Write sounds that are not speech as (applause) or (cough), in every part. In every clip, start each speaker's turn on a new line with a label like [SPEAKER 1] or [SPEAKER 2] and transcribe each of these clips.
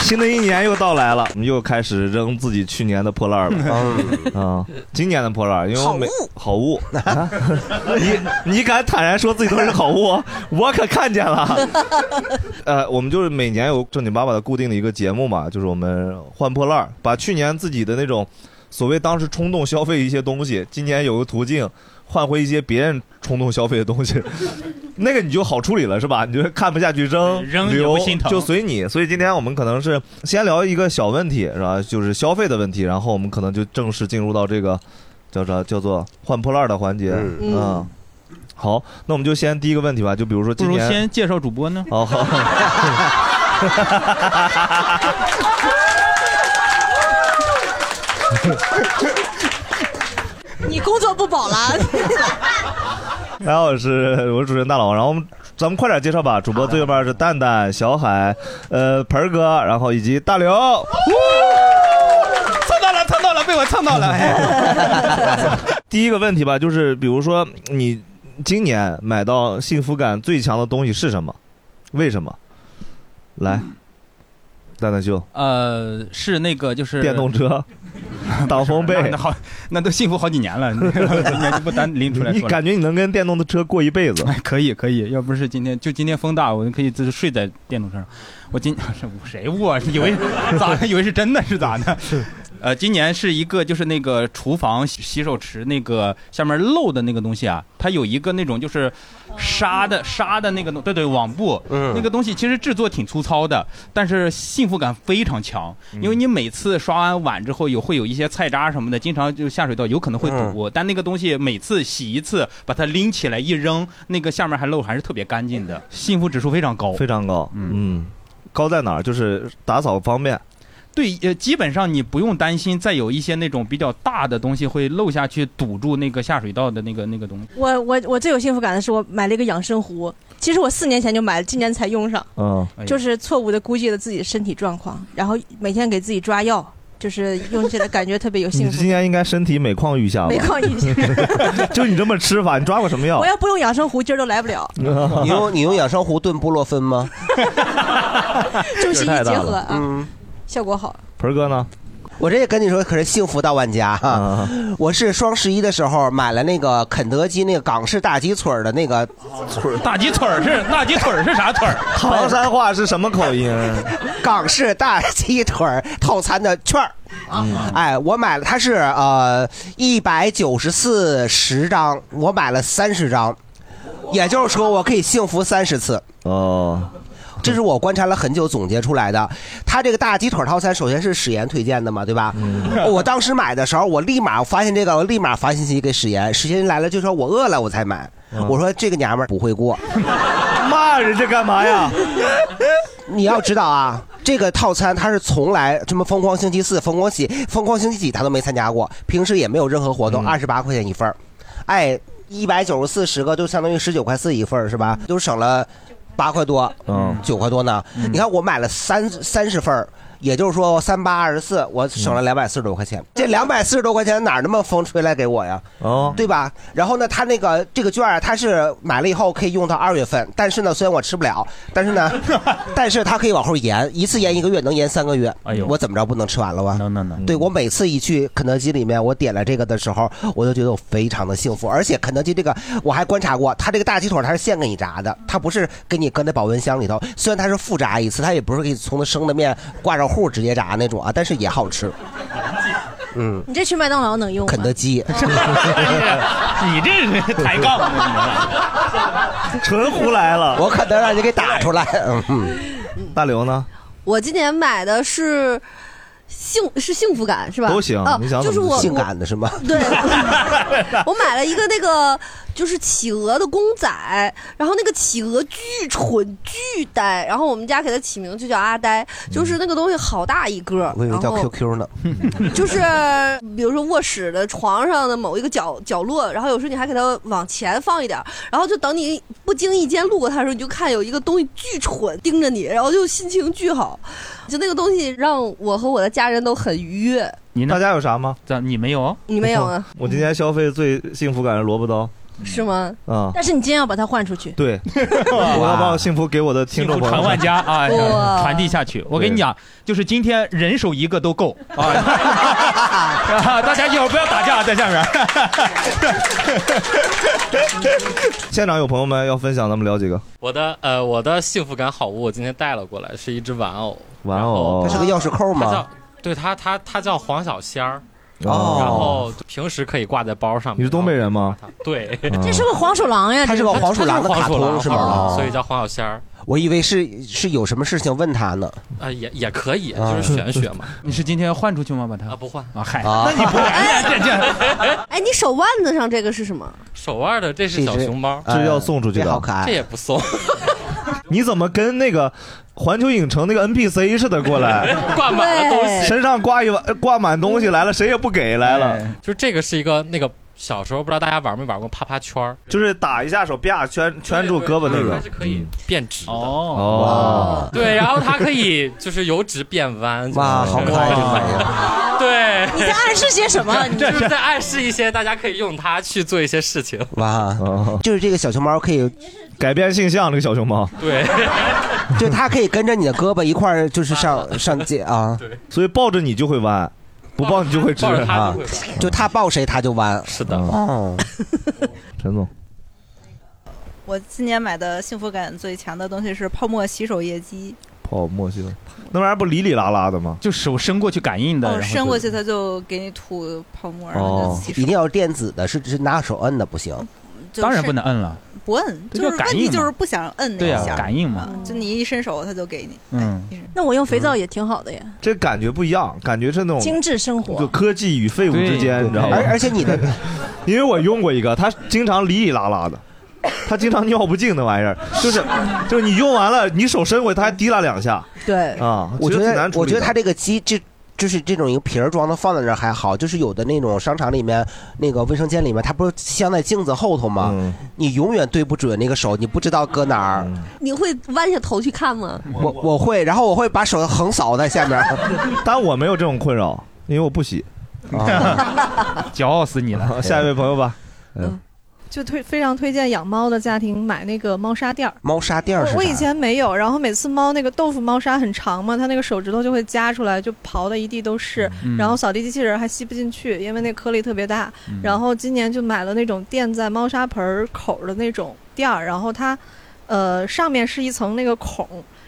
[SPEAKER 1] 新的一年又到来了，我们又开始扔自己去年的破烂 (laughs) 儿了。啊、今年的破烂儿，因为我每好物，啊 (laughs) 你你敢坦然说自己都是好物，我可看见了。呃，我们就是每年有正经八百的固定的一个节目嘛，就是我们换破烂儿，把去年自己的那种所谓当时冲动消费一些东西，今年有个途径换回一些别人冲动消费的东西， (laughs) 那个你就好处理了，是吧？你就看不下去扔
[SPEAKER 2] 扔也
[SPEAKER 1] 留
[SPEAKER 2] 不心疼
[SPEAKER 1] 就随你。所以今天我们可能是先聊一个小问题，是吧？就是消费的问题，然后我们可能就正式进入到这个叫啥叫做换破烂儿的环节，
[SPEAKER 2] 嗯
[SPEAKER 1] 嗯好，那我们就先第一个问题吧，就比如说
[SPEAKER 2] 不 (laughs)
[SPEAKER 1] 今
[SPEAKER 2] 如
[SPEAKER 1] 年
[SPEAKER 2] 先介绍主播呢？ (laughs)
[SPEAKER 1] 哦， (laughs) 好。
[SPEAKER 3] (laughs) 你工作不保了，
[SPEAKER 1] (laughs) 大家好，我是我是主持人大佬，然后我们咱们快点介绍吧。主播最右边是蛋蛋、小海、呃盆儿哥，然后以及大刘。蹭到了，蹭到了，被我蹭到了。第一个问题吧，就是比如说你今年买到幸福感最强的东西是什么？为什么？来，蛋蛋秀，
[SPEAKER 2] 呃，是那个就是
[SPEAKER 1] 电动
[SPEAKER 2] (laughs)
[SPEAKER 1] 车、挡风被
[SPEAKER 2] 那，好，那都幸福好几年
[SPEAKER 1] (laughs)
[SPEAKER 2] 了，你你不单拎出来
[SPEAKER 1] 你
[SPEAKER 2] 说了。
[SPEAKER 1] 感觉你能跟电动的车过一辈子？
[SPEAKER 2] (laughs) 可以可以，要不是今天就今天风大，我可以就是睡在电动车上。我今 (laughs) 谁误啊？ (laughs) 以为
[SPEAKER 4] (laughs)
[SPEAKER 2] 咋以为是真的是咋的？呃，今年是一个就是那个厨房洗洗手池那个下面漏的那个东西啊，它有一个那种就是纱的纱的那个东对对网布，那个东西其实制作挺粗糙的，但是幸福感非常强，因为你每次刷完碗之后有会有一些菜渣什么的，经常就下水道有可能会堵，但那个东西每次洗一次，把它拎起来一扔，那个下面还漏还是特别干净的，幸福指数非常高。
[SPEAKER 1] 非常高，嗯，高在哪儿？就是打扫方便，
[SPEAKER 2] 对，呃，基本上你不用担心再有一些那种比较大的东西会漏下去堵住那个下水道的那个那个东西。
[SPEAKER 3] 我我我最有幸福感的是我买了一个养生壶，其实我四年前就买了，今年才用上，
[SPEAKER 1] 嗯，
[SPEAKER 2] 哎
[SPEAKER 3] 就是错误的估计了自己身体状况，然后每天给自己抓药，就是用起来感觉特别有
[SPEAKER 1] 你
[SPEAKER 3] 幸福
[SPEAKER 1] 今。年应该身体每况愈下吧
[SPEAKER 3] 每？况愈下，
[SPEAKER 1] (laughs) 就你这么吃法，你抓过什么药
[SPEAKER 3] 我？要不用养生壶，今儿都来不了，
[SPEAKER 5] (laughs) 你用你用养生壶炖布洛
[SPEAKER 3] (laughs)
[SPEAKER 5] 芬吗？
[SPEAKER 3] 中西医
[SPEAKER 1] 太大
[SPEAKER 3] 结
[SPEAKER 1] 了
[SPEAKER 3] 合啊，
[SPEAKER 5] 嗯，
[SPEAKER 3] 效果好。
[SPEAKER 1] 盆儿哥呢？
[SPEAKER 5] 我这也跟你说，可是幸福大玩家哈、
[SPEAKER 1] 嗯
[SPEAKER 5] 我是双十一的时候买了那个肯德基那个港式大鸡腿儿的那个腿儿
[SPEAKER 2] 大鸡腿儿是大鸡腿儿是啥腿
[SPEAKER 6] (laughs)
[SPEAKER 2] 儿？
[SPEAKER 1] (laughs) 唐山话是什么口音？
[SPEAKER 5] (laughs) 港式大鸡腿儿套餐的券儿。
[SPEAKER 1] 嗯
[SPEAKER 5] 哎，我买了，它是呃一百九十四十张，我买了三十张，也就是说我可以幸福三十次。
[SPEAKER 1] 哦，
[SPEAKER 5] 这是我观察了很久总结出来的。它这个大鸡腿套餐，首先是史岩推荐的嘛，对吧？
[SPEAKER 1] 嗯
[SPEAKER 5] 我当时买的时候，我立马发现这个，我立马发信息给史岩，史岩来了就说我饿了我才买，
[SPEAKER 1] 嗯
[SPEAKER 5] 我说这个娘们儿不会过。
[SPEAKER 1] (laughs) 骂人家干嘛呀？
[SPEAKER 5] (laughs) 你要知道啊，这个套餐它是从来什么疯狂星期四、疯狂喜、疯狂星期几他都没参加过，平时也没有任何活动，
[SPEAKER 1] 嗯
[SPEAKER 5] 二十八块钱一份儿，哎，一百九十四十个就相当于十九块四一份儿是吧？就省了八块多，
[SPEAKER 1] 嗯，
[SPEAKER 5] 九块多呢。你看我买了三三十份儿也就是说三八二十四，我省
[SPEAKER 1] 嗯
[SPEAKER 5] 了两百四十多块钱。这两百四十多块钱哪儿那么风吹来给我呀？
[SPEAKER 1] 哦，
[SPEAKER 5] 对吧？然后呢，他那个这个券儿，啊他是买了以后可以用到二月份，但是呢，虽然我吃不了，但是
[SPEAKER 1] (laughs)
[SPEAKER 5] 呢，但是他可以往后延，一次延一个月，能延三个月。
[SPEAKER 2] 哎呦嗯
[SPEAKER 5] 我怎么着不能吃完了吧？
[SPEAKER 2] 能能能。
[SPEAKER 5] 对我每次一去肯德基里面，我点了这个的时候，我都觉得我非常的幸福。而且肯德基这个我还观察过，它这个大鸡腿它是现给你炸的，它不是给你搁在保温箱里头。虽然它是复炸一次，它也不是给你从那生的面挂上糊直接炸那种啊，但是也好吃。
[SPEAKER 3] 你这去麦当劳能用吗？
[SPEAKER 5] 肯德基，
[SPEAKER 2] 你这个抬杠，
[SPEAKER 1] 啊纯胡来了。
[SPEAKER 5] (laughs) 我可能让你给打出来。嗯。
[SPEAKER 1] 大刘呢？
[SPEAKER 7] (laughs) 我今年买的是幸是幸福感是吧？
[SPEAKER 1] 都行
[SPEAKER 7] 啊
[SPEAKER 1] 你想怎
[SPEAKER 7] 就
[SPEAKER 1] 么
[SPEAKER 7] 是我
[SPEAKER 5] 性
[SPEAKER 7] 我
[SPEAKER 5] 感的是吗？
[SPEAKER 7] 对， (laughs) 我买了一个那个就是企鹅的公仔，然后那个企鹅巨蠢巨巨呆，然后我们家给它起名就叫阿呆，就是那个东西好大一个儿，
[SPEAKER 5] 嗯我以为
[SPEAKER 7] 然
[SPEAKER 5] 叫
[SPEAKER 7] 后
[SPEAKER 5] QQ 呢。
[SPEAKER 7] (laughs) 就是比如说卧室的床上的某一个角角落，然后有时候你还给它往前放一点儿，然后就等你不经意间路过它的时候，你就看有一个东西巨蠢盯着你，然后就心情巨好，就那个东西让我和我的家人都很愉悦。
[SPEAKER 2] 你
[SPEAKER 1] 大家有啥吗？
[SPEAKER 2] 咱你没有？
[SPEAKER 7] 你没有啊？
[SPEAKER 1] 我今天消费最幸福感是萝卜刀
[SPEAKER 7] 是吗？
[SPEAKER 1] 啊，
[SPEAKER 8] 但是你今天要把它换出去。
[SPEAKER 1] 对，
[SPEAKER 2] (laughs)
[SPEAKER 1] 我要把我幸福给我的听众朋友
[SPEAKER 2] 传
[SPEAKER 1] 们
[SPEAKER 2] 万家啊，
[SPEAKER 7] 哇
[SPEAKER 2] 传递下去。我跟你讲，就是今天人手一个
[SPEAKER 1] (laughs)
[SPEAKER 2] 都够啊！啊大家一会儿不要打架，在下面。
[SPEAKER 1] 现场有朋友们要分享，咱们聊几个
[SPEAKER 9] 我的呃，我的幸福感好物，我今天带了过来，是一只玩偶，
[SPEAKER 1] 玩偶。
[SPEAKER 5] 它是个钥匙扣
[SPEAKER 9] 它
[SPEAKER 5] 吗
[SPEAKER 9] 叫？对它它它叫黄小仙儿，
[SPEAKER 5] 哦
[SPEAKER 9] 然后平时可以挂在包上面。
[SPEAKER 1] 你是东北人吗？
[SPEAKER 9] 然后对，
[SPEAKER 8] 这是个黄鼠狼呀！
[SPEAKER 5] 嗯它是个黄鼠狼的
[SPEAKER 9] 它
[SPEAKER 5] 卡
[SPEAKER 9] 就是黄鼠
[SPEAKER 5] 通
[SPEAKER 9] 狼
[SPEAKER 5] 是吗？
[SPEAKER 9] 黄鼠狼所以
[SPEAKER 5] 哦
[SPEAKER 9] 叫黄小仙儿。
[SPEAKER 5] 我以为是是有什么事情问他呢。
[SPEAKER 9] 啊，也也可以，
[SPEAKER 5] 啊
[SPEAKER 9] 就是玄学嘛。
[SPEAKER 2] 你是今天要换出去吗？把它
[SPEAKER 9] 啊，不换
[SPEAKER 2] 啊，嗨，
[SPEAKER 5] 啊，
[SPEAKER 2] 这这
[SPEAKER 7] 哎，你手腕子上这个是什么？
[SPEAKER 9] 手腕的，
[SPEAKER 5] 这
[SPEAKER 9] 这是小
[SPEAKER 5] 是
[SPEAKER 9] 熊猫，
[SPEAKER 1] 这要送出去的
[SPEAKER 5] 这好可
[SPEAKER 9] 这
[SPEAKER 5] 爱。
[SPEAKER 9] 也不松，
[SPEAKER 1] 你怎么跟那个环球影城那个 NPC 似的过来？
[SPEAKER 9] 挂满了东西。
[SPEAKER 1] 身上挂一碗挂满东西来了，谁也不给来
[SPEAKER 2] 哎
[SPEAKER 1] 了，
[SPEAKER 9] (laughs) 就是这个是一个那个小时候不知道大家玩没玩过啪啪圈儿，
[SPEAKER 1] 就是打一下手，啪圈圈住胳膊那
[SPEAKER 9] 对
[SPEAKER 1] 个
[SPEAKER 9] 它。是可以变直的。
[SPEAKER 2] 哦，
[SPEAKER 1] 哦，
[SPEAKER 9] 对，然后它可以就是由直变弯，就是
[SPEAKER 5] 哇，好可爱这个玩意儿！
[SPEAKER 9] (laughs) 对，
[SPEAKER 8] 你在暗示些什么？你
[SPEAKER 9] 就是在暗示一些大家可以用它去做一些事情。
[SPEAKER 5] 哇，
[SPEAKER 1] 哦，
[SPEAKER 5] 就是这个小熊猫可以，
[SPEAKER 1] 改变性向这个小熊猫，
[SPEAKER 9] 对，
[SPEAKER 5] 就它可以跟着你的胳膊一块儿，就是上上街啊，
[SPEAKER 1] 所以抱着你就会弯，不抱你就会直
[SPEAKER 9] 抱着它
[SPEAKER 5] 啊
[SPEAKER 9] 就会玩。
[SPEAKER 5] 就它抱谁它就弯。
[SPEAKER 9] 是的，
[SPEAKER 5] 哦，
[SPEAKER 1] 陈总，
[SPEAKER 10] 我今年买的幸福感最强的东西是泡沫洗手液机，
[SPEAKER 1] 泡沫系统，那玩意儿不里里拉拉的吗？
[SPEAKER 2] 就手伸过去感应的，
[SPEAKER 10] 哦，
[SPEAKER 2] 哎然后就
[SPEAKER 10] 伸过去它就给你吐泡沫，然后
[SPEAKER 1] 哦
[SPEAKER 10] 就洗
[SPEAKER 5] 一定
[SPEAKER 10] 手。
[SPEAKER 5] 要电子的，是是拿手摁的不行。
[SPEAKER 10] 就
[SPEAKER 2] 当然不
[SPEAKER 10] 是
[SPEAKER 2] 能摁了，
[SPEAKER 10] 不摁，
[SPEAKER 2] 这
[SPEAKER 10] 就
[SPEAKER 2] 叫
[SPEAKER 10] 是
[SPEAKER 2] 感
[SPEAKER 10] 问
[SPEAKER 2] 应
[SPEAKER 10] 题
[SPEAKER 2] 嘛
[SPEAKER 10] 就是不想摁那
[SPEAKER 2] 对
[SPEAKER 10] 一
[SPEAKER 2] 呀、
[SPEAKER 10] 下，
[SPEAKER 2] 感应嘛，
[SPEAKER 10] 嗯就你一伸手它就给你。
[SPEAKER 2] 嗯
[SPEAKER 10] 哎，一伸
[SPEAKER 8] 那我用肥皂也挺好的呀，
[SPEAKER 1] 这感觉不一样，感觉是那种
[SPEAKER 8] 精致生
[SPEAKER 1] 就
[SPEAKER 8] 活。
[SPEAKER 1] 科技与废物之间，
[SPEAKER 2] 对
[SPEAKER 1] 你知道吗
[SPEAKER 5] 而？而且你的
[SPEAKER 1] (laughs) 因为我用过一个，它经常里里拉拉的，它经常尿不尽那玩意儿，
[SPEAKER 3] (laughs)
[SPEAKER 1] 就是就是你用完了，你手伸过去，它还滴拉两下
[SPEAKER 8] 对，
[SPEAKER 1] 啊。
[SPEAKER 5] 我觉
[SPEAKER 1] 挺
[SPEAKER 5] 得
[SPEAKER 1] 难，处
[SPEAKER 5] 我
[SPEAKER 1] 理
[SPEAKER 5] 觉
[SPEAKER 1] 的
[SPEAKER 5] 得它这个鸡这。就是这种一个瓶儿装的放在那儿还好，就是有的那种商场里面那个卫生间里面，它不是镶在镜子后头吗？
[SPEAKER 1] 嗯
[SPEAKER 5] 你永远对不准那个手，你不知道搁哪儿。
[SPEAKER 7] 你会弯下头去看吗？
[SPEAKER 5] 我我会，然后我会把手横扫在下面。
[SPEAKER 1] 但我没有这种困扰，因为我不洗。
[SPEAKER 5] 啊
[SPEAKER 1] (laughs)
[SPEAKER 2] 骄傲死你了。
[SPEAKER 1] 好，下一位朋友吧，
[SPEAKER 6] 就推非常推荐养猫的家庭买那个猫砂垫儿。
[SPEAKER 5] 猫砂垫儿是
[SPEAKER 6] 我
[SPEAKER 5] 啥
[SPEAKER 6] 我以前没有，然后每次猫那个豆腐猫砂很长嘛，它那个手指头就会夹出来，就刨的一地都是。
[SPEAKER 2] 嗯
[SPEAKER 6] 然后扫地机器人还吸不进去，因为那颗粒特别大。然后今年就买了那种垫在猫砂盆儿口儿的那种垫儿，然后它，呃，上面是一层那个孔，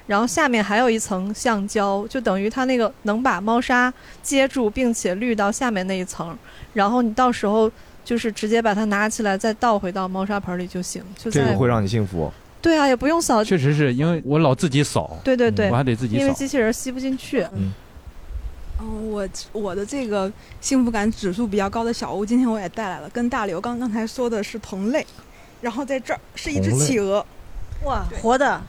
[SPEAKER 6] 然后下面还有一层橡胶，就等于它那个能把猫砂接住，并且滤到下面那一层，然后你到时候就是直接把它拿起来，再倒回到猫砂盆里就行。就
[SPEAKER 1] 这
[SPEAKER 6] 在
[SPEAKER 1] 个会让你幸福。
[SPEAKER 6] 对啊，也不用扫，
[SPEAKER 2] 确实是因为我老自己扫，
[SPEAKER 6] 对对对
[SPEAKER 2] 嗯我，还得自己
[SPEAKER 6] 因为
[SPEAKER 2] 扫。
[SPEAKER 6] 机器人吸不进去。
[SPEAKER 3] 嗯，我嗯我的这个幸福感指数比较高的小物，今天我也带来了，跟大刘刚刚才说的是同类，然后在这儿是一只
[SPEAKER 1] 同类
[SPEAKER 3] 企鹅，啊
[SPEAKER 8] 哇，活的，
[SPEAKER 4] 啊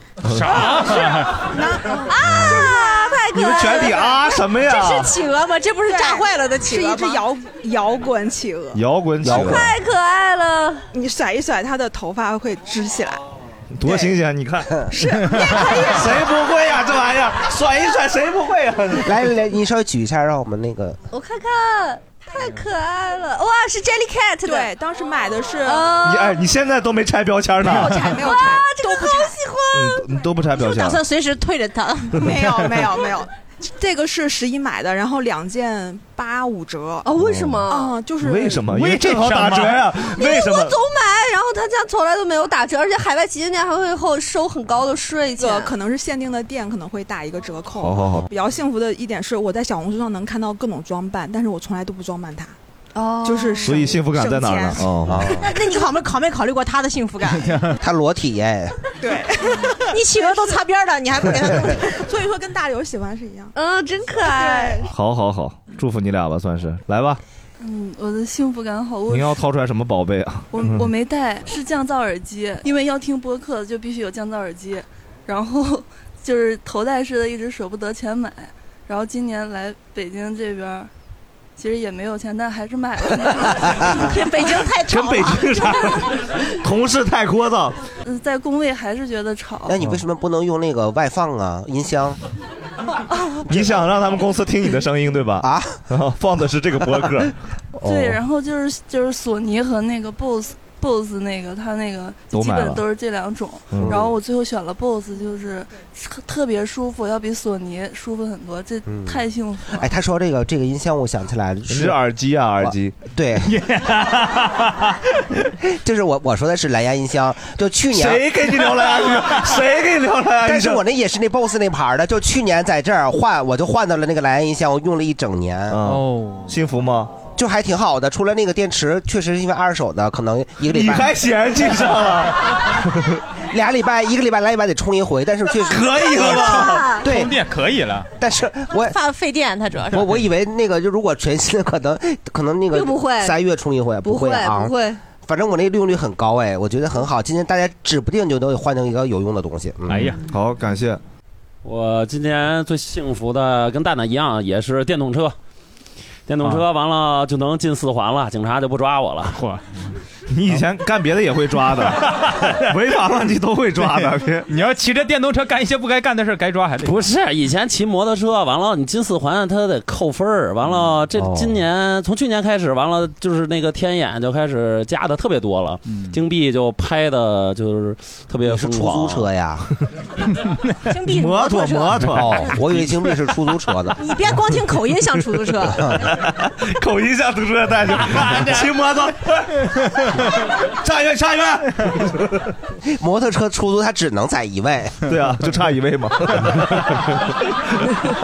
[SPEAKER 1] 你们全体啊什么呀？
[SPEAKER 8] 这是企鹅吗？这不是炸坏了的企
[SPEAKER 3] 是
[SPEAKER 8] 鹅
[SPEAKER 3] 一
[SPEAKER 8] 吗？
[SPEAKER 3] 只摇 (laughs) 摇滚企鹅，
[SPEAKER 1] 摇滚起来
[SPEAKER 5] 摇滚
[SPEAKER 7] 太可爱了！
[SPEAKER 3] 你甩一甩它的头发会支起来，
[SPEAKER 1] 啊多新鲜！你
[SPEAKER 5] (laughs)
[SPEAKER 1] 看，是 (laughs) 谁不会呀？这玩意儿甩一甩，谁不会呀？
[SPEAKER 5] (laughs) 来来，你稍微举一下，让我们那个
[SPEAKER 7] 我看看，太可爱了！哇，是 Jellycat 的，
[SPEAKER 3] 对，当时买的是，
[SPEAKER 7] 啊，
[SPEAKER 1] 你哎，你现在都没拆标签呢
[SPEAKER 3] 没，有拆，没有拆，
[SPEAKER 7] 这个好喜欢，
[SPEAKER 1] 你都不拆标
[SPEAKER 8] 我
[SPEAKER 1] 签
[SPEAKER 8] 打。算随时退着
[SPEAKER 3] (laughs)
[SPEAKER 8] 它。
[SPEAKER 3] 啊没有没有没 (laughs) 有，这个是十一买的，然后两件八五折，
[SPEAKER 7] 啊，为什么？
[SPEAKER 3] 啊，就是
[SPEAKER 1] 为什么？因
[SPEAKER 2] 为
[SPEAKER 1] 为正好打折 (laughs) 呀。为什
[SPEAKER 7] 我
[SPEAKER 1] 么？
[SPEAKER 7] 总买，然后他家从来都没有打折，而且海外旗舰店还会后收很高的税
[SPEAKER 3] 这个
[SPEAKER 7] 钱。
[SPEAKER 3] 可能是限定的店可能会打一个折扣。
[SPEAKER 1] 好好好，
[SPEAKER 3] 比较幸福的一点是，我在小红书上能看到各种装扮，但是我从来都不装扮它，
[SPEAKER 7] 哦
[SPEAKER 3] 就是
[SPEAKER 1] 所以幸福感在哪儿呢
[SPEAKER 3] 省？钱
[SPEAKER 1] 哦，
[SPEAKER 3] (laughs)
[SPEAKER 5] 啊，
[SPEAKER 8] 那那你考没考没考虑过它的幸福感？
[SPEAKER 5] (laughs) 它裸体耶，
[SPEAKER 8] (laughs)
[SPEAKER 3] 对，
[SPEAKER 8] 你企鹅都擦边了，你还不给它 (laughs) 弄？
[SPEAKER 3] 所以说跟大刘喜欢是一样。
[SPEAKER 11] 哦
[SPEAKER 7] 嗯，真可爱。
[SPEAKER 1] 好好好，祝福你俩吧，算是来吧。
[SPEAKER 10] 嗯，我的幸福感好物
[SPEAKER 1] 您要掏出来什么宝贝啊？
[SPEAKER 10] 我我没带，是降噪耳机，因为要听播客就必须有降噪耳机。
[SPEAKER 11] 然后 (laughs) 就是头戴式的，一直舍不得钱买，然后今年来北京这边儿，其实也没有钱，但还是
[SPEAKER 12] (laughs)
[SPEAKER 11] 买了。这 (laughs) 北京太
[SPEAKER 1] 嗯跟北京啥？同事太聒噪，
[SPEAKER 11] 嗯，在工位还是觉得吵。
[SPEAKER 5] 哎那你
[SPEAKER 1] 嗯
[SPEAKER 11] (laughs)
[SPEAKER 5] 为什么不能用那个外放啊？音箱？
[SPEAKER 1] 你想让他们公司听你的声音对 (laughs) 吧？
[SPEAKER 5] 啊，
[SPEAKER 1] 然后放的是这个播客。
[SPEAKER 11] 对，
[SPEAKER 1] 哦
[SPEAKER 11] 然后就是就是索尼和那个 BOSS。BOSS 那个，它那个
[SPEAKER 1] 都
[SPEAKER 11] 基
[SPEAKER 1] 买
[SPEAKER 11] 本
[SPEAKER 1] 了
[SPEAKER 11] 都是这两种，
[SPEAKER 1] 嗯
[SPEAKER 11] 然后我最后选了 BOSS，就是特特别舒服，要比索尼舒服很多，这
[SPEAKER 5] 嗯
[SPEAKER 11] 太幸福了。
[SPEAKER 5] (laughs) 哎，他说这个这个音箱，我想起来了，
[SPEAKER 1] 是耳机啊，耳机。
[SPEAKER 5] 对， (laughs) 就是我我说的是蓝牙音箱，就去年
[SPEAKER 1] 谁给你聊蓝牙音箱谁给你聊蓝牙音箱
[SPEAKER 5] 但是我那也是那 BOSS 那牌儿的，就去年在这儿换，我就换到了那个蓝牙音箱，我用了一整年。
[SPEAKER 1] 哦，幸福吗？
[SPEAKER 5] 就还挺好的，除了那个电池，确实是因为二手的，可能一个礼拜。
[SPEAKER 1] 你还嫌弃上
[SPEAKER 6] (laughs)
[SPEAKER 1] 了？
[SPEAKER 5] 俩礼拜，一个礼拜、俩礼拜得充一回，但是确实
[SPEAKER 1] 可以了吧
[SPEAKER 5] 对
[SPEAKER 3] (laughs)
[SPEAKER 2] 充，电可以了。
[SPEAKER 5] 但是我
[SPEAKER 3] 怕费电，它主要是。
[SPEAKER 5] 我
[SPEAKER 8] (laughs)
[SPEAKER 5] 我以为那个就如果全新的，可能 (laughs) 可能那个
[SPEAKER 3] 并不会
[SPEAKER 5] 三月充一回，
[SPEAKER 3] 不
[SPEAKER 5] 会
[SPEAKER 3] 会
[SPEAKER 5] 啊，
[SPEAKER 3] 不会。
[SPEAKER 5] 反正我那利用率很高哎，我觉得很好。今天大家指不定就能换成一个有用的东西。嗯
[SPEAKER 13] 哎呀，
[SPEAKER 1] 好，感谢。 (laughs)
[SPEAKER 13] 我今年最幸福的跟蛋蛋一样，也是电动车。电动
[SPEAKER 2] 啊
[SPEAKER 13] 车完了就能进四环了，警察就不抓我了。
[SPEAKER 2] (laughs)
[SPEAKER 13] 嚯！
[SPEAKER 1] 你以前干别的也会抓的，
[SPEAKER 13] (laughs)
[SPEAKER 1] (laughs) 违法乱纪都会抓的。别
[SPEAKER 2] 你要骑着电动车干一些不该干的事儿，该抓还得
[SPEAKER 13] 不是，以前骑摩托车完了，你进四环它得扣分儿。完了，这
[SPEAKER 2] 哦
[SPEAKER 13] 今年从去年开始，完了就是那个天眼就开始加的特别多了，
[SPEAKER 2] 嗯
[SPEAKER 13] 金币就拍的就是特别
[SPEAKER 5] 是
[SPEAKER 13] 疯
[SPEAKER 5] 出租
[SPEAKER 13] 狂。
[SPEAKER 5] 车呀？
[SPEAKER 3] 金
[SPEAKER 1] (laughs)
[SPEAKER 3] 币是摩托车
[SPEAKER 5] 哦，我以为金币是出租
[SPEAKER 8] (laughs)
[SPEAKER 5] 车的。
[SPEAKER 3] 你别光听口音像出租车，
[SPEAKER 1] (laughs) 口音像出租车带去，骑摩托， (laughs) 差一位，差一位。
[SPEAKER 5] (laughs) 摩托车出租它只能载一位，
[SPEAKER 1] 对啊，就差一位嘛， (laughs)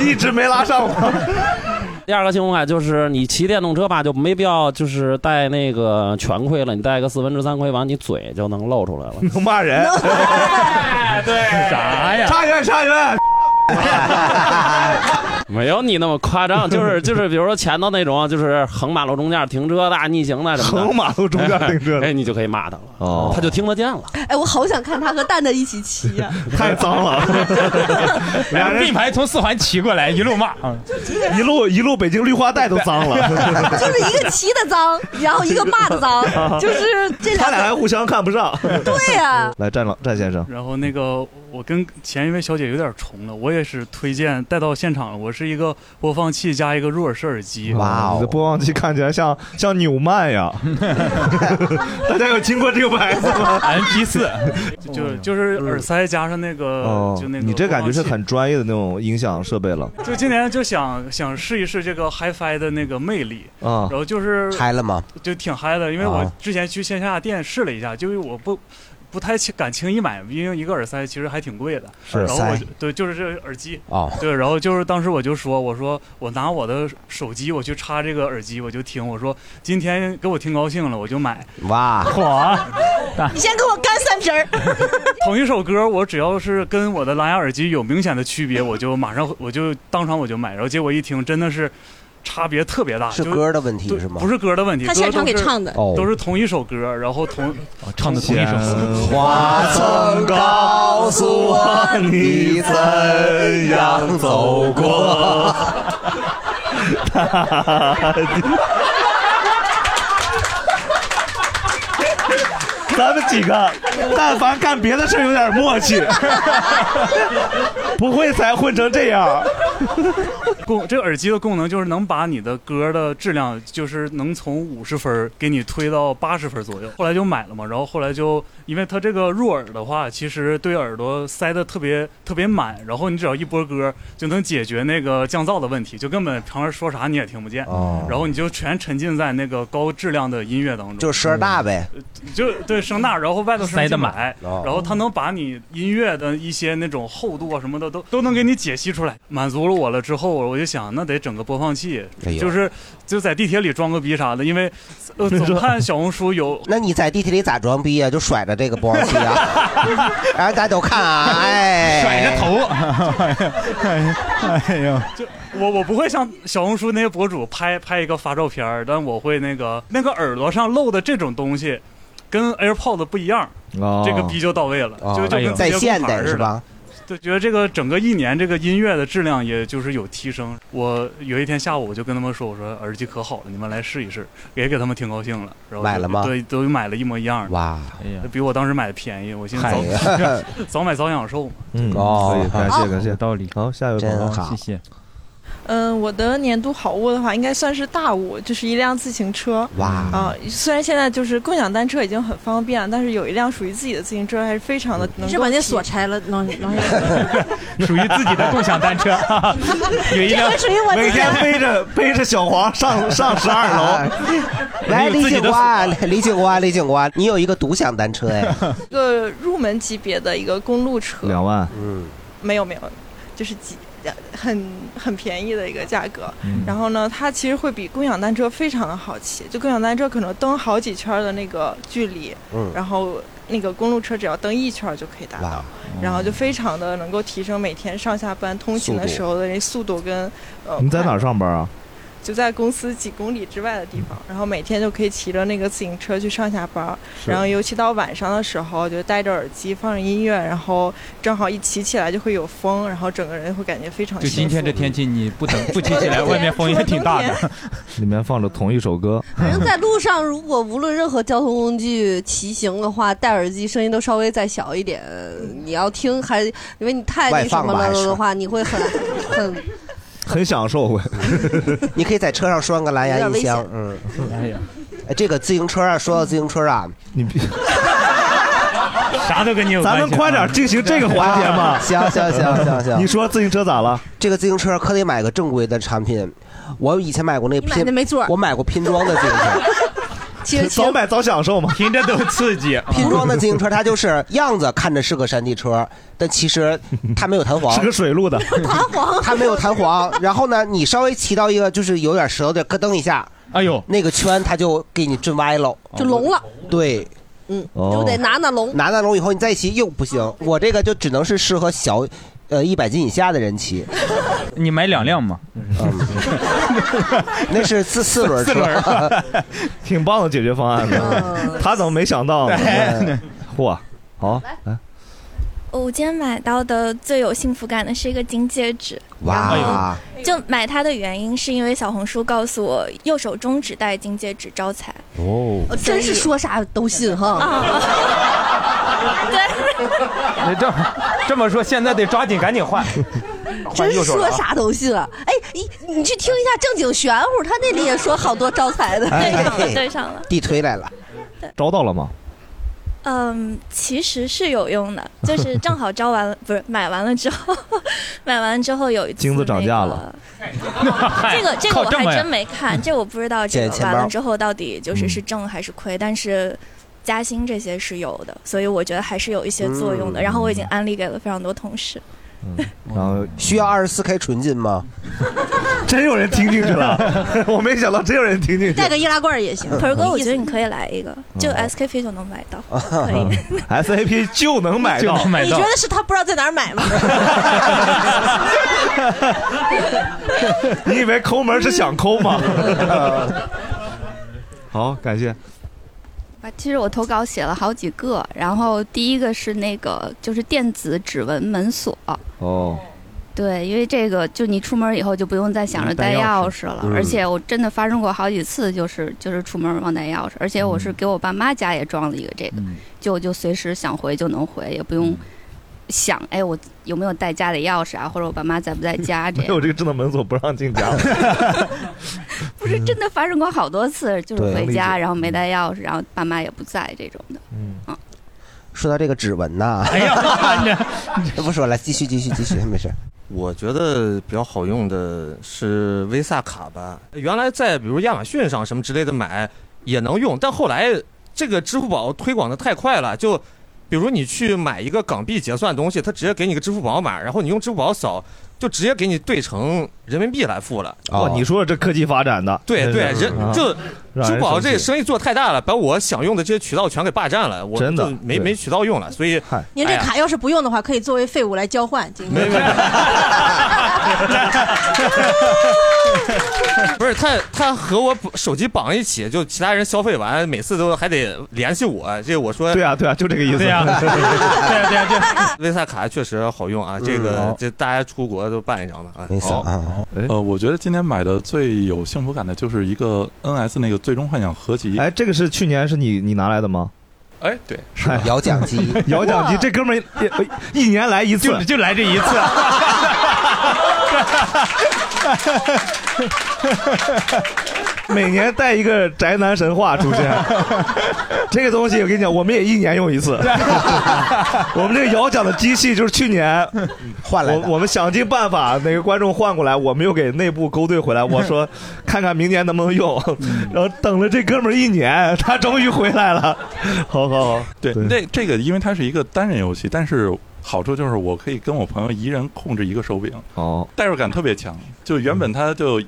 [SPEAKER 1] 一直没拉上我。 (laughs)
[SPEAKER 13] 第二个幸福感就是你骑电动车吧，就没必要就是带那个全盔了，你带个四分之三盔，完你嘴就能露出来了，
[SPEAKER 1] 能骂人。 (laughs)
[SPEAKER 13] 对，啥呀？
[SPEAKER 1] 差一位，差一位。
[SPEAKER 13] 没有你那么夸张，就是就是，比如说前头那种，啊就是横马路中间停车的、逆行的什么的，
[SPEAKER 1] 横马路中间停车
[SPEAKER 13] 哎，哎你就可以骂他了，
[SPEAKER 1] 哦
[SPEAKER 13] 他就听得见了。
[SPEAKER 7] (laughs) 哎，我好想看他和蛋蛋一起骑 (laughs) 呀、
[SPEAKER 1] 太脏了，
[SPEAKER 2] 然后并排从四环骑过来，一路骂，
[SPEAKER 1] 一路一路北京绿化带都脏了
[SPEAKER 7] 就是一个骑的脏，然哦后一
[SPEAKER 1] (laughs)
[SPEAKER 7] 个骂的脏， (laughs) 就是这两
[SPEAKER 1] 他俩还
[SPEAKER 7] 个。
[SPEAKER 1] 互相看不
[SPEAKER 7] (laughs)
[SPEAKER 1] 上。
[SPEAKER 7] 对呀、
[SPEAKER 1] 来，战老战先生，
[SPEAKER 14] 然后那个我跟前一位小姐有点重了，我也是推荐带到现场了。我是一个播放器加一个入耳式耳机。
[SPEAKER 1] 你的播放器看起来像像纽曼呀，大家有听过这个牌子吗
[SPEAKER 14] MP 四， (laughs) 就就是耳塞加上那个、
[SPEAKER 1] 哦
[SPEAKER 14] 就那，个。
[SPEAKER 1] 你这感觉是很专业的那种音响设备了。
[SPEAKER 14] 就今年就想想试一试这个 HiFi 的那个魅力
[SPEAKER 1] 啊
[SPEAKER 14] 然后就是
[SPEAKER 5] 嗨了吗？
[SPEAKER 14] 就挺嗨的，因为我
[SPEAKER 5] 啊
[SPEAKER 14] 之前去线下店试了一下，就是我不。不太轻敢轻易买，因为一个耳塞其实还挺贵的。
[SPEAKER 5] 是
[SPEAKER 14] 然后
[SPEAKER 5] 耳
[SPEAKER 14] 我
[SPEAKER 5] 塞
[SPEAKER 14] 就对，就是这耳机
[SPEAKER 5] 哦
[SPEAKER 14] 对，然后就是当时我就说，我说我拿我的手机我去插这个耳机，我就听，我说今天给我听高兴了，我就买。
[SPEAKER 5] 哇，
[SPEAKER 14] 嚯！
[SPEAKER 3] 你先给我干三瓶儿。
[SPEAKER 14] 啊 (laughs) 同一首歌，我只要是跟我的蓝牙耳机有明显的区别，我就马上我就当场我就买，然后结果一听真的是差别特别大，
[SPEAKER 5] 是
[SPEAKER 14] 就
[SPEAKER 5] 歌的问题
[SPEAKER 14] 对
[SPEAKER 5] 是吗
[SPEAKER 14] 不是歌的问题，
[SPEAKER 3] 他现场给
[SPEAKER 14] 歌都是
[SPEAKER 3] 唱的
[SPEAKER 5] 哦
[SPEAKER 14] 都是同一首歌，然后同
[SPEAKER 2] 唱的
[SPEAKER 14] 同一首歌。
[SPEAKER 5] 花
[SPEAKER 1] 曾告诉我
[SPEAKER 14] (laughs)
[SPEAKER 1] 你怎样走过。咱们几个，但凡干别的事儿有点默契， (laughs) 不会才混成这
[SPEAKER 14] (laughs)
[SPEAKER 1] 样。
[SPEAKER 14] 功这个耳机的功能就是能把你的歌的质量，就是能从五十分儿给你推到八十分儿左右。后来就买了嘛，然后后来就因为它这个入耳的话，其实对耳朵塞的特别特别满，然后你只要一播歌就能解决那个降噪的问题，就根本旁边说啥你也听不见，
[SPEAKER 5] (laughs) 哦
[SPEAKER 14] 然后你就全沉浸在那个高质量的音乐当中，
[SPEAKER 5] 就是声儿大呗。
[SPEAKER 14] 就对声大，然后外头
[SPEAKER 5] 塞
[SPEAKER 14] 声
[SPEAKER 5] 得
[SPEAKER 14] 进
[SPEAKER 5] 满
[SPEAKER 14] 来，
[SPEAKER 5] 哦
[SPEAKER 14] 然后它能把你音乐的一些那种厚度啊什么的都都能给你解析出来，满足了我了之后，我就想那得整个播放器
[SPEAKER 5] 哎，呦
[SPEAKER 14] 就是就在地铁里装个逼啥的，因为呃
[SPEAKER 5] 你
[SPEAKER 14] 总
[SPEAKER 5] 说
[SPEAKER 14] 看小红书有
[SPEAKER 5] (laughs) 那你在地铁里咋装逼呀、啊就甩着这个播放器
[SPEAKER 14] (laughs)
[SPEAKER 1] (laughs)
[SPEAKER 5] 啊，然后大家都看啊，哎，
[SPEAKER 14] 甩着
[SPEAKER 5] (laughs)
[SPEAKER 14] 头
[SPEAKER 2] 哎呦，
[SPEAKER 14] 就我我不会像小红书那些博主拍拍一个发照片儿，但我会那个那个耳朵上露的这种东西，跟 AirPods 不一样，
[SPEAKER 1] 哦
[SPEAKER 14] 这个逼就到位了，
[SPEAKER 2] 啊
[SPEAKER 14] 就
[SPEAKER 2] 哎
[SPEAKER 14] 就跟
[SPEAKER 5] 哎在
[SPEAKER 14] 直接
[SPEAKER 5] 线
[SPEAKER 14] 公牌
[SPEAKER 5] 的
[SPEAKER 14] 似
[SPEAKER 5] 是吧？？
[SPEAKER 14] 就觉得这个整个一年这个音乐的质量也就是有提升。我有一天下午我就跟他们说，我说耳机可好了，你们来试一试，也给他们挺高兴了。然后
[SPEAKER 5] 买了吗
[SPEAKER 14] 对，都买了一模一样的。哎
[SPEAKER 5] 哇，
[SPEAKER 14] 比我当时买的便宜，我现在
[SPEAKER 5] 嗨呀
[SPEAKER 14] 早 (laughs) 早买早享受嘛。
[SPEAKER 1] 嗯，
[SPEAKER 5] 哦
[SPEAKER 1] 可以，感谢
[SPEAKER 5] 好
[SPEAKER 1] 感谢，
[SPEAKER 15] 道理。
[SPEAKER 1] 好，下一位朋友，
[SPEAKER 5] 真好谢
[SPEAKER 1] 谢。
[SPEAKER 15] 嗯，我的年度好物的话，应该算是大物，就是一辆自行车。
[SPEAKER 5] 哇
[SPEAKER 15] 啊，虽然现在就是共享单车已经很方便了，但是有一辆属于自己的自行车还是非
[SPEAKER 5] 嗯
[SPEAKER 15] 常的能够。
[SPEAKER 3] 是把那
[SPEAKER 15] 那
[SPEAKER 3] 锁拆了，能
[SPEAKER 5] (laughs)
[SPEAKER 3] 能。
[SPEAKER 2] 属于自己的共享单车，有一辆
[SPEAKER 3] 这个属于我自己的
[SPEAKER 1] 每天背着背着小黄上上十二
[SPEAKER 5] (laughs)
[SPEAKER 1] 楼，
[SPEAKER 5] 来，
[SPEAKER 1] 你有
[SPEAKER 5] 李
[SPEAKER 1] 自己
[SPEAKER 5] 警
[SPEAKER 1] 的
[SPEAKER 5] 官， (laughs) 李警官，李警官，你有一个独享单车
[SPEAKER 1] (laughs)
[SPEAKER 5] 哎，
[SPEAKER 15] 一个入门级别的一个公路车，
[SPEAKER 5] 两万，嗯，
[SPEAKER 15] 没有没有，就是几很很便宜的一个价格。
[SPEAKER 5] 嗯
[SPEAKER 15] 然后呢，它其实会比共享单车非常的好骑，就共享单车可能蹬好几圈的那个距离，
[SPEAKER 5] 嗯
[SPEAKER 15] 然后那个公路车只要蹬一圈就可以达到，
[SPEAKER 5] 哇，
[SPEAKER 15] 然后就非常的能够提升每天上下班通勤的
[SPEAKER 1] 嗯速度
[SPEAKER 15] 时候的那速度跟呃
[SPEAKER 1] (laughs) 你在哪儿上班啊？
[SPEAKER 15] 就在公司几公里之外的地方，然后每天就可以骑着那个自行车去上下班儿，
[SPEAKER 1] 是
[SPEAKER 15] 然后尤其到晚上的时候，就戴着耳机放着音乐，然后正好一骑起来就会有风，然后整个人会感觉非常
[SPEAKER 2] 就
[SPEAKER 15] 幸
[SPEAKER 2] 今
[SPEAKER 15] 福。
[SPEAKER 2] 天这天气，你不等不骑起来，外面风也挺大
[SPEAKER 5] (laughs)
[SPEAKER 2] 的。
[SPEAKER 1] 里面放着同一首歌，
[SPEAKER 7] 反正在路上，如果无论任何交通工具骑行的话，戴耳机声音都稍微再小一点。你要听还因为你太那什么
[SPEAKER 5] 外放吧还
[SPEAKER 7] 了
[SPEAKER 5] 是
[SPEAKER 7] 的话，你会很 (laughs) 很
[SPEAKER 1] 很享受。
[SPEAKER 5] (laughs) 你可以在车上拴个蓝牙音箱
[SPEAKER 7] 有，
[SPEAKER 5] 嗯，
[SPEAKER 2] 哎呀，
[SPEAKER 5] 哎，这个自行车啊，说到自行车啊，。
[SPEAKER 1] 你
[SPEAKER 2] 啥都跟你有啊
[SPEAKER 1] 咱们快点进行这个环节嘛
[SPEAKER 5] (laughs) 行行行行行，
[SPEAKER 1] (laughs) 你说自行车咋了？
[SPEAKER 5] 这个自行车可得买个正规的产品。我以前买过那个
[SPEAKER 3] 你买
[SPEAKER 5] 拼，
[SPEAKER 3] 的没座儿
[SPEAKER 5] 我买过拼装的自行
[SPEAKER 3] (laughs) 其
[SPEAKER 5] 车，
[SPEAKER 3] 实其实
[SPEAKER 1] 买早享受
[SPEAKER 2] (laughs)
[SPEAKER 1] 嘛，
[SPEAKER 2] 听着都刺激。
[SPEAKER 5] 拼装的自行车，它就是样子看着是个山地车，但其实它没有弹簧，
[SPEAKER 1] (laughs) 是个水路
[SPEAKER 3] (laughs)
[SPEAKER 1] 的
[SPEAKER 5] 弹
[SPEAKER 7] 簧，
[SPEAKER 5] 它没有弹簧。然咯后呢，你稍微骑到一个就是有点石头地儿，咯噔一下，
[SPEAKER 2] 哎呦，
[SPEAKER 5] 那个圈它就给你震歪喽，
[SPEAKER 7] 就聋了，
[SPEAKER 5] 对，
[SPEAKER 7] 嗯，
[SPEAKER 5] 哦
[SPEAKER 7] 就得拿那龙。
[SPEAKER 5] 拿那龙以后你再骑又不行，我这个就只能是适合小，呃，一百斤以下的人骑。
[SPEAKER 1] 哦
[SPEAKER 2] 你买两辆嘛？
[SPEAKER 5] 那是四四轮车
[SPEAKER 1] 四轮儿， (laughs) 挺棒的解决方案
[SPEAKER 5] 嗯
[SPEAKER 1] 呢。他怎么没想到呢？嚯，好，来，
[SPEAKER 16] 哦我今天买到的最有幸福感的是一个金戒指，
[SPEAKER 1] 哇，
[SPEAKER 7] 哎
[SPEAKER 16] 就买它的原因是因为小红书告诉我右手中指戴金戒指招财，
[SPEAKER 1] 哦
[SPEAKER 7] 呃真是说啥都
[SPEAKER 16] (laughs)
[SPEAKER 7] 信 (laughs) 哈。
[SPEAKER 16] 啊
[SPEAKER 7] (laughs)
[SPEAKER 2] 那这这么说，现在得抓紧赶紧换，
[SPEAKER 7] 真
[SPEAKER 2] 换右
[SPEAKER 7] 是
[SPEAKER 2] 手
[SPEAKER 7] 说
[SPEAKER 2] 了啊
[SPEAKER 7] 啥都信了，哎，你你去听一下正经玄乎，他那里也说好多招财的。
[SPEAKER 16] 对上
[SPEAKER 5] 哎
[SPEAKER 16] 了，对上了。
[SPEAKER 5] 地推来了，
[SPEAKER 1] 招到了吗？
[SPEAKER 16] 嗯，其实是有用的，就是正好招完了，不是买完了之后， (laughs) 买完之后有一次
[SPEAKER 1] 金子涨价了，
[SPEAKER 16] 这个这个
[SPEAKER 1] 靠
[SPEAKER 16] 我
[SPEAKER 1] 这
[SPEAKER 16] 还
[SPEAKER 1] 么呀
[SPEAKER 16] 真没看，这我不知道这
[SPEAKER 1] 捡
[SPEAKER 16] 个
[SPEAKER 1] 钱包嗯
[SPEAKER 16] 完了之后到底就是是挣还是亏，但是加薪这些是有的，所以我觉得还是有一些作用的。
[SPEAKER 5] 嗯
[SPEAKER 16] 然后我已经安利给了非常多同事，
[SPEAKER 1] (laughs) 然后
[SPEAKER 5] 需要二十四 K 纯金吗？
[SPEAKER 1] (laughs) 真有人听进去
[SPEAKER 5] (laughs)
[SPEAKER 1] 了，我没想到真有人听进去。
[SPEAKER 16] 带个易拉罐也行
[SPEAKER 1] 嗯
[SPEAKER 16] 盆儿哥，我觉得你可以来一个，就 SKP 就能买到。
[SPEAKER 1] (laughs) 嗯 S A P 就能买到，
[SPEAKER 16] 你觉得是他不知道在哪儿
[SPEAKER 8] (laughs)
[SPEAKER 16] 买吗？
[SPEAKER 1] (laughs) 你以为抠门是想抠吗？好，感谢。
[SPEAKER 17] 啊，其实我投稿写了好几个，然后第一个是那个就是电子指纹门锁，
[SPEAKER 1] 哦，
[SPEAKER 17] 对，因为这个就你出门以后就不用再想着带钥匙了，
[SPEAKER 1] 嗯
[SPEAKER 17] 而且我真的发生过好几次，就是就是出门忘带钥匙，而且我是给我爸妈家也装了一个这
[SPEAKER 7] 嗯
[SPEAKER 17] 个，就就随时想回就能回，也不用想哎我有没有带家里钥匙啊，或者我爸妈在不在家
[SPEAKER 1] (laughs)
[SPEAKER 17] 这
[SPEAKER 1] 没
[SPEAKER 17] 样。
[SPEAKER 1] 有这个智能门锁不让进家。
[SPEAKER 17] 不是真的发生过好多次，就是
[SPEAKER 5] 对
[SPEAKER 17] 回
[SPEAKER 5] 理
[SPEAKER 17] 家
[SPEAKER 5] 解
[SPEAKER 17] 然后没带钥匙，然后爸妈也不在这种的。
[SPEAKER 1] 嗯
[SPEAKER 5] 说到这个指纹呐，哎 (laughs)
[SPEAKER 2] 呀，
[SPEAKER 5] 不说了，继续继续继续，没事。
[SPEAKER 18] 我觉得比较好用的是 Visa 卡吧，原来在比如亚马逊上什么之类的买也能用，但后来这个支付宝推广的太快了，就比如你去买一个港币结算的东西，它直接给你个支付宝码，然后你用支付宝扫，就直接给你兑成人民币来付了。
[SPEAKER 1] 哦，你说这科技发展的，
[SPEAKER 18] 对
[SPEAKER 1] 真是
[SPEAKER 18] 对，人
[SPEAKER 1] 啊
[SPEAKER 18] 就
[SPEAKER 1] 让
[SPEAKER 18] 支
[SPEAKER 1] 人
[SPEAKER 18] 付宝
[SPEAKER 1] 生
[SPEAKER 18] 这
[SPEAKER 1] 气
[SPEAKER 18] 生意做太大了，把我想用的这些渠道全给霸占了，我
[SPEAKER 1] 真的
[SPEAKER 18] 就没
[SPEAKER 1] 对
[SPEAKER 18] 没渠道用了，所以
[SPEAKER 3] 您这
[SPEAKER 18] 哎呀
[SPEAKER 3] 卡要是不用的话，可以作为废物来交换。今天
[SPEAKER 18] 没没不是他，他和我手机绑一起，就其他人消费完，每次都还得联系我。这我说
[SPEAKER 1] 对啊，对啊，就这个意思。
[SPEAKER 18] 对
[SPEAKER 1] (laughs)
[SPEAKER 18] 啊呀
[SPEAKER 1] 对 (laughs) 呀
[SPEAKER 18] 对呀对维萨卡确实好用啊，这个这大家出国都办一张吧啊。
[SPEAKER 19] 好，呃，我觉得今年买的最有幸福感的就是一个 NS 那个《最终幻想》合集。
[SPEAKER 1] 哎，这个是去年是你你拿来的吗？
[SPEAKER 19] 哎，对，
[SPEAKER 1] 哎
[SPEAKER 5] 摇奖机
[SPEAKER 1] (laughs) 摇奖机，这哥们儿一一年来一次，
[SPEAKER 2] 就就来这一次。
[SPEAKER 1] (laughs) 每年带一个宅男神话出现，这个东西我跟你讲，我们也一年用一次。我们这个摇奖的机器就是去年
[SPEAKER 5] 换
[SPEAKER 1] 来我我们想尽办法，哪个观众换过来，我们又给内部勾兑回来。我说看看明年能不能用，然后等了这哥们儿一年，他终于回来了。好好好，
[SPEAKER 19] 对，那这个因为它是一个单人游戏，但是好处就是我可以跟我朋友一人控制一个手柄，
[SPEAKER 1] 哦，
[SPEAKER 19] 代入感特别强。就原本它就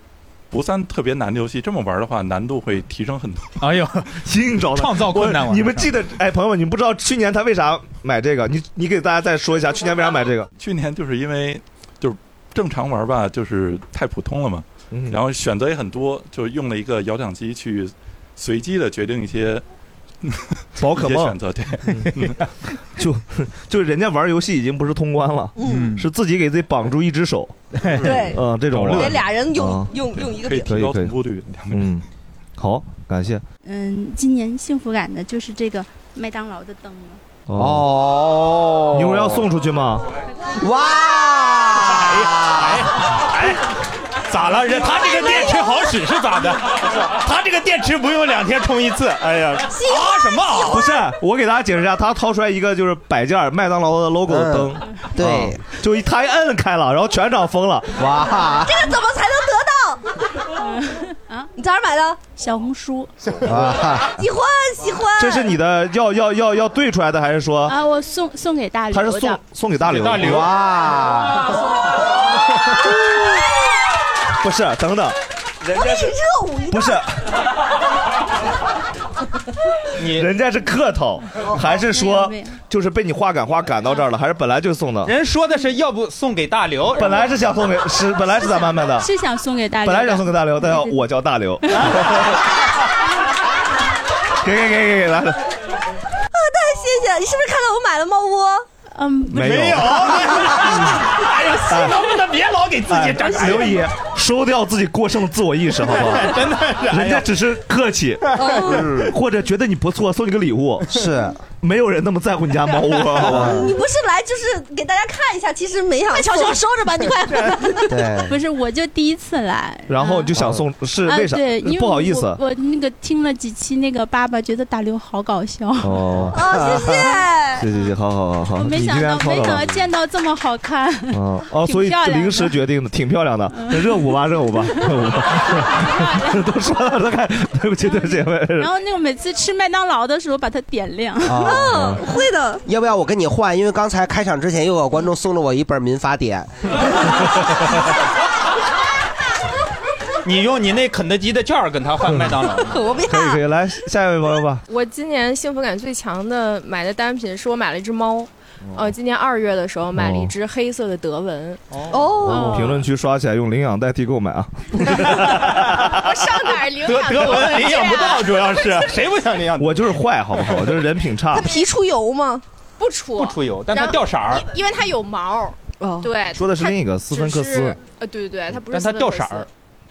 [SPEAKER 19] 不算特别难的游戏，这么玩的话难度会提升很多。
[SPEAKER 2] 哎呦，
[SPEAKER 1] 新找
[SPEAKER 2] 创造困难啊
[SPEAKER 1] 你们记得哎，朋友们，你们不知道去年他为啥买这个？你你给大家再说一下，去年为啥买这个？
[SPEAKER 19] 去年就是因为就是正常玩吧，就是太普通了嘛，
[SPEAKER 1] 嗯
[SPEAKER 19] 然后选择也很多，就用了一个摇奖机去随机的决定一些
[SPEAKER 1] 宝可
[SPEAKER 19] 一些
[SPEAKER 1] 梦
[SPEAKER 19] 选择，
[SPEAKER 18] (laughs)
[SPEAKER 19] 对，
[SPEAKER 1] (laughs) 就就人家玩游戏已经不是通关了，
[SPEAKER 19] 嗯
[SPEAKER 1] 是自己给自己绑住一只手，
[SPEAKER 7] 对
[SPEAKER 1] 嗯，这种
[SPEAKER 7] 得俩人用、
[SPEAKER 1] 啊
[SPEAKER 7] 用用一个
[SPEAKER 19] 可以
[SPEAKER 7] 饼。
[SPEAKER 19] 提高同步率，
[SPEAKER 1] 嗯，好，感谢
[SPEAKER 8] 嗯，今年幸福感的就是这个麦当劳的灯了。
[SPEAKER 1] 哦，你们要送出去吗？
[SPEAKER 2] 咋了？人他这个电池好使是咋的？他这个电池不用两天充一次。哎呀，啊什么啊？
[SPEAKER 19] 哦
[SPEAKER 1] 不是，我给大家解释一下，他掏出来一个就是摆件儿麦当劳的 logo
[SPEAKER 19] 嗯
[SPEAKER 1] 的灯，
[SPEAKER 5] 对
[SPEAKER 1] 啊，就一他一摁开了，然后全场疯了，
[SPEAKER 5] 哇
[SPEAKER 7] 这个怎么才能得到？啊，你在哪儿买的？
[SPEAKER 8] 小红
[SPEAKER 1] (laughs)
[SPEAKER 8] 书。
[SPEAKER 1] 啊
[SPEAKER 7] 喜欢喜欢。
[SPEAKER 1] (laughs) 这是你的要要要要对出来的，还是说
[SPEAKER 8] 啊，我送送给大
[SPEAKER 1] 他是
[SPEAKER 8] 刘
[SPEAKER 1] 送
[SPEAKER 8] 的。
[SPEAKER 1] 送给大刘？
[SPEAKER 2] 大刘
[SPEAKER 8] 啊
[SPEAKER 19] 啊
[SPEAKER 1] 哇，不是，等等，人
[SPEAKER 7] 我得
[SPEAKER 1] 家是
[SPEAKER 7] 热舞一段。
[SPEAKER 1] 不是你 (laughs) 人家是客套，还是说
[SPEAKER 2] 没有没有
[SPEAKER 1] 就是被你话赶话赶到这儿了，还是本来就送的？
[SPEAKER 2] 人说的是要不送给大刘，
[SPEAKER 1] 本来是想送给是本来是咱们买
[SPEAKER 20] (laughs)
[SPEAKER 8] (laughs)
[SPEAKER 1] 的，
[SPEAKER 8] 是想送给大刘的。
[SPEAKER 1] 本来想送给大刘，但要我叫大刘。给给给给给，来来，
[SPEAKER 7] 啊，太谢谢！你是不是看到我买了猫窝？
[SPEAKER 8] 嗯，
[SPEAKER 1] 没有没有
[SPEAKER 2] (laughs) 哎呀，
[SPEAKER 1] 哎
[SPEAKER 2] 能不能别老给自己整
[SPEAKER 1] 哎刘姨，收掉自己过剩的自我意识，好不好？
[SPEAKER 2] (laughs) 真的是哎呀
[SPEAKER 1] 人家只是客气，
[SPEAKER 7] 嗯
[SPEAKER 1] 或者觉得你不错，送你个礼物，
[SPEAKER 5] 是
[SPEAKER 1] 没有人那么在乎你啊家猫窝，好吧？
[SPEAKER 7] (laughs) 你不是来就是给大家看一下，其实没想。
[SPEAKER 8] 小熊收着吧，你快。
[SPEAKER 1] 对
[SPEAKER 8] 不是，我就第一次来。
[SPEAKER 1] 然后就想送，是为啥
[SPEAKER 8] 啊、对，因？为
[SPEAKER 1] 不好意思
[SPEAKER 8] 我，我那个听了几期那个爸爸，觉得大刘好搞笑。
[SPEAKER 1] 哦
[SPEAKER 8] 哦谢谢
[SPEAKER 1] (laughs) 谢谢谢，好好好好，
[SPEAKER 8] (laughs) 我没想到，没想到
[SPEAKER 1] 啊
[SPEAKER 8] 见到这么好看。
[SPEAKER 1] 哦哦，所以
[SPEAKER 8] 挺漂亮的嗯
[SPEAKER 1] 临时决定的，挺漂亮的，热舞吧，热舞
[SPEAKER 8] (laughs)
[SPEAKER 1] 吧，热舞吧，都说到这看，对不起，对不起，
[SPEAKER 8] (laughs) 然后那个每次吃麦当劳的时候把它点亮。 (laughs)
[SPEAKER 5] 啊
[SPEAKER 7] 嗯，哦会的。
[SPEAKER 5] 要不要我跟你换？因为刚才开场之前又有观众送了我一本《民法典
[SPEAKER 2] 你用你那肯德基的券儿跟他换麦当劳。
[SPEAKER 21] 我不
[SPEAKER 1] 可以可以，来下一位朋友吧。
[SPEAKER 21] 我今年幸福感最强的买的单品是我买了一只
[SPEAKER 2] 哦
[SPEAKER 21] 猫，呃，今年二月的时候买了一只黑色的德文。哦
[SPEAKER 1] 评论区刷起来，用领养代替购买啊！
[SPEAKER 21] 我上哪儿领啊
[SPEAKER 1] 德
[SPEAKER 21] 养？
[SPEAKER 1] 德文领养不到，主要 (laughs) 是
[SPEAKER 2] 谁不想领养？
[SPEAKER 1] 我就是坏，好不好？
[SPEAKER 8] (laughs)
[SPEAKER 1] 我就是人品差
[SPEAKER 7] 它。皮出油吗？
[SPEAKER 21] 不出
[SPEAKER 2] 不出油但它掉色儿
[SPEAKER 21] 然后因因为它有毛。哦，对，
[SPEAKER 1] 说的是另一个斯芬克
[SPEAKER 21] 它只
[SPEAKER 1] 斯
[SPEAKER 21] 是，呃，对对对，它不是
[SPEAKER 2] 但
[SPEAKER 21] 斯
[SPEAKER 2] 它
[SPEAKER 21] 芬克斯，
[SPEAKER 2] 掉色儿。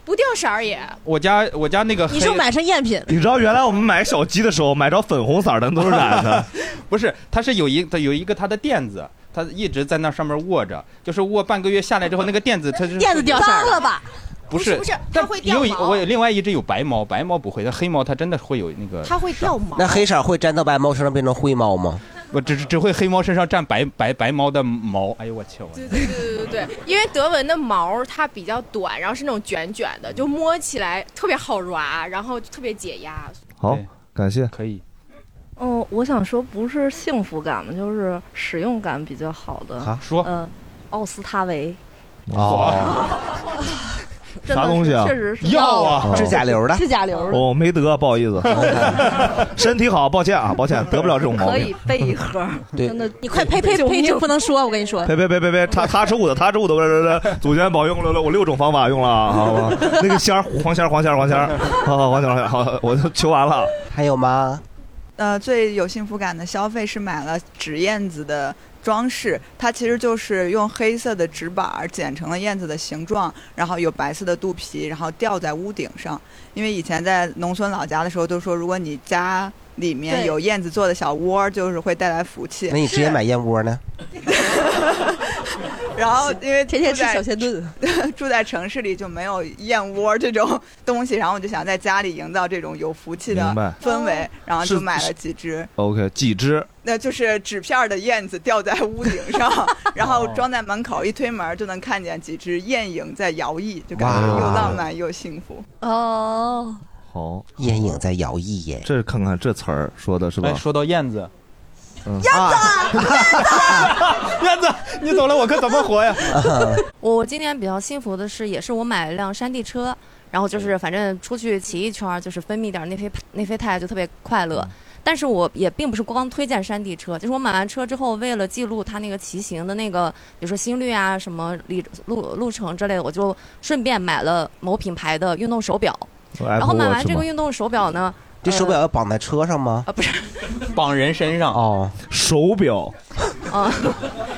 [SPEAKER 21] 不掉色儿也。
[SPEAKER 2] 我家我家那个黑
[SPEAKER 7] 成赝品？
[SPEAKER 1] 你知道原来我们买小鸡的时候，买着粉红色的都是染的。
[SPEAKER 2] (laughs) 不是，它是有一它有一个它的垫子，它一直在那上面握着，就是握半个月下来之后，那个垫子它就是
[SPEAKER 7] 垫子掉色儿了吧？
[SPEAKER 2] 不是
[SPEAKER 21] 不是不是它
[SPEAKER 2] 但
[SPEAKER 21] 会
[SPEAKER 2] 也有
[SPEAKER 21] 掉
[SPEAKER 2] 一
[SPEAKER 21] 毛啊
[SPEAKER 2] 我有另外一只有白猫，白猫不会，但黑猫它真的会有那个，
[SPEAKER 21] 它会掉》毛，。啊
[SPEAKER 5] 那黑色会粘到白猫身上变成灰猫吗？
[SPEAKER 2] 我只只会黑猫身上占白白白猫的毛。哎呦我去！我
[SPEAKER 21] 对对对对对，对，因为德文的毛它比较短，然后是那种卷卷的，就摸起来特别好抓，然后特别解压。
[SPEAKER 1] 好，感谢，
[SPEAKER 2] 可以。
[SPEAKER 11] 哦，我想说不是幸福感嘛，就是使用感比较好的。
[SPEAKER 7] 呃
[SPEAKER 1] 啊说
[SPEAKER 11] 嗯、奥司他韦。
[SPEAKER 1] 哦，
[SPEAKER 7] 真的
[SPEAKER 1] 啥东西啊
[SPEAKER 7] 确实是
[SPEAKER 1] 药啊哦
[SPEAKER 7] 药
[SPEAKER 1] 指甲瘤的
[SPEAKER 7] 指甲瘤的，
[SPEAKER 1] 我没得，不好意思， (laughs) 身体好，抱歉啊，抱歉，得不了这种毛
[SPEAKER 7] 可
[SPEAKER 1] 病
[SPEAKER 7] 以。备一盒，
[SPEAKER 1] 对
[SPEAKER 7] 真的，
[SPEAKER 8] (laughs) 你快呸呸呸，这个不能说，我跟你说。
[SPEAKER 1] 呸呸呸呸呸！他他吃我的，他吃我的，不不不！祖先保佑了，我六种方法用了啊，好吧？那个仙儿，黄仙儿，黄仙儿，黄仙儿，好好，黄仙儿，黄仙儿，好，我都求完了。
[SPEAKER 5] 还有吗？
[SPEAKER 11] 呃，最有幸福感的消费是买了纸燕子的装饰，它其实就是用黑色的纸板儿剪成了燕子的形状，然后有白色的肚皮，然后吊在屋顶上。因为以前在农村老家的时候，都说如果你家里面
[SPEAKER 5] 对
[SPEAKER 11] 有燕子做的小窝儿，就是会带来福气。
[SPEAKER 5] 那你直接买燕窝呢？
[SPEAKER 11] 然后因
[SPEAKER 7] (laughs)
[SPEAKER 11] 为
[SPEAKER 7] 天天吃
[SPEAKER 11] 住在
[SPEAKER 7] 小鲜炖，
[SPEAKER 11] (laughs) 住在城市里就没有燕窝这种东西，然后我就想在家里营造这种有福气
[SPEAKER 1] 明白
[SPEAKER 11] 的氛围，然后
[SPEAKER 1] 是
[SPEAKER 11] 就买了
[SPEAKER 1] 是
[SPEAKER 11] 几只。
[SPEAKER 1] OK，几只？
[SPEAKER 11] 那就是纸片儿的燕子吊在屋顶 (laughs) 上，然后装在门口，一推门就能看见几只燕影在摇曳，就感
[SPEAKER 1] 哦
[SPEAKER 11] 觉又
[SPEAKER 5] 哇
[SPEAKER 11] 浪漫又幸福。
[SPEAKER 7] 哦，
[SPEAKER 1] 好，
[SPEAKER 5] 眼影在摇曳耶。
[SPEAKER 1] 这看看这词儿说的是吧？嗯
[SPEAKER 2] 哎说到燕子，
[SPEAKER 1] 燕
[SPEAKER 2] (laughs) 燕子，你走了，我可
[SPEAKER 5] (laughs)
[SPEAKER 2] 怎么活呀？
[SPEAKER 22] 我我今年比较幸福的是，也是我买了辆山地车，然后就是反正出去骑一圈儿，就是分泌点儿内啡内啡肽，就特别快
[SPEAKER 2] 嗯
[SPEAKER 22] 乐。但是我也并不是光推荐山地车，就是我买完车之后，为了记录它那个骑行的那个，比如说心率啊、什么里路路程之类的，我就顺便买了某品牌的运动手表。然后
[SPEAKER 2] 啊
[SPEAKER 22] 买完这个运动手表呢，
[SPEAKER 5] 这手表要绑在车上吗？
[SPEAKER 22] 啊，不是，
[SPEAKER 2] 绑人身上
[SPEAKER 5] 哦，
[SPEAKER 1] 手表。
[SPEAKER 22] 啊，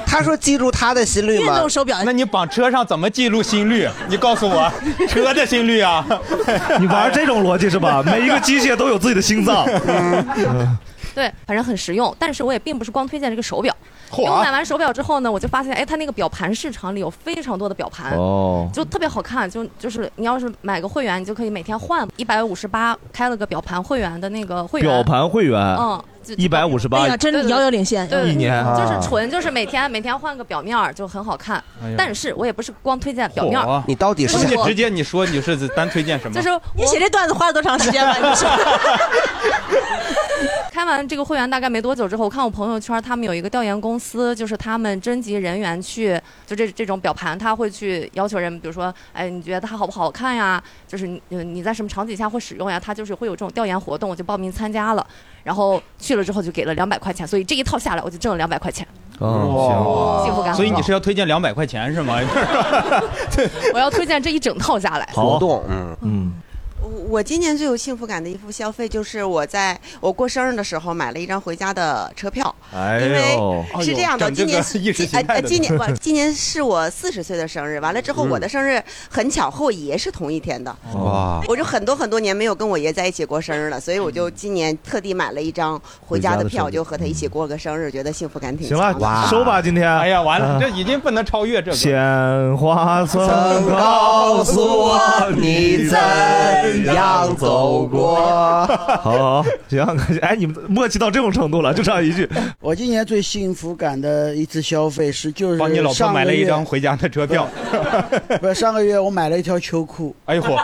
[SPEAKER 5] 他说记住他的心率吗？
[SPEAKER 2] 表，那你绑车上怎么记录心率？你告诉我，车的心率啊？
[SPEAKER 1] (laughs) 你玩这种逻辑是
[SPEAKER 2] (laughs)
[SPEAKER 1] 吧？每一个机械都有自己的心脏。
[SPEAKER 22] 对，反正很实用。但是我也并不是光推荐这个手表，
[SPEAKER 1] 嚯
[SPEAKER 22] 因
[SPEAKER 1] 啊
[SPEAKER 22] 为我买完手表之后呢，我就发现，哎，它那个表盘市场里有非常多的表盘，
[SPEAKER 1] 哦
[SPEAKER 22] 就特别好看。就就是你要是买个会员，你就可以每天换，一百五十八开了个表盘会员的那个会员。
[SPEAKER 1] 表盘会员，
[SPEAKER 22] 嗯就
[SPEAKER 1] 158哎呀真
[SPEAKER 22] 对
[SPEAKER 8] 遥遥领先
[SPEAKER 22] 对，对
[SPEAKER 1] 一年啊
[SPEAKER 22] 就是纯就是每天每天换个表面儿就很好看
[SPEAKER 2] 哎呀。
[SPEAKER 22] 但是我也不是光推荐表面
[SPEAKER 1] 啊
[SPEAKER 22] 儿，
[SPEAKER 5] 你到底
[SPEAKER 22] 是
[SPEAKER 2] 你
[SPEAKER 22] 想
[SPEAKER 2] 啊直接你说你是单推荐什么？
[SPEAKER 22] 就是你写这段子花了多长时间了？你说。 (laughs) 开完这个会员大概没多久之后，我看我朋友圈他们有一个调研公司，就是他们征集人员去，就这这种表盘，他会去要求人，比如说，哎，你觉得它好不好看呀？就是你呃你在什么场景下会使用呀？他就是会有这种调研活动，我就报名参加了，然后 (laughs) 去了之后就给了两百块钱，所以这一套下来我就挣了两百块钱。
[SPEAKER 2] 哦
[SPEAKER 22] 幸福感很高
[SPEAKER 2] 所以你是要推荐两百块钱是
[SPEAKER 5] (laughs)
[SPEAKER 2] 吗？
[SPEAKER 22] (laughs) 我要推荐这一整套下来。
[SPEAKER 1] 啊
[SPEAKER 2] 活
[SPEAKER 5] 动，嗯
[SPEAKER 1] 嗯，
[SPEAKER 23] 我今年最有幸福感的一副消费，就是我在我过生日的时候买了一张回家的车票。
[SPEAKER 1] 哎
[SPEAKER 23] 因
[SPEAKER 1] 呦，
[SPEAKER 23] 为是这样的，今年是今呃呃今年不
[SPEAKER 1] 嗯
[SPEAKER 23] 今年是我四十岁的生日，完了之后
[SPEAKER 1] 嗯哦
[SPEAKER 23] 我的生日很巧和我爷是同一天的，
[SPEAKER 5] 哇
[SPEAKER 23] 我就很多很多年没有跟我爷在一起过生日了，所以我就今年特地买了一张回家的
[SPEAKER 1] 回家的生
[SPEAKER 23] 票，
[SPEAKER 1] 日
[SPEAKER 23] 就和他一起过个生日，觉得幸福感挺
[SPEAKER 1] 行
[SPEAKER 23] 强的。
[SPEAKER 1] 了，收吧，今天。哎
[SPEAKER 2] 呀，完
[SPEAKER 1] 了，
[SPEAKER 2] 这已经不能超越这个。
[SPEAKER 1] 鲜花曾
[SPEAKER 5] 告诉我
[SPEAKER 1] 你
[SPEAKER 5] 怎样
[SPEAKER 1] 走过。好好好，行，哎，你们默契到这种程度了，就这样一句。
[SPEAKER 24] (laughs) 我今年最幸福感的一次消费是就是
[SPEAKER 2] 帮你老婆
[SPEAKER 24] 上个
[SPEAKER 2] 买了一
[SPEAKER 24] 月
[SPEAKER 2] 张回家的车票，
[SPEAKER 24] (laughs) 不是上个月我买了一条秋裤。 (laughs)
[SPEAKER 2] 哎呦嚯，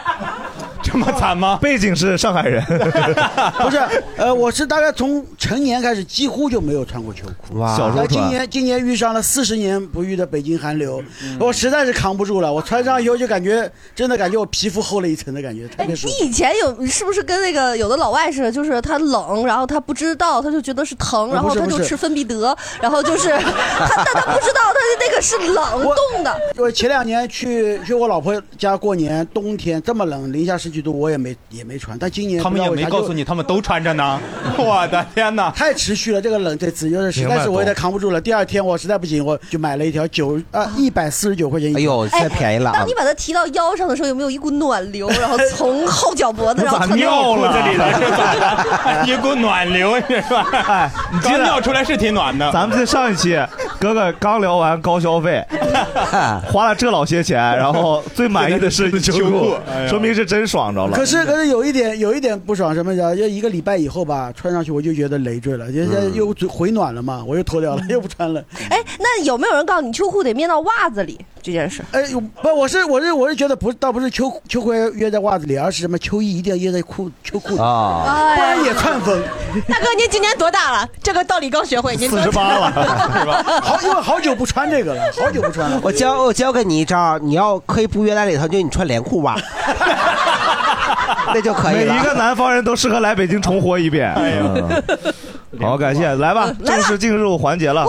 [SPEAKER 2] 这么惨吗？
[SPEAKER 1] 背景是上海人，
[SPEAKER 24] 不是，呃，我是大概从成年开始几乎就没有穿过秋裤。
[SPEAKER 1] 哇小时候
[SPEAKER 24] 呃今
[SPEAKER 1] 穿 (laughs)
[SPEAKER 24] 年今年遇上了四十年不遇的北京寒流，
[SPEAKER 2] 嗯
[SPEAKER 24] 我实在是扛不住了。我穿上以后就感觉真的感觉我皮肤厚了一层的感觉，特别舒服。
[SPEAKER 7] 哎你以前有是不是跟那个有的老外似的，就是他冷，然后他不知道，他就觉得是疼，
[SPEAKER 24] 呃
[SPEAKER 7] 然后
[SPEAKER 24] 不是
[SPEAKER 7] 他
[SPEAKER 24] 不
[SPEAKER 7] 就是吃芬必得，然后就是他但他不知道他那个是冷冻的，
[SPEAKER 24] 我前两年去去我老婆家过年，冬天这么冷，零下十几度，我也没也没穿。但今年
[SPEAKER 2] 他们也没告诉
[SPEAKER 24] 你，
[SPEAKER 2] 你，他们都穿着
[SPEAKER 24] (laughs)
[SPEAKER 2] 呢。我的天哪，
[SPEAKER 24] 太持续了，这个冷这次就是实
[SPEAKER 2] 明
[SPEAKER 24] 在
[SPEAKER 2] 白
[SPEAKER 24] 是我有点扛不住了。第二天我实在不行，我就买了一条九啊一百四十九块钱一条。哎呦，
[SPEAKER 7] 太便宜了啊当你把它提到腰上的时候，有没有一股暖流，然后从后脚脖子，然后窜到 (laughs)
[SPEAKER 2] 这里了？是 (laughs) 咋的？一股暖流，你说？哎，刚尿出来是挺暖的。
[SPEAKER 1] 咱们在上一期，哥哥刚聊完高消费，花了这老些钱，然后最满意的是秋
[SPEAKER 24] 秋裤
[SPEAKER 1] 裤
[SPEAKER 24] 哎，呀
[SPEAKER 1] 说明是真爽着了。
[SPEAKER 24] 可是可是有一点有一点不爽什么叫？就一个礼拜以后吧，穿上去我就觉得累赘了，现
[SPEAKER 2] 嗯
[SPEAKER 24] 在 (laughs)
[SPEAKER 7] 嗯
[SPEAKER 24] 又回暖了嘛，我又脱掉了，又不穿了。
[SPEAKER 7] 哎，那有没有人告诉你秋裤得面到袜子里？ (laughs) 这件事。
[SPEAKER 24] 哎，不，我是我是我是觉得不，倒不是秋秋裤约在袜子里，而是什么秋衣一定要掖在裤秋裤里，
[SPEAKER 5] 啊
[SPEAKER 24] 不然也串风。
[SPEAKER 8] 大哥，您今年多大了？这个道理刚学会。您多大
[SPEAKER 24] 好，因为好久不穿这个了，好久不穿了。
[SPEAKER 5] 我教我教给你一招，你要可以不约在里头，就你穿连裤
[SPEAKER 1] (laughs)
[SPEAKER 5] 袜，那就可以
[SPEAKER 1] 每
[SPEAKER 5] 了。
[SPEAKER 1] 一个南方人都适合来北京重活一遍。嗯好，感谢，来吧，正式进入环节了。
[SPEAKER 5] 哎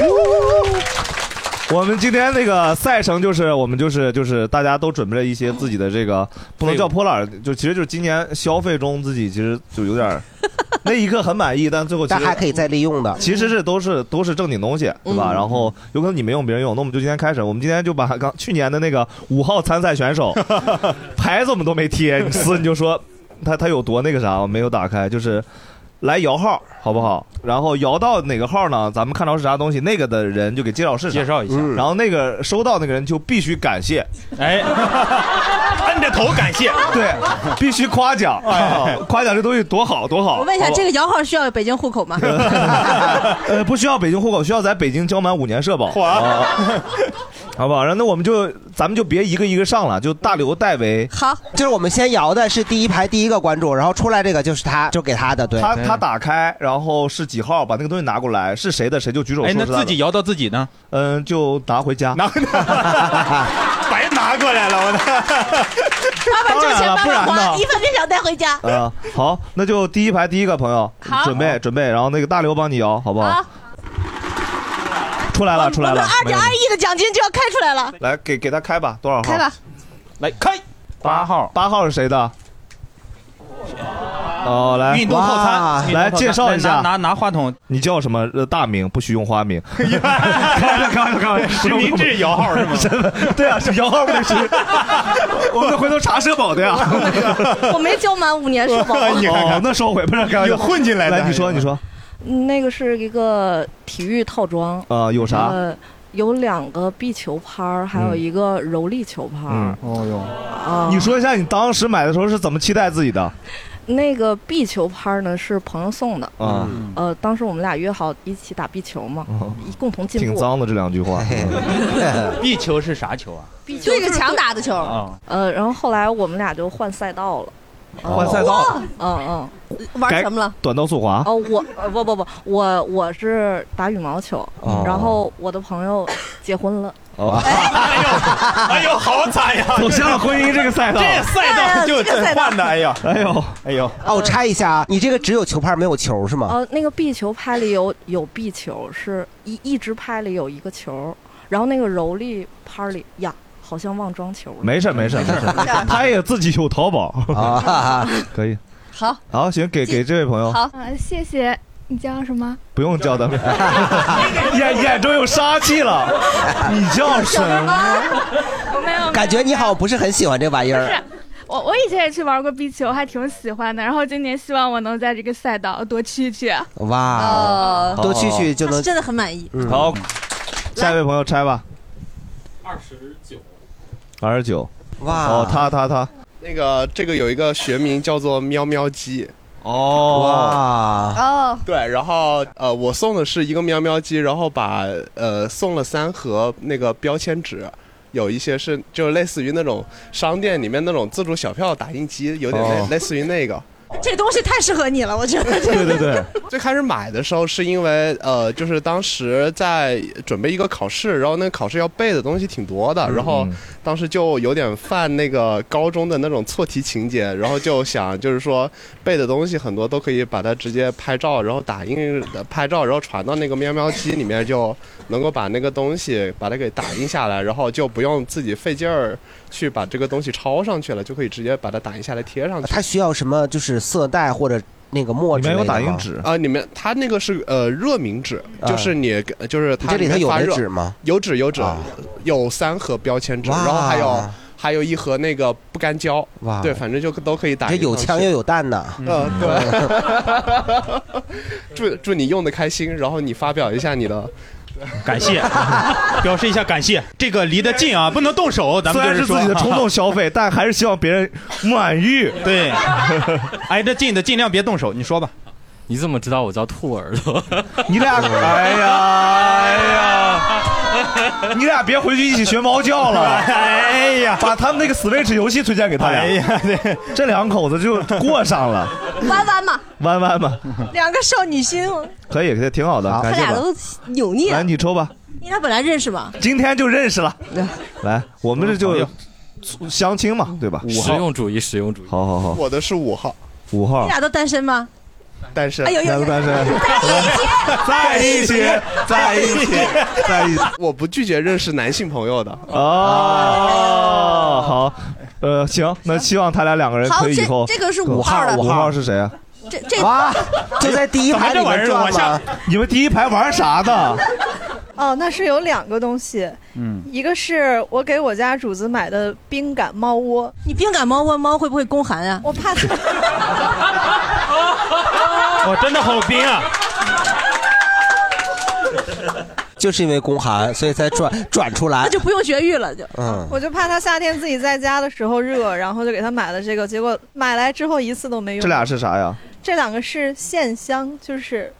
[SPEAKER 1] 哦我们今天那个赛程就是我们就是就是大家都准备了一些自己的这个不能叫破烂儿，就其实就是今年消费中自己其实就有
[SPEAKER 5] (laughs)
[SPEAKER 1] 点儿那一刻很满意，但最后其实
[SPEAKER 5] 但还可以再利用的
[SPEAKER 1] 其实是都是都是正经东西，对吧？
[SPEAKER 5] 嗯
[SPEAKER 1] 然后有可能你没用，别人用，那我们就今天开始，我们今天就把刚 (laughs) 去年的那个五号参赛选手牌子我们都没贴，你撕你就说 (laughs) 他他有多那个啥，我没有打开，就是来摇号好不好？然后摇到哪个号呢？咱们看到是啥东西，那个的人就给介绍是啥，介绍一下，然后那个收到那个人就必须感谢，哎， (laughs) 摁着头感谢，对，必须夸奖，啊夸奖这东西多好多好。
[SPEAKER 8] (laughs) 我问一下，
[SPEAKER 1] 好不好
[SPEAKER 8] 这个摇号需要北京户口 (laughs) 吗？
[SPEAKER 1] (laughs) 呃，不需要北京户口，需要在北京交满五年社保。啊 (laughs) 好不好？那我们就咱们就别一个一个上了，就大刘代为。
[SPEAKER 8] 好，
[SPEAKER 5] 就是我们先摇的是第一排第一个关注，然后出来这个就是他，就给他的，对。
[SPEAKER 1] 他他打开，然后是几号，把那个东西拿过来，是谁的谁就举手说
[SPEAKER 2] 哎，
[SPEAKER 1] 是
[SPEAKER 2] 那
[SPEAKER 1] 他的。
[SPEAKER 2] 自己摇到自己呢？
[SPEAKER 1] 嗯，就拿回家。拿回家，
[SPEAKER 2] 白拿过来了，我
[SPEAKER 8] 爸爸
[SPEAKER 1] 当
[SPEAKER 8] 挣
[SPEAKER 1] 然
[SPEAKER 8] 钱，
[SPEAKER 1] 了
[SPEAKER 8] 爸
[SPEAKER 1] 不
[SPEAKER 8] 爸
[SPEAKER 1] 然
[SPEAKER 8] 花，
[SPEAKER 1] 呢
[SPEAKER 8] 一分别想带回家。
[SPEAKER 1] 啊，好，那就第一排第一个朋友，
[SPEAKER 8] 好
[SPEAKER 1] 准备准备，然后那个大刘帮你摇，好不好？出来了，出来了，
[SPEAKER 8] 啊二
[SPEAKER 1] 没
[SPEAKER 8] 点
[SPEAKER 1] 有
[SPEAKER 8] 二亿的奖金就要开出来了，
[SPEAKER 1] 来给给他开吧，多少号？
[SPEAKER 8] 开吧。
[SPEAKER 1] 来开八号，八号是谁的？哦，来
[SPEAKER 2] 运动套餐
[SPEAKER 1] 哇
[SPEAKER 2] 运动
[SPEAKER 1] 来
[SPEAKER 2] 套餐
[SPEAKER 1] 介绍一下，
[SPEAKER 2] 来拿
[SPEAKER 1] 拿话筒，你叫什么？呃，大名不许用花名。
[SPEAKER 2] 实名制摇号是吗？
[SPEAKER 1] 真的，对啊，是摇号不得实名。我们得回头查社保的呀。。
[SPEAKER 7] (laughs) (laughs) 我没交满五年社保
[SPEAKER 1] (laughs) 哦，那收回不是？开玩笑
[SPEAKER 7] 有混进来的
[SPEAKER 1] 来，你说，你说，
[SPEAKER 7] 那个是一个体育套装。
[SPEAKER 1] 啊有啥
[SPEAKER 7] 呃，有两个壁球拍儿，还有一个柔力球拍儿
[SPEAKER 1] 嗯。，哦
[SPEAKER 7] 啊
[SPEAKER 1] 哟你说一下你当时买的时候是怎么期待自己的？
[SPEAKER 7] 那个壁球拍儿呢是朋友送的。
[SPEAKER 1] 啊嗯
[SPEAKER 7] 呃，当时我们俩约好一起打壁球嘛，一共同进步。
[SPEAKER 1] 挺脏的这两句话。嗯
[SPEAKER 2] 壁球是啥球啊？
[SPEAKER 7] 壁球
[SPEAKER 8] 对着
[SPEAKER 7] 是
[SPEAKER 8] 墙打的球。
[SPEAKER 1] 啊，
[SPEAKER 7] 呃，然后后来我们俩就换赛道了。哦
[SPEAKER 1] 换赛道了
[SPEAKER 7] 嗯嗯，
[SPEAKER 1] 改？短道速滑。
[SPEAKER 7] 哦，我呃不不不，我我是打羽毛球，
[SPEAKER 1] 哦
[SPEAKER 7] 然后我的朋友结婚了。
[SPEAKER 1] (laughs) 哦，
[SPEAKER 2] 哎呦，好惨呀！
[SPEAKER 1] 走向了婚姻这个赛道
[SPEAKER 2] 这赛道就
[SPEAKER 7] 这个赛道
[SPEAKER 2] 换的，哎呀，
[SPEAKER 1] (laughs) 哎呦，哎呦，
[SPEAKER 5] 哦，我拆一下啊，你这个只有球拍没有球是吗？
[SPEAKER 7] 呃，那个壁球拍里有有壁球，是一一直拍里有一个球，然后那个柔力拍里呀，好像忘装球了。
[SPEAKER 1] 没事儿没事儿没事 (laughs) 儿，他也自己有淘宝
[SPEAKER 5] 啊，
[SPEAKER 1] 可以。
[SPEAKER 7] 好，
[SPEAKER 1] 好，行，给给这位
[SPEAKER 9] 哦
[SPEAKER 1] 朋友，
[SPEAKER 25] 呃，谢谢。你叫什么？
[SPEAKER 1] 不用叫他们，眼眼中有杀气
[SPEAKER 5] (laughs)
[SPEAKER 1] 了。你叫什
[SPEAKER 8] (laughs)
[SPEAKER 1] 么？
[SPEAKER 25] 我没有，
[SPEAKER 5] 感觉你好像不是很喜欢这玩意
[SPEAKER 25] 不是
[SPEAKER 5] 儿。
[SPEAKER 25] 我我以前也去玩过壁球，还挺喜欢的。然后今年希望我能在这个赛道多去去。
[SPEAKER 5] 哇
[SPEAKER 25] 哦，
[SPEAKER 5] 多去去就能。
[SPEAKER 8] 真的很满意。
[SPEAKER 5] 嗯
[SPEAKER 1] 好，下一位朋友拆吧，
[SPEAKER 26] 二十
[SPEAKER 9] (laughs)
[SPEAKER 26] 九。
[SPEAKER 1] 二十九。
[SPEAKER 26] 哇
[SPEAKER 1] 哦，他他他，
[SPEAKER 26] 那个这个有一个学名叫做喵喵鸡。
[SPEAKER 1] 哦
[SPEAKER 26] 哦，对，然后呃，我送的是一个喵喵鸡，然后把呃送了三盒那个标签纸，有一些是就类似于那种商店里面那种自助小票打印机，有点类、
[SPEAKER 1] 哦
[SPEAKER 26] 类似于那个。
[SPEAKER 8] 这东西太适合你了，我觉得。
[SPEAKER 1] (laughs) 对对对，
[SPEAKER 26] 最开始买的时候是因为呃，就是当时在准备一个考试，然后那个考试要背的东西挺多的，然后当时就有点犯那个高中的那种错题情节，然后就想就是说背的东西很多都可以把它直接拍照，然后打印拍照，然后传到那个喵喵机里面，就能够把那个东西把它给打印下来，然后就不用自己费劲儿去把这个东西抄上去了，就可以直接把它打印下来贴上去。
[SPEAKER 5] 他需要什么？就是色带或者那个墨之类的吗。
[SPEAKER 26] 啊、里面它那个是呃热敏纸，
[SPEAKER 5] 啊
[SPEAKER 26] 就是你呃就是它
[SPEAKER 5] 你这里头
[SPEAKER 26] 面
[SPEAKER 5] 有
[SPEAKER 26] 发
[SPEAKER 5] 那
[SPEAKER 26] 热
[SPEAKER 5] 纸吗？啊
[SPEAKER 26] 有纸有纸，有三盒标签纸，
[SPEAKER 5] 哇
[SPEAKER 26] 然后还有还有一盒那个不干胶
[SPEAKER 5] 哇，
[SPEAKER 26] 对，反正就都可以打
[SPEAKER 5] 这
[SPEAKER 26] 印上去。
[SPEAKER 5] 有
[SPEAKER 26] (laughs)
[SPEAKER 5] 枪又有弹呢。
[SPEAKER 26] 嗯，对。祝祝你用的开心，然后你发表一下你的
[SPEAKER 2] (laughs) 感谢，表示一下感谢。这个离得近啊，不能动手，咱
[SPEAKER 1] 虽
[SPEAKER 2] 们
[SPEAKER 1] 然是自己的冲
[SPEAKER 2] (laughs)
[SPEAKER 1] 动消 (laughs) 费，但还是希望别人满意。
[SPEAKER 2] 对， (laughs) 挨着近的尽量别动手。你说吧，
[SPEAKER 26] 你怎么知道我叫兔耳朵？
[SPEAKER 1] 你俩，哎呀，哎呀， (laughs) 你俩别回去一起学猫叫了。哎呀，把他们那个 Switch 游戏推荐给他俩。哎呀，对，这两口子就过上了。
[SPEAKER 7] 弯弯嘛，
[SPEAKER 1] 弯弯吧，
[SPEAKER 8] 两个少女心，
[SPEAKER 1] 可以，这挺好的。
[SPEAKER 7] 他
[SPEAKER 1] 感谢
[SPEAKER 7] 俩
[SPEAKER 1] 吧
[SPEAKER 7] 都扭捏。
[SPEAKER 1] 来，你抽吧，
[SPEAKER 8] 你俩本来认识吗？
[SPEAKER 1] 今天就认识了。来，我们这就相亲嘛，对吧？
[SPEAKER 2] 实用主义，实用主义。
[SPEAKER 1] 好好好，
[SPEAKER 26] 我的是五号，
[SPEAKER 1] 五号
[SPEAKER 8] 你俩都单身吗？
[SPEAKER 26] 单身，
[SPEAKER 8] 哎呦呦
[SPEAKER 1] 男的单身，在一起，在一起，在一起。
[SPEAKER 26] (laughs) 我不拒绝认识男性朋友的。
[SPEAKER 1] 啊哦，好，呃，行，那希望他俩两个人可以以后
[SPEAKER 7] 好这这个是五号的
[SPEAKER 1] 五号是谁啊？
[SPEAKER 7] 这这
[SPEAKER 5] 就在第一排里面
[SPEAKER 1] (laughs)
[SPEAKER 5] 转吗？
[SPEAKER 1] 你们第一排玩啥呢？
[SPEAKER 6] (laughs) 哦，那是有两个东西，
[SPEAKER 1] 嗯，
[SPEAKER 6] 一个是我给我家主子买的冰感猫窝，
[SPEAKER 8] 你冰感猫窝猫会不会宫寒啊？
[SPEAKER 6] 我怕它。
[SPEAKER 2] 哇，真的好冰啊！
[SPEAKER 5] (laughs) 就是因为宫寒，所以才转转出来
[SPEAKER 8] (laughs) 那。就不用绝育了，就 (laughs)
[SPEAKER 5] 嗯，
[SPEAKER 6] (laughs) 我就怕它夏天自己在家的时候热，然后就给它买了这个，结果买来之后一次都没用。
[SPEAKER 1] 这俩是啥呀？
[SPEAKER 6] 这两个是线香，就是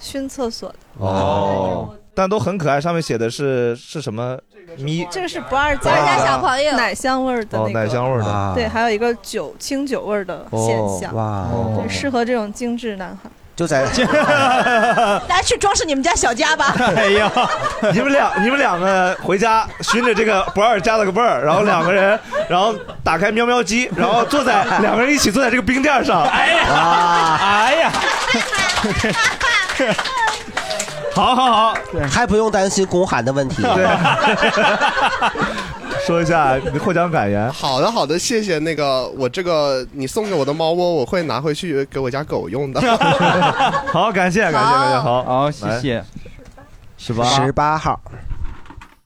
[SPEAKER 6] 熏厕所的，
[SPEAKER 1] 哦，但都很可爱，上面写的是是什么咪？
[SPEAKER 6] 这个是不二
[SPEAKER 1] 不二价小朋
[SPEAKER 6] 友奶香味儿的
[SPEAKER 1] 哦
[SPEAKER 6] 那，个，
[SPEAKER 1] 奶香味儿的，哦
[SPEAKER 6] 对，还有一个酒清酒味儿的线香，
[SPEAKER 5] 哇
[SPEAKER 6] 对，适合这种精致男孩。
[SPEAKER 5] 就
[SPEAKER 1] (laughs)
[SPEAKER 5] 在
[SPEAKER 8] 来去装饰你们家小家吧。
[SPEAKER 1] 哎呀，你们两你们两个回家循着这个不二加了个味儿，然后两个人，然后打开喵喵机，然后坐在两个人一起坐在这个冰垫上。 (laughs) 哎
[SPEAKER 5] 啊
[SPEAKER 1] 呀，哎
[SPEAKER 8] (laughs)
[SPEAKER 1] 呀，好好好，
[SPEAKER 5] 还不用担心宫寒的问题。 (laughs)
[SPEAKER 1] 说一下你的获奖感言。
[SPEAKER 26] 好的，好的，谢谢那个我这个你送给我的猫窝，我会拿回去给我家狗用的。
[SPEAKER 1] 好，感谢感谢感谢，好，
[SPEAKER 27] 好，谢谢。
[SPEAKER 1] 十
[SPEAKER 5] 八十八号，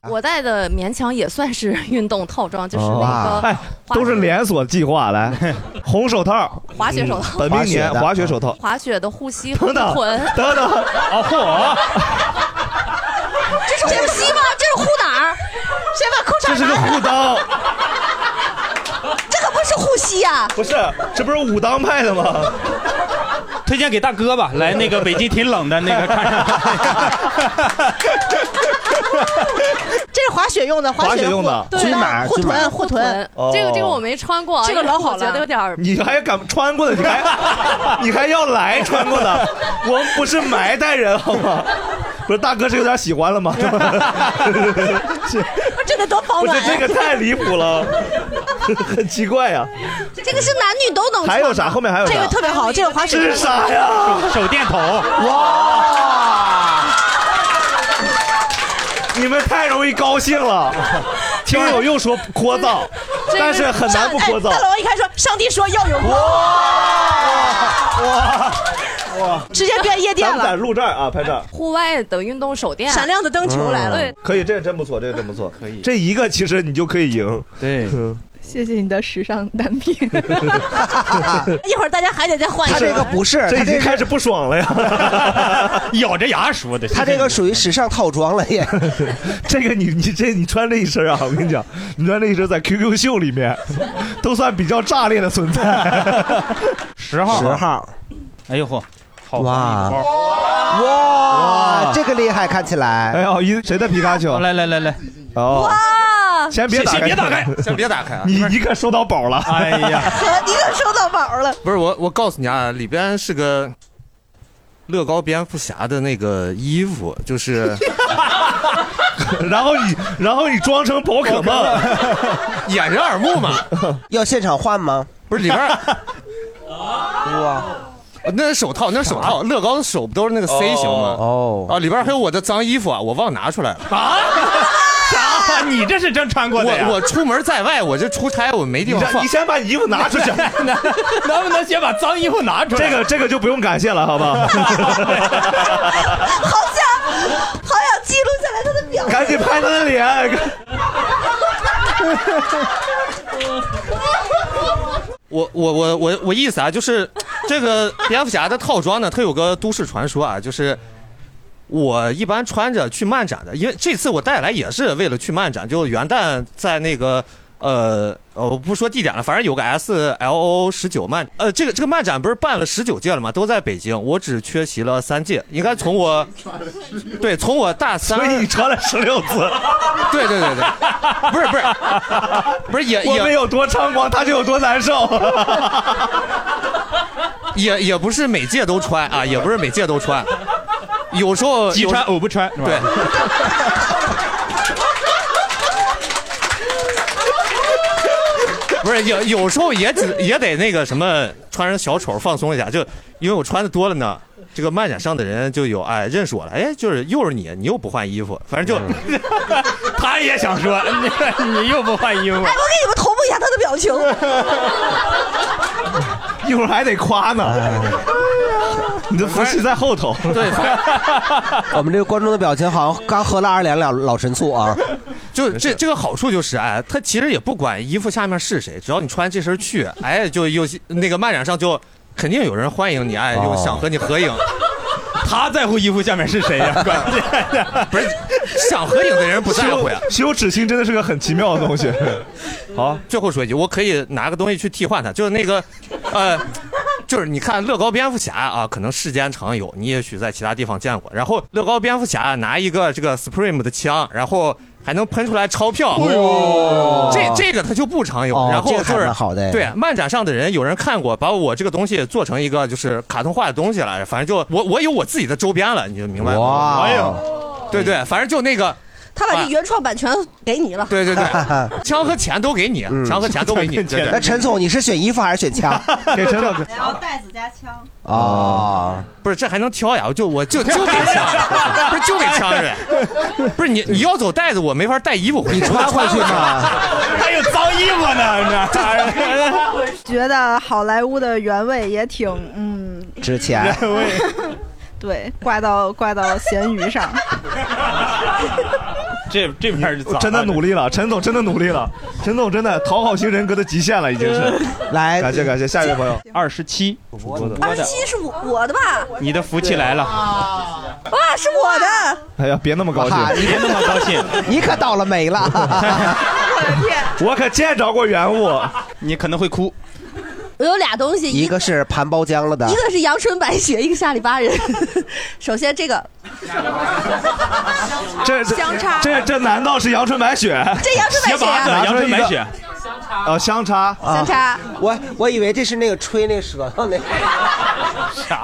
[SPEAKER 22] 我带的勉强也算是运动套装，就是那
[SPEAKER 1] 哦
[SPEAKER 22] 个
[SPEAKER 1] 哎，都是连锁计划， (laughs) 来，红手套，
[SPEAKER 22] 滑雪手套
[SPEAKER 1] 嗯本命
[SPEAKER 22] 滑雪
[SPEAKER 1] 年
[SPEAKER 22] 的
[SPEAKER 1] 滑雪手套，
[SPEAKER 22] 滑雪的护膝
[SPEAKER 1] 等
[SPEAKER 22] 和
[SPEAKER 1] 等
[SPEAKER 22] 臀。
[SPEAKER 1] 等等，啊嚯！
[SPEAKER 7] 这是护膝吗？这是护哪儿？
[SPEAKER 8] 先把裤
[SPEAKER 1] 这是个护裆，
[SPEAKER 8] 这可不是护膝
[SPEAKER 7] 啊
[SPEAKER 8] 呀！
[SPEAKER 1] 不是，这不是武当派的吗？
[SPEAKER 2] 推荐给大
[SPEAKER 1] (laughs)
[SPEAKER 2] 哥吧，来那个北京挺冷的那个看看。
[SPEAKER 8] 这是滑雪用的，
[SPEAKER 1] 滑雪
[SPEAKER 8] 的
[SPEAKER 1] 用的
[SPEAKER 8] 护
[SPEAKER 1] 军
[SPEAKER 8] 对
[SPEAKER 1] 马
[SPEAKER 8] 护
[SPEAKER 1] 军马
[SPEAKER 8] 臀护臀
[SPEAKER 1] 哦。这个这个我
[SPEAKER 22] 没穿过
[SPEAKER 8] 这个老好了，
[SPEAKER 22] 因为我觉得有点儿
[SPEAKER 1] 你还敢穿过的？你 (laughs) 还你还要来穿过的？我们不是埋汰人好吗？不是大哥是有点喜欢了吗？ (laughs) 是
[SPEAKER 8] 不是 (laughs) 这个多保
[SPEAKER 1] 不
[SPEAKER 8] 暖
[SPEAKER 1] 是
[SPEAKER 8] 啊。
[SPEAKER 1] 这个太离谱了，很奇怪啊呀、
[SPEAKER 7] 这个是男女都能穿的。
[SPEAKER 1] 还有啥后面还有啥这个特
[SPEAKER 8] 别好，这个滑
[SPEAKER 1] 这是啥呀？手电筒！哇！你们太容易高兴了，听友又说聒噪，但是很难不聒
[SPEAKER 8] 上
[SPEAKER 1] 噪
[SPEAKER 8] 哎大。佬一开始说，上帝说要有光。
[SPEAKER 1] 哇哇！
[SPEAKER 8] 直接变夜店了
[SPEAKER 1] 咱们在录这儿啊，拍这儿。
[SPEAKER 22] 户外的运动手电，
[SPEAKER 8] 闪亮的灯
[SPEAKER 1] 嗯可以，这个真不错，这个真不错，可
[SPEAKER 2] (laughs)
[SPEAKER 1] 以。这一个其实你就可以赢， (laughs) 对，
[SPEAKER 6] (laughs) 谢谢你的时尚单
[SPEAKER 5] (laughs)
[SPEAKER 6] 品，
[SPEAKER 8] (laughs) 一会儿大家还得再换一
[SPEAKER 5] 他这个不是，
[SPEAKER 1] 这
[SPEAKER 5] 他
[SPEAKER 1] 已经
[SPEAKER 5] 这
[SPEAKER 1] 开
[SPEAKER 5] 个
[SPEAKER 1] 始不爽了
[SPEAKER 18] (laughs)
[SPEAKER 1] 呀，咬着牙说的
[SPEAKER 5] 他这个属于时尚套装了也。
[SPEAKER 1] (laughs) 这个你你这你穿这一身啊，我跟你讲，你穿这一身在 QQ 秀里面都算比较炸裂的存
[SPEAKER 18] (laughs)
[SPEAKER 1] 在。
[SPEAKER 27] 十
[SPEAKER 18] 啊
[SPEAKER 27] 号，
[SPEAKER 5] 10号，
[SPEAKER 27] 哎呦嚯，好
[SPEAKER 5] 哇
[SPEAKER 1] 哇
[SPEAKER 5] 哇，这个厉害，看起来。
[SPEAKER 1] 哎呦，一谁的皮卡丘？
[SPEAKER 27] 来来来来，
[SPEAKER 1] 哦，
[SPEAKER 8] 哇
[SPEAKER 1] 先别打开，
[SPEAKER 18] 先别打开，先别打开啊！
[SPEAKER 1] 你你可收到宝了。
[SPEAKER 18] 哎呀，
[SPEAKER 8] 你可收到宝了。
[SPEAKER 18] 不是我，我告诉你啊，里边是个乐高蝙蝠侠的那个衣服，就是，
[SPEAKER 1] 然后你， (laughs) 然后你装成宝可梦，
[SPEAKER 18] 掩人耳目嘛。
[SPEAKER 5] (laughs) 要现场换吗？
[SPEAKER 18] 不是里边儿，
[SPEAKER 5] 哇，
[SPEAKER 18] 那是手套，那是手套，乐高的手不都是那个 C 型吗？
[SPEAKER 5] 哦，
[SPEAKER 18] 啊，里边还有我的脏衣服啊，我忘拿出来了。
[SPEAKER 2] 啥？你这是真穿过的呀？
[SPEAKER 18] 我我出门在外，我这出差我没地方放。
[SPEAKER 1] 你先把你衣服拿出去
[SPEAKER 2] (laughs) 能不能先把脏衣服拿出
[SPEAKER 1] (laughs)
[SPEAKER 2] 来？
[SPEAKER 1] 这个这个就不用感谢了，好不
[SPEAKER 18] (laughs)
[SPEAKER 1] 好？
[SPEAKER 8] 好想好想记录下来他的表情。
[SPEAKER 1] 赶紧拍他
[SPEAKER 7] (laughs)
[SPEAKER 1] 的脸。
[SPEAKER 18] 我我我我我意思啊，就是这个蝙蝠侠的套装呢，它有个都市传说啊，就是我一般穿着去漫展的，因为这次我带来也是为了去漫展，就元旦在那个呃，呃我不说地点了，反正有个 S L O 十九漫，呃，这个这个漫展不是办了十九届了吗？都在北京，我只缺席了三届，应该从我，对，从我大三，所以你
[SPEAKER 1] 穿了十六次，
[SPEAKER 18] 对对对对，不是不是不是也
[SPEAKER 1] 我
[SPEAKER 18] 也
[SPEAKER 1] 们有多猖狂，他就有多
[SPEAKER 7] (laughs)
[SPEAKER 1] 难受。
[SPEAKER 18] (laughs) 也也不是每届都穿啊，也不是每届都穿，有时候
[SPEAKER 19] 既穿
[SPEAKER 18] 偶不穿，对。不是有有时候也只也得那个什么穿上小丑放松一下，就因为我穿的多了呢，这个漫展上的人就有哎认识我了，哎就是又是你，你又不换衣服，反正就、
[SPEAKER 2] 他也想
[SPEAKER 18] (laughs)
[SPEAKER 2] 说，你你又不换衣服，
[SPEAKER 7] 哎我给你们同步一下他的表情。
[SPEAKER 1] 一会儿还得夸呢。
[SPEAKER 5] 哎
[SPEAKER 1] 你的福气在后头。 (laughs)
[SPEAKER 18] 对，
[SPEAKER 5] 我们这个观众的表情好像刚喝了二两老老陈醋啊。
[SPEAKER 18] 就这这个好处就是，哎，他其实也不管衣服下面是谁，只要你穿这身去，哎，就有些那个漫展上就肯定有人欢迎你，哎，就想和你合影。
[SPEAKER 2] 他在乎衣服下面是谁呀、关键
[SPEAKER 18] 不是想合哦影的人不在
[SPEAKER 1] (laughs)
[SPEAKER 18] 乎呀。
[SPEAKER 1] 羞耻心真的是个很奇妙的东西。
[SPEAKER 18] (laughs)
[SPEAKER 1] 好，
[SPEAKER 18] 最后说一句，我可以拿个东西去替换它，就是那个，呃，就是你看乐高蝙蝠侠啊，可能世间常有，你也许在其他地方见过。然后乐高蝙蝠侠拿一个这个 Supreme 的枪，然后还能喷出来钞票，
[SPEAKER 5] 哎呦
[SPEAKER 18] 这这个它就不常有。
[SPEAKER 5] 哦
[SPEAKER 18] 然后
[SPEAKER 5] 这个还
[SPEAKER 18] 就是
[SPEAKER 5] 蛮好的哎
[SPEAKER 18] 对漫展上的人有人看过，把我这个东西做成一个就是卡通化的东西了，反正就我我有我自己的周边了，你就明白吗？
[SPEAKER 5] 哇哦
[SPEAKER 18] 哎呦，对对，反正就那个。
[SPEAKER 7] 他把这原创版权给你了。
[SPEAKER 18] 对对对，枪和钱都给你，枪和钱都给你。对对
[SPEAKER 5] 那陈总，你是选衣服还是选枪？
[SPEAKER 1] 给陈总
[SPEAKER 8] 然后袋子加枪，
[SPEAKER 5] 啊，
[SPEAKER 18] 不是这还能挑呀？我就我就就给枪，不是就给枪是吧？不是你你要走袋子，我没法带衣服回去，
[SPEAKER 5] (laughs) 你穿回去
[SPEAKER 2] (laughs)
[SPEAKER 18] 吗？ (laughs)
[SPEAKER 2] 还有脏衣
[SPEAKER 5] (laughs)
[SPEAKER 2] 服呢， (laughs)
[SPEAKER 8] 觉得好莱坞的原味也挺嗯，
[SPEAKER 5] 值钱。
[SPEAKER 1] (laughs)
[SPEAKER 10] (laughs)
[SPEAKER 8] 对，挂到挂到咸鱼上。
[SPEAKER 2] 这这这边是脏，
[SPEAKER 1] 真的努力了，陈总真的努力了，陈总真的讨好型人格的极限了，已经是。
[SPEAKER 7] 呃
[SPEAKER 5] 来，
[SPEAKER 1] 感谢感谢，下一位朋友，
[SPEAKER 19] 二十七，
[SPEAKER 7] (laughs) 二十七是我我的吧？
[SPEAKER 19] 你的福气来了，
[SPEAKER 7] 哇，是我的！
[SPEAKER 1] 哎呀，别那么高兴
[SPEAKER 5] 哇，你别那么高兴，你可倒了霉
[SPEAKER 1] (laughs)
[SPEAKER 5] 了。
[SPEAKER 1] 我可见着过原物，
[SPEAKER 19] 你可能会哭。
[SPEAKER 7] 我有俩东西，一
[SPEAKER 5] 一个是盘包浆了的
[SPEAKER 7] 一，个是阳春白雪，一个是阿里巴人。 (laughs) 首先这个，
[SPEAKER 1] 这这
[SPEAKER 7] 相差
[SPEAKER 1] 这这难道是阳春白雪？
[SPEAKER 7] 这阳春白雪啊
[SPEAKER 1] 拿出来一
[SPEAKER 7] 阳春
[SPEAKER 1] 个
[SPEAKER 7] 白雪
[SPEAKER 5] 哦
[SPEAKER 1] 啊，香差
[SPEAKER 7] 相差
[SPEAKER 5] 我我以为这是那个吹那舌头那个。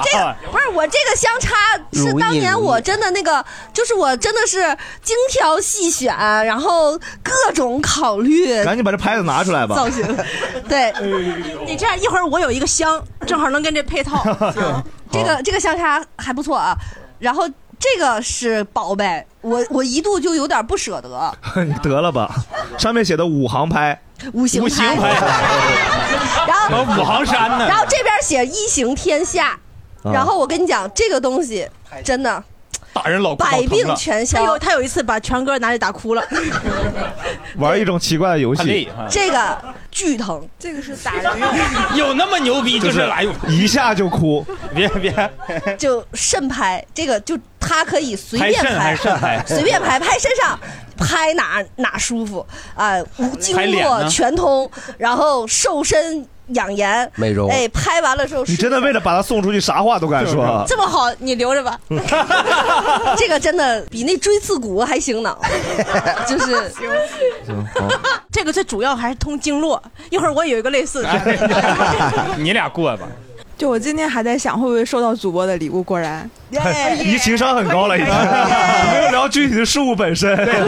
[SPEAKER 7] 这个不是我这个相差是
[SPEAKER 5] 如意
[SPEAKER 7] 当年
[SPEAKER 5] 如意
[SPEAKER 7] 我真的那个，就是我真的是精挑细选，然后各种考虑。
[SPEAKER 1] 赶紧把这牌子拿出来吧。
[SPEAKER 7] 呃
[SPEAKER 1] 哎
[SPEAKER 7] 造型，对，
[SPEAKER 8] 你这样一会儿我有一个箱，正好能跟这配套。
[SPEAKER 1] (laughs)
[SPEAKER 7] 这个这个相差还不错啊。然后这个是宝贝，我我一度就有点不舍得。
[SPEAKER 1] (laughs) 你得了吧，上面写的五行拍，
[SPEAKER 7] 五行拍五行拍然后
[SPEAKER 1] 五行山呢
[SPEAKER 7] 然后这边写一行天下，
[SPEAKER 1] 啊
[SPEAKER 7] 然后我跟你讲，这个东西真的
[SPEAKER 2] 打人老
[SPEAKER 7] 百病全消。
[SPEAKER 8] 他有他有一次把全哥拿里打
[SPEAKER 7] (laughs)
[SPEAKER 8] 哭了，
[SPEAKER 1] 玩一种奇怪的游
[SPEAKER 2] 很累啊
[SPEAKER 1] 戏，
[SPEAKER 7] 这个巨疼，
[SPEAKER 8] 这个是打人用。
[SPEAKER 2] 有那么牛逼就是来
[SPEAKER 1] 一下就哭，
[SPEAKER 2] 别别，
[SPEAKER 8] (laughs)
[SPEAKER 7] 就肾拍，这个就他可以随便
[SPEAKER 2] 拍肾还是肾拍
[SPEAKER 7] 随便拍，拍身上，拍哪哪舒服啊，无经
[SPEAKER 1] 拍脸
[SPEAKER 7] 络
[SPEAKER 1] 呢
[SPEAKER 7] 全通，然后瘦身养颜，
[SPEAKER 1] 美容
[SPEAKER 7] 哎，拍完了之后
[SPEAKER 1] 你真的为了把他送出去，啥话都敢说。啊
[SPEAKER 7] (laughs) 这么好，你留着
[SPEAKER 1] (laughs)
[SPEAKER 7] 吧。这个真的比那锥刺股还行
[SPEAKER 1] (laughs)
[SPEAKER 7] 呢，就是
[SPEAKER 8] 这个最主要还是通经络。一会儿我有一个类似的。
[SPEAKER 2] (laughs) 你俩过吧。
[SPEAKER 3] 就我今天还在想，会不会收到主播的礼物？果然，
[SPEAKER 2] 哎
[SPEAKER 1] 你情商很高了，已经没有聊具体的事物本
[SPEAKER 2] 哎
[SPEAKER 1] 身。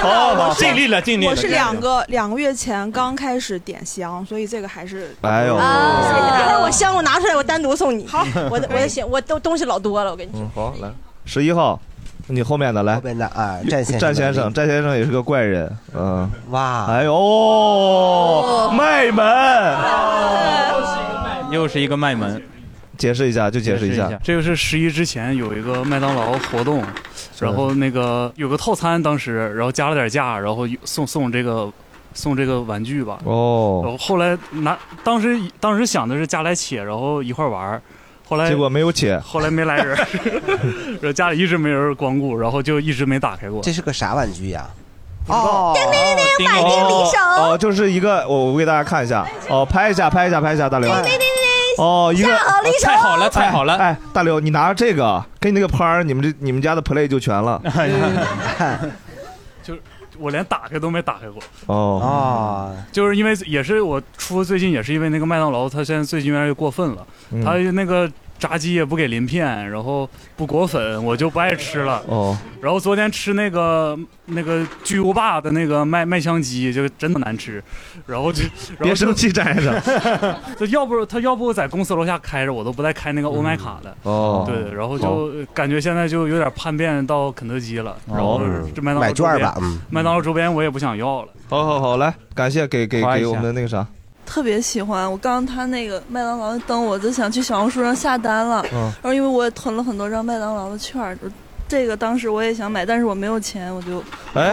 [SPEAKER 1] 好好好，
[SPEAKER 2] 尽力了，尽力了。
[SPEAKER 3] 啊我是两个两个月前刚开始点香，所以这个还是
[SPEAKER 1] 哎呦，
[SPEAKER 3] 啊
[SPEAKER 8] 一会儿 (laughs) 我箱我拿出来，我单独送你。好，我的我的
[SPEAKER 1] 哎
[SPEAKER 8] 行，我都东西老多了，我跟你说。
[SPEAKER 1] 嗯，好，来十一号，你后面的来，后
[SPEAKER 5] 面的啊，战先生
[SPEAKER 1] 战先生，战先生也是个怪人，嗯，
[SPEAKER 5] 哇，
[SPEAKER 1] 哎呦，卖门，
[SPEAKER 19] 又是一个卖门，
[SPEAKER 1] 解释一下，就解释一下，
[SPEAKER 14] 这个是十一之前有一个麦当劳活动，然后那个有个套餐，当时然后加了点价，然后送送这个送这个玩具吧。
[SPEAKER 1] 哦
[SPEAKER 14] 然后后来拿当时当时想的是加来且，然后一块儿玩儿，后来
[SPEAKER 1] 结果没有且，
[SPEAKER 14] 后来没来
[SPEAKER 1] (laughs)
[SPEAKER 14] 人儿，然后家里一直没人光顾，然后就一直没打开过。
[SPEAKER 5] 这是个啥玩具呀、
[SPEAKER 1] 哦，叮
[SPEAKER 7] 叮
[SPEAKER 1] 叮，
[SPEAKER 7] 百变匕首
[SPEAKER 1] 哦，就是一个，我我给大家看一
[SPEAKER 5] 哎
[SPEAKER 1] 下，哦，拍一下，拍一下，拍一下，大刘，
[SPEAKER 7] 叮叮叮叮，
[SPEAKER 1] 哦，一个
[SPEAKER 7] 下好离手，
[SPEAKER 1] 太好了！哎，大刘，你拿着这个跟你那个拍儿，你们这你们家的 play 就
[SPEAKER 25] (laughs)
[SPEAKER 1] 全了。
[SPEAKER 14] (laughs) 就是我连打开都没打开过。
[SPEAKER 1] 哦啊，
[SPEAKER 14] 就是因为也是我出最近也是因为那个麦当劳，它现在最近越来越过分了，
[SPEAKER 1] 嗯
[SPEAKER 14] 它那个炸鸡也不给鳞片，然后不裹粉，我就不爱吃了。
[SPEAKER 1] 哦，
[SPEAKER 14] 然后昨天吃那个那个巨无霸的那个麦麦香鸡，就真的难吃，然后就然后
[SPEAKER 1] 别
[SPEAKER 14] 就
[SPEAKER 1] 生气站着
[SPEAKER 14] (laughs) 就要不他要不在公司楼下开着，我都不带开那个欧麦卡的。
[SPEAKER 1] 哦
[SPEAKER 14] 对，然后就感觉现在就有点叛变到肯德基了，然后这麦当劳
[SPEAKER 1] 哦买券
[SPEAKER 14] 周边
[SPEAKER 1] 吧嗯
[SPEAKER 14] 麦当劳周边我也不想要了。
[SPEAKER 1] 好好好，来，感谢给给
[SPEAKER 14] 夸一
[SPEAKER 1] 给
[SPEAKER 14] 下
[SPEAKER 1] 我们的那个啥，
[SPEAKER 12] 特别喜欢。我刚刚他那个麦当劳的灯，我就想去小红书上下单了。
[SPEAKER 1] 嗯
[SPEAKER 12] 然后因为我也囤了很多张麦当劳的券儿，这个当时我也想买，但是我没有钱，我就
[SPEAKER 25] (laughs)
[SPEAKER 1] 哎，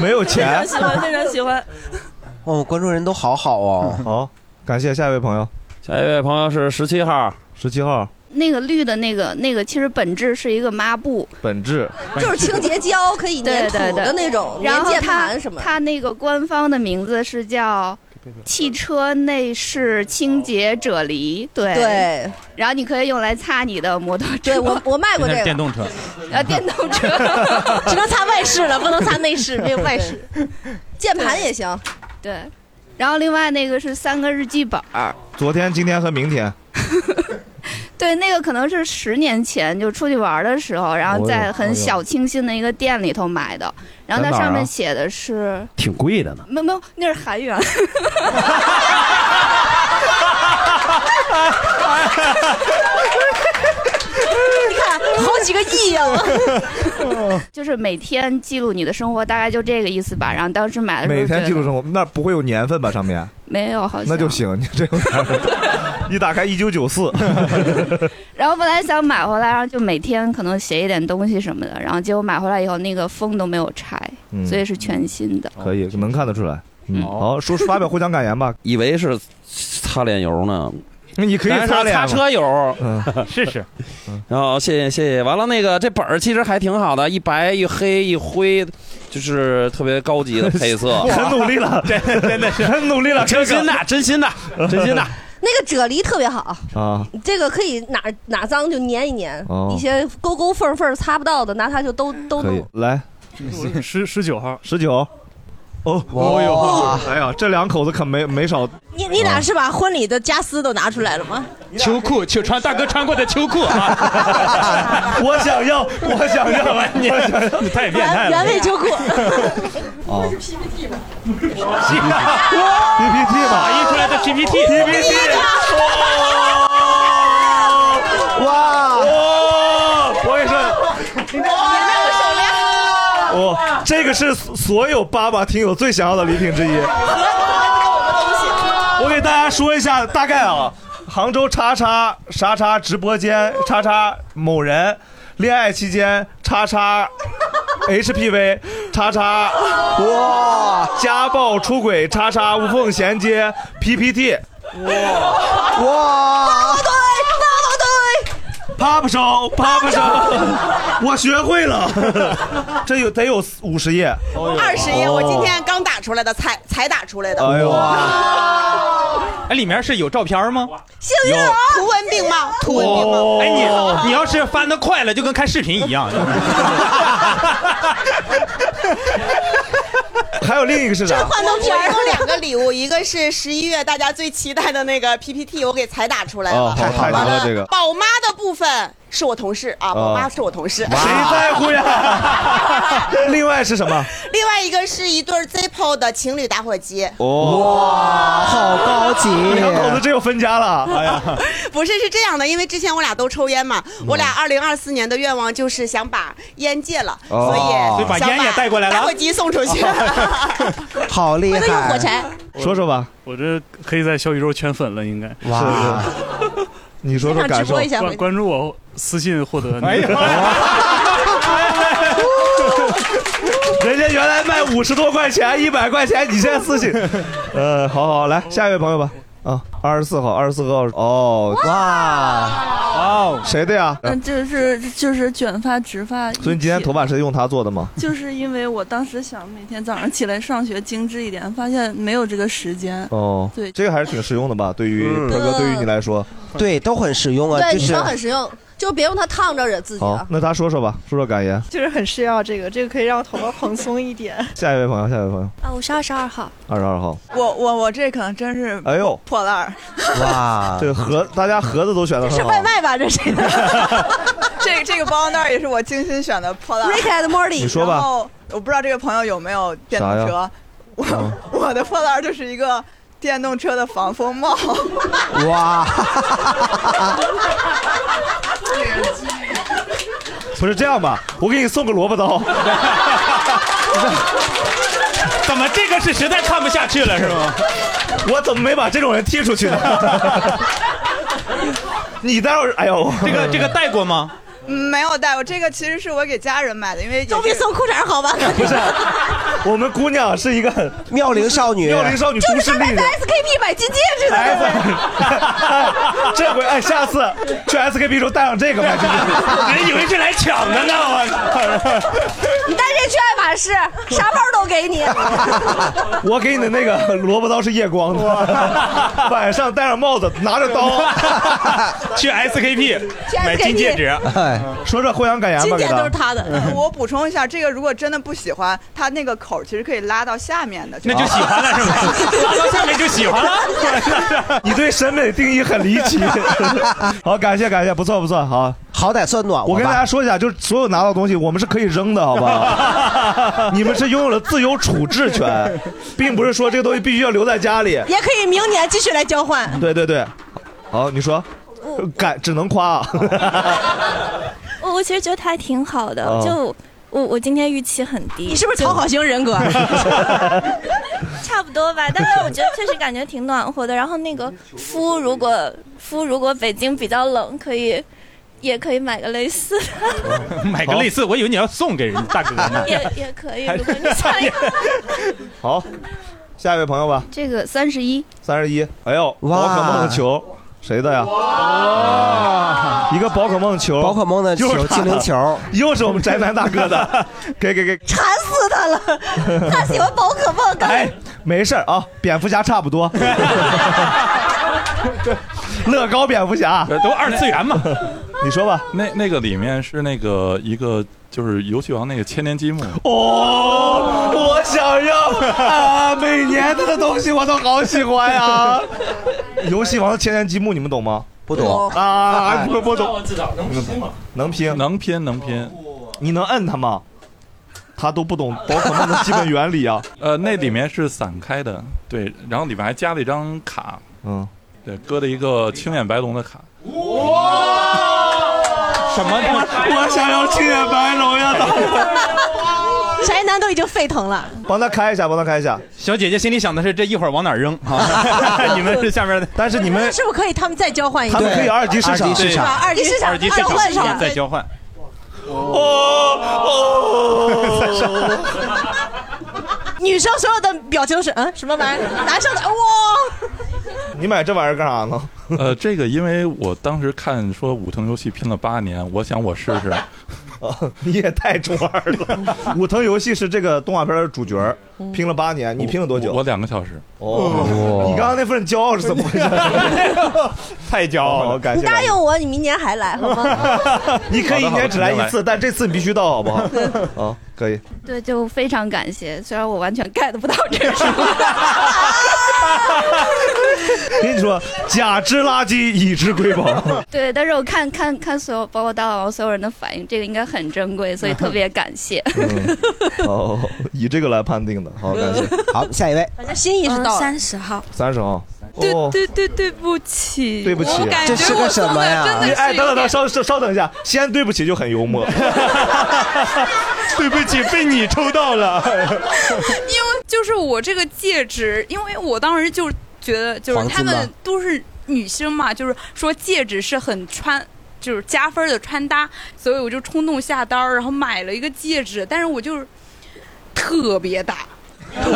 [SPEAKER 1] 没有
[SPEAKER 12] 非常
[SPEAKER 1] 钱
[SPEAKER 12] 喜欢，非常喜
[SPEAKER 1] (laughs)
[SPEAKER 12] 欢。
[SPEAKER 5] (laughs) 哦，关注人都好好哦。
[SPEAKER 1] 好，感谢下一位朋友，
[SPEAKER 25] 下一位朋友是十七号，
[SPEAKER 1] 十七号
[SPEAKER 25] 那个绿的那个那个，其实本质是一个抹布，
[SPEAKER 1] 本质
[SPEAKER 7] (laughs) 就是清洁胶可以
[SPEAKER 25] 对
[SPEAKER 7] 粘土
[SPEAKER 25] 对对
[SPEAKER 7] 的那种，
[SPEAKER 25] 然
[SPEAKER 7] 粘
[SPEAKER 25] 后
[SPEAKER 7] 键
[SPEAKER 25] 它
[SPEAKER 7] 盘什么。
[SPEAKER 25] 它那个官方的名字是叫汽车内饰清洁啫喱，对
[SPEAKER 7] 对。
[SPEAKER 25] 然后你可以用来擦你的摩托车。
[SPEAKER 7] 对我我卖过这
[SPEAKER 25] 电
[SPEAKER 7] 个
[SPEAKER 9] 电动车，
[SPEAKER 25] 呃电动车
[SPEAKER 7] (laughs) 只能擦
[SPEAKER 25] (laughs)
[SPEAKER 7] 外饰了不能擦内
[SPEAKER 25] 饰
[SPEAKER 7] 没有外饰。键盘也行。
[SPEAKER 25] 对，然后另外那个是三个日记本儿。
[SPEAKER 1] 啊昨天、今天和明天，
[SPEAKER 25] 对，那个可能是十年前就出去玩的时候，
[SPEAKER 1] 哦
[SPEAKER 25] 然后在很小清新的一个店里头买的，然后它
[SPEAKER 13] 在哪儿啊
[SPEAKER 25] 上面写的是，
[SPEAKER 13] (laughs) 挺贵的呢。
[SPEAKER 25] 没没有，那是韩元，
[SPEAKER 7] 你看，好几个亿啊呀、
[SPEAKER 1] 哦
[SPEAKER 25] (laughs) 就是每天记录你的生活，大概就这个意思吧。然后当时
[SPEAKER 5] 哎
[SPEAKER 25] 买的时候
[SPEAKER 1] 每天
[SPEAKER 25] 觉
[SPEAKER 1] 记录
[SPEAKER 25] 得
[SPEAKER 1] 生活，那不会有年份吧？上面
[SPEAKER 25] 没有，好像
[SPEAKER 1] 那就行，你这有点儿一打开一九九四，
[SPEAKER 25] 然后本来想买回来，然后就每天可能写一点东西什么的，然后结果买回来以后那个封都没有拆，
[SPEAKER 1] 嗯
[SPEAKER 25] 所以是全新的。
[SPEAKER 1] 可以能看得出来。嗯，好，说发表获奖感言吧。
[SPEAKER 13] 以为是擦脸
[SPEAKER 1] (laughs)
[SPEAKER 13] 油呢。
[SPEAKER 1] 你可以
[SPEAKER 13] 咱是
[SPEAKER 1] 擦脸
[SPEAKER 13] 擦
[SPEAKER 1] 吗
[SPEAKER 13] 车油，
[SPEAKER 5] 嗯
[SPEAKER 1] 试试。
[SPEAKER 13] 然后哦谢谢谢谢，完了那个这本儿其实还挺好的，一白一黑一灰，就是特别高级的配色。
[SPEAKER 1] (laughs) 很努力了，
[SPEAKER 13] 真真的是
[SPEAKER 1] 很努力了，
[SPEAKER 13] 真心的真心的真心的。
[SPEAKER 7] 那个啫喱特别好，
[SPEAKER 1] 啊，
[SPEAKER 7] 这个可以哪儿哪儿脏就粘一粘，
[SPEAKER 1] (laughs) 哦
[SPEAKER 7] 一些沟沟缝缝擦不到的，拿它就都都
[SPEAKER 1] 可以
[SPEAKER 7] 弄。
[SPEAKER 1] 来，
[SPEAKER 14] 十十九号，
[SPEAKER 1] 十九。哦，
[SPEAKER 13] 哇
[SPEAKER 1] 哦呦，哎呀，这两口子可没没少
[SPEAKER 23] 你你俩是把婚礼的家私都拿出来了吗？
[SPEAKER 2] 秋裤，就穿大哥穿过的秋裤啊！
[SPEAKER 1] (laughs) 我想要，我想要，
[SPEAKER 2] 你 (laughs) 你太变态了！
[SPEAKER 23] 原味
[SPEAKER 1] (laughs)
[SPEAKER 23] 秋裤。
[SPEAKER 1] 哦
[SPEAKER 23] PPT 吧。
[SPEAKER 1] PPT 吧，
[SPEAKER 2] 印出来的 PPT。
[SPEAKER 1] PPT。哇！我跟你说，我哦这个是所有爸爸听友最想要的礼品之一。我给大家说一下，大概啊，杭州叉叉叉叉直播间叉叉某人恋爱期间叉叉 HPV 叉叉哇家暴出轨叉叉无缝衔接 PPT 哇哇啪啪手啪啪手，我学会了，这有得有五十页，
[SPEAKER 23] 二十页，我今天刚打出来的，才才打出来的。
[SPEAKER 1] 哦哎呦
[SPEAKER 2] 哎，里面是有照片吗？
[SPEAKER 23] 幸运儿，图文并 (laughs) 茂，图文并
[SPEAKER 1] 哦
[SPEAKER 23] 茂。
[SPEAKER 2] 哎，你你要是翻的快了，就跟看视频一样。
[SPEAKER 1] 哦还有另一个是啥？
[SPEAKER 23] 换动
[SPEAKER 13] 皮儿
[SPEAKER 23] 我有两个礼物，一个是十一月大家最期待的那个 PPT，我给才打出来了。
[SPEAKER 1] 哦好太
[SPEAKER 13] 好
[SPEAKER 23] 完
[SPEAKER 13] 了这个
[SPEAKER 23] 宝妈的部分是我同事啊，宝妈是我同事。
[SPEAKER 1] 谁在乎呀？另外是什么？
[SPEAKER 23] (laughs) 另外一个是一对 Zippo 的情侣打火机。
[SPEAKER 1] 哇，好高级！两口子真有分家了，哎呀，
[SPEAKER 23] 不是是这样的，因为之前我俩都抽烟嘛，我俩二零二四年的愿望就是想把烟戒了，
[SPEAKER 5] 哦
[SPEAKER 23] 所以
[SPEAKER 5] 所以把
[SPEAKER 23] 想
[SPEAKER 5] 烟也带过来了
[SPEAKER 23] 打火机送出去。
[SPEAKER 5] 好厉害！
[SPEAKER 23] 不能用火柴
[SPEAKER 1] 说说吧，
[SPEAKER 14] 我这可以在小宇宙圈粉了，应该。
[SPEAKER 1] 哇
[SPEAKER 14] 是，
[SPEAKER 1] (laughs) 你说说感受。
[SPEAKER 14] 关关注
[SPEAKER 2] (laughs)
[SPEAKER 14] 我，私信获得。哎 (laughs)
[SPEAKER 1] 人家原来卖五十多块钱、一百块钱，你现在私信。呃，好好，来下一位朋友吧。啊，二十四号，二十四号，哦，哇，
[SPEAKER 2] 哦，
[SPEAKER 1] 谁的呀？
[SPEAKER 11] 嗯，就是就是卷发直发一体，
[SPEAKER 1] 所以你今天头发是用它做的吗？
[SPEAKER 8] 嗯
[SPEAKER 11] 就是因为我当时想每天早上起来上学精致一点，发现没有这个时间。
[SPEAKER 1] 哦，
[SPEAKER 11] 对
[SPEAKER 1] 这个还是挺实用的吧？对于
[SPEAKER 11] 嗯
[SPEAKER 1] 涛哥，对于你来说，
[SPEAKER 5] 对，都很实用
[SPEAKER 8] 呃
[SPEAKER 5] 啊
[SPEAKER 8] 对，你说很实用，就别用它烫着人自己
[SPEAKER 7] (laughs)
[SPEAKER 1] 好
[SPEAKER 8] 啊，。
[SPEAKER 1] 那他说说吧，说说感言。
[SPEAKER 11] 就是很需要这个，这个可以让头发蓬松一点。
[SPEAKER 1] 下一位朋友，下一位朋友，
[SPEAKER 11] (laughs) 啊，我是二十二号，
[SPEAKER 1] 二十二号，
[SPEAKER 11] 我我我 (laughs) 这可能真是
[SPEAKER 1] 哎呦
[SPEAKER 11] 破烂儿，
[SPEAKER 1] 哇，哦这个盒大家盒子都选的很好，啊
[SPEAKER 11] 卖吧？ (laughs) 这是这这个包那儿也是我精心选的破烂儿。
[SPEAKER 8] Rick and Morty
[SPEAKER 1] (laughs) 你说吧
[SPEAKER 11] 然后我不知道这个朋友有没有电动
[SPEAKER 1] 啥
[SPEAKER 11] 车
[SPEAKER 1] 呀，嗯
[SPEAKER 11] 我、我的破烂儿就是一个电动车的防风帽。
[SPEAKER 5] (laughs) 哇，
[SPEAKER 1] 不是这样吧？我给你送个萝卜刀，
[SPEAKER 7] (laughs) 怎么这个是实在看不下去了是吗？
[SPEAKER 1] 我怎么没把这种人踢出去呢？
[SPEAKER 7] (laughs)
[SPEAKER 1] 你待会儿，哎呦，
[SPEAKER 7] 这个这个带过吗？
[SPEAKER 11] 嗯没有带，我这个其实是我给家人买的，因为总比送
[SPEAKER 8] 裤衩好吧？
[SPEAKER 1] (laughs)
[SPEAKER 8] (laughs)
[SPEAKER 1] 不是，哎我们姑娘是一个
[SPEAKER 5] 妙龄少女
[SPEAKER 1] 妙龄少女都市丽人。
[SPEAKER 8] SKP 买金戒指的，
[SPEAKER 1] 哎这回哎，下次去 SKP 时候带上这个吧，
[SPEAKER 7] (laughs) 人以为是来抢的呢，我
[SPEAKER 8] 你带这去爱马仕，啥包都给
[SPEAKER 1] (laughs)
[SPEAKER 8] 你。
[SPEAKER 1] 靠！ (laughs) 我给你的那个萝卜刀是夜光的， (laughs) 晚上戴上帽子，拿着刀
[SPEAKER 7] (laughs) 去 SKP
[SPEAKER 11] 去 SKP 买金戒指。
[SPEAKER 1] 哎，说说获奖感言吧，给他。嗯
[SPEAKER 11] (laughs) 我补充一下，这个如果真的不喜欢，它那个口儿其实可以拉到下面的。就
[SPEAKER 8] 哦
[SPEAKER 7] 那就喜欢
[SPEAKER 2] (laughs)
[SPEAKER 7] 了是吗？拉到下面就喜欢了。
[SPEAKER 1] (laughs) 你对审美定义很离奇。 (laughs) 好，感谢感谢，不错不错，好，
[SPEAKER 5] 好歹算暖。
[SPEAKER 1] 我跟大家说一下，就是所有拿到的东西，我们是可以扔的，好
[SPEAKER 7] (laughs)
[SPEAKER 1] 不好？你们是拥有了自由处置权，并不是说这个东西必须要留在家里。
[SPEAKER 8] 也可以明年继续来交换。
[SPEAKER 1] (laughs) 对对对，好，你说，敢只能夸、啊。
[SPEAKER 17] 我我其实觉得他还挺好的，
[SPEAKER 1] 哦
[SPEAKER 17] 就我我今天预期很低。
[SPEAKER 8] 你是不是讨好型人
[SPEAKER 1] (laughs)
[SPEAKER 8] 格？ (laughs) 啊
[SPEAKER 16] (laughs)
[SPEAKER 17] 差不多吧，但是我觉得确实感觉挺暖和的。然后那个敷，如果敷如果北京比较冷，可以也可以买个类似的，
[SPEAKER 16] (laughs)
[SPEAKER 7] 买个类似，我以为你要送给人家大哥
[SPEAKER 23] (laughs)
[SPEAKER 7] 呢。
[SPEAKER 17] 也也可以。
[SPEAKER 7] 还
[SPEAKER 17] 如果你想要，
[SPEAKER 1] (laughs) 好，下一位朋友吧，
[SPEAKER 25] (laughs) 这个三十一，
[SPEAKER 1] 三十一，哎呦，宝可梦的球，谁的呀？一个宝可梦球，宝可
[SPEAKER 5] 梦的
[SPEAKER 1] 又是他的
[SPEAKER 5] 精灵球，
[SPEAKER 1] 又是我们宅男大哥 (laughs) 的，给给给，
[SPEAKER 8] 馋死他了！ (laughs) 他喜欢宝可梦，刚才
[SPEAKER 1] 哎，没事儿啊，蝙蝠侠差不 (laughs) 多，乐高蝙蝠侠
[SPEAKER 19] 都二次元嘛。
[SPEAKER 1] 你说吧，
[SPEAKER 19] 那那个里面是那个一个就是游戏王那个千年积
[SPEAKER 1] (laughs)
[SPEAKER 19] 木，
[SPEAKER 1] 哦，我想要啊，每年的东西我都好喜欢啊呀、游戏王的千年积木你们懂吗？
[SPEAKER 5] 不
[SPEAKER 19] 懂
[SPEAKER 1] 啊，不不懂，
[SPEAKER 19] 知道能拼吗？
[SPEAKER 1] 能拼，能拼，能拼。你能摁它吗？他都不懂宝可梦的基本原理啊。
[SPEAKER 19] 呃，那里面是散开的，对，然后里面还加了一张卡，
[SPEAKER 1] 嗯，
[SPEAKER 19] 对，搁了一个青眼白龙的卡。
[SPEAKER 7] 什么？
[SPEAKER 1] 我想要青眼白龙呀！
[SPEAKER 8] 宅男都已经沸腾了。
[SPEAKER 1] 帮他开一下，帮他开一下。
[SPEAKER 2] 小姐姐心里想的是这一会儿往哪儿扔啊？你们是下面的，
[SPEAKER 1] 但是你们
[SPEAKER 8] 是不是可以他们再交换一个？
[SPEAKER 2] 他们可以二级市场
[SPEAKER 8] 对
[SPEAKER 2] 对
[SPEAKER 8] 吧二级市场，
[SPEAKER 2] 二级市场
[SPEAKER 8] 交换一下
[SPEAKER 2] 再交换。
[SPEAKER 1] 哦
[SPEAKER 8] 女生所有的表情是嗯什么玩意儿？男生的哇，
[SPEAKER 1] 你买这玩意儿干啥呢？
[SPEAKER 19] (laughs) 呃，这个因为我当时看说武藤游戏拼了八年，我想我试试。
[SPEAKER 1] 哦，你也太中二了！武藤游戏是这个动画片的主角儿，拼了八年， (laughs) 你拼了多久？
[SPEAKER 19] 我两个小时。
[SPEAKER 1] 哦，你刚刚那份骄傲是怎么 (laughs) 回事？太骄傲了，感
[SPEAKER 8] 你
[SPEAKER 1] 谢。
[SPEAKER 8] 答应我，你明年还来好吗？
[SPEAKER 1] 你可以一年只来一次，但这次你必须到，好不好？好，可以。
[SPEAKER 25] 对，就非常感谢，虽然我完全 get 不到这个。
[SPEAKER 1] 跟你说，假之垃圾，以之瑰
[SPEAKER 25] (laughs)
[SPEAKER 1] 宝。
[SPEAKER 25] (laughs) 对，但是我看看看所有，包括大王所有人的反应，这个应该很珍贵，所以特别感谢。
[SPEAKER 1] 嗯哦，以这个来判定的，好，感谢。
[SPEAKER 5] 好，下一位，
[SPEAKER 25] 反正心意是
[SPEAKER 7] 嗯
[SPEAKER 25] 到了
[SPEAKER 17] 三十号。
[SPEAKER 1] 三十号。
[SPEAKER 17] 对
[SPEAKER 1] 哦
[SPEAKER 17] 对对，对不起，
[SPEAKER 1] 对
[SPEAKER 2] 啊
[SPEAKER 1] 不起
[SPEAKER 17] 我感，觉我送的真的
[SPEAKER 1] 你
[SPEAKER 17] 是
[SPEAKER 1] 哎，等
[SPEAKER 17] 有
[SPEAKER 1] 等
[SPEAKER 17] 点
[SPEAKER 1] 等，稍稍稍等一下，先对不起就很幽 (laughs) 默。对不起，被你抽到 (laughs) 了。
[SPEAKER 17] (laughs) 因为就是我这个戒指，因为我当时就是觉得，就是
[SPEAKER 1] 黄金
[SPEAKER 17] 她
[SPEAKER 1] 吧
[SPEAKER 17] 们都是女生嘛，就是说戒指是很穿。就是加分的穿搭，所以我就冲动下单儿，然后买了一个戒指，但是我就是特别大，哎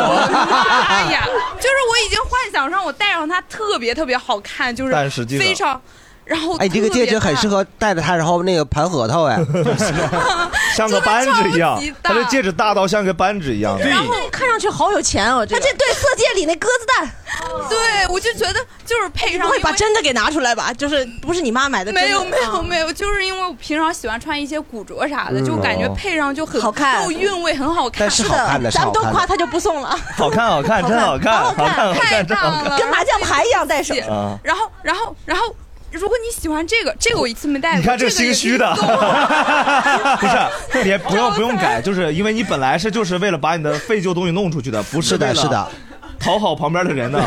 [SPEAKER 17] 呀，就是我已经幻想上我戴上它特别特别好看，就是
[SPEAKER 1] 但实际上
[SPEAKER 17] 非常。然后
[SPEAKER 5] 哎，你这个
[SPEAKER 17] 特别
[SPEAKER 5] 戒指很
[SPEAKER 17] 大
[SPEAKER 5] 适合戴着它，然后那个盘核
[SPEAKER 7] (laughs)
[SPEAKER 5] 桃哎，
[SPEAKER 1] 像个扳指一样
[SPEAKER 17] 真的超级，大
[SPEAKER 1] 他这戒指大到像个扳指一样。
[SPEAKER 17] 然后
[SPEAKER 8] 看上去好有钱哦，他
[SPEAKER 7] 这对色戒里那鸽子蛋，
[SPEAKER 17] 对我就觉得就是配上，
[SPEAKER 8] 不会把
[SPEAKER 17] 因为
[SPEAKER 8] 真的给拿出来吧？就是不是你妈买的真的？
[SPEAKER 17] 没有没有
[SPEAKER 8] 啊
[SPEAKER 17] 没有，就是因为我平常喜欢穿一些古着啥的，
[SPEAKER 1] 嗯
[SPEAKER 17] 就感觉
[SPEAKER 1] 哦
[SPEAKER 17] 配上就很
[SPEAKER 8] 好看
[SPEAKER 17] 有韵味，很好看。
[SPEAKER 1] 但是好看的是
[SPEAKER 8] 咱们都
[SPEAKER 1] 好看的
[SPEAKER 8] 夸他就不
[SPEAKER 17] (laughs)
[SPEAKER 8] 送了，
[SPEAKER 1] 好看，好看，真好看，好看，好看，真好看。
[SPEAKER 8] 跟麻将牌一样戴手。
[SPEAKER 1] 啊
[SPEAKER 17] 嗯然后然后然后，如果你喜欢这个，这个我一次没戴过。
[SPEAKER 1] 你哎看这
[SPEAKER 17] 这
[SPEAKER 1] 个心虚的， (laughs) 不是，别不用不用改，就是因为你本来是就是为了把你的废旧东西弄出去的，不
[SPEAKER 5] 是
[SPEAKER 1] 为
[SPEAKER 5] 的
[SPEAKER 1] 了
[SPEAKER 5] 是的
[SPEAKER 1] 讨好旁边的 (laughs) 人的，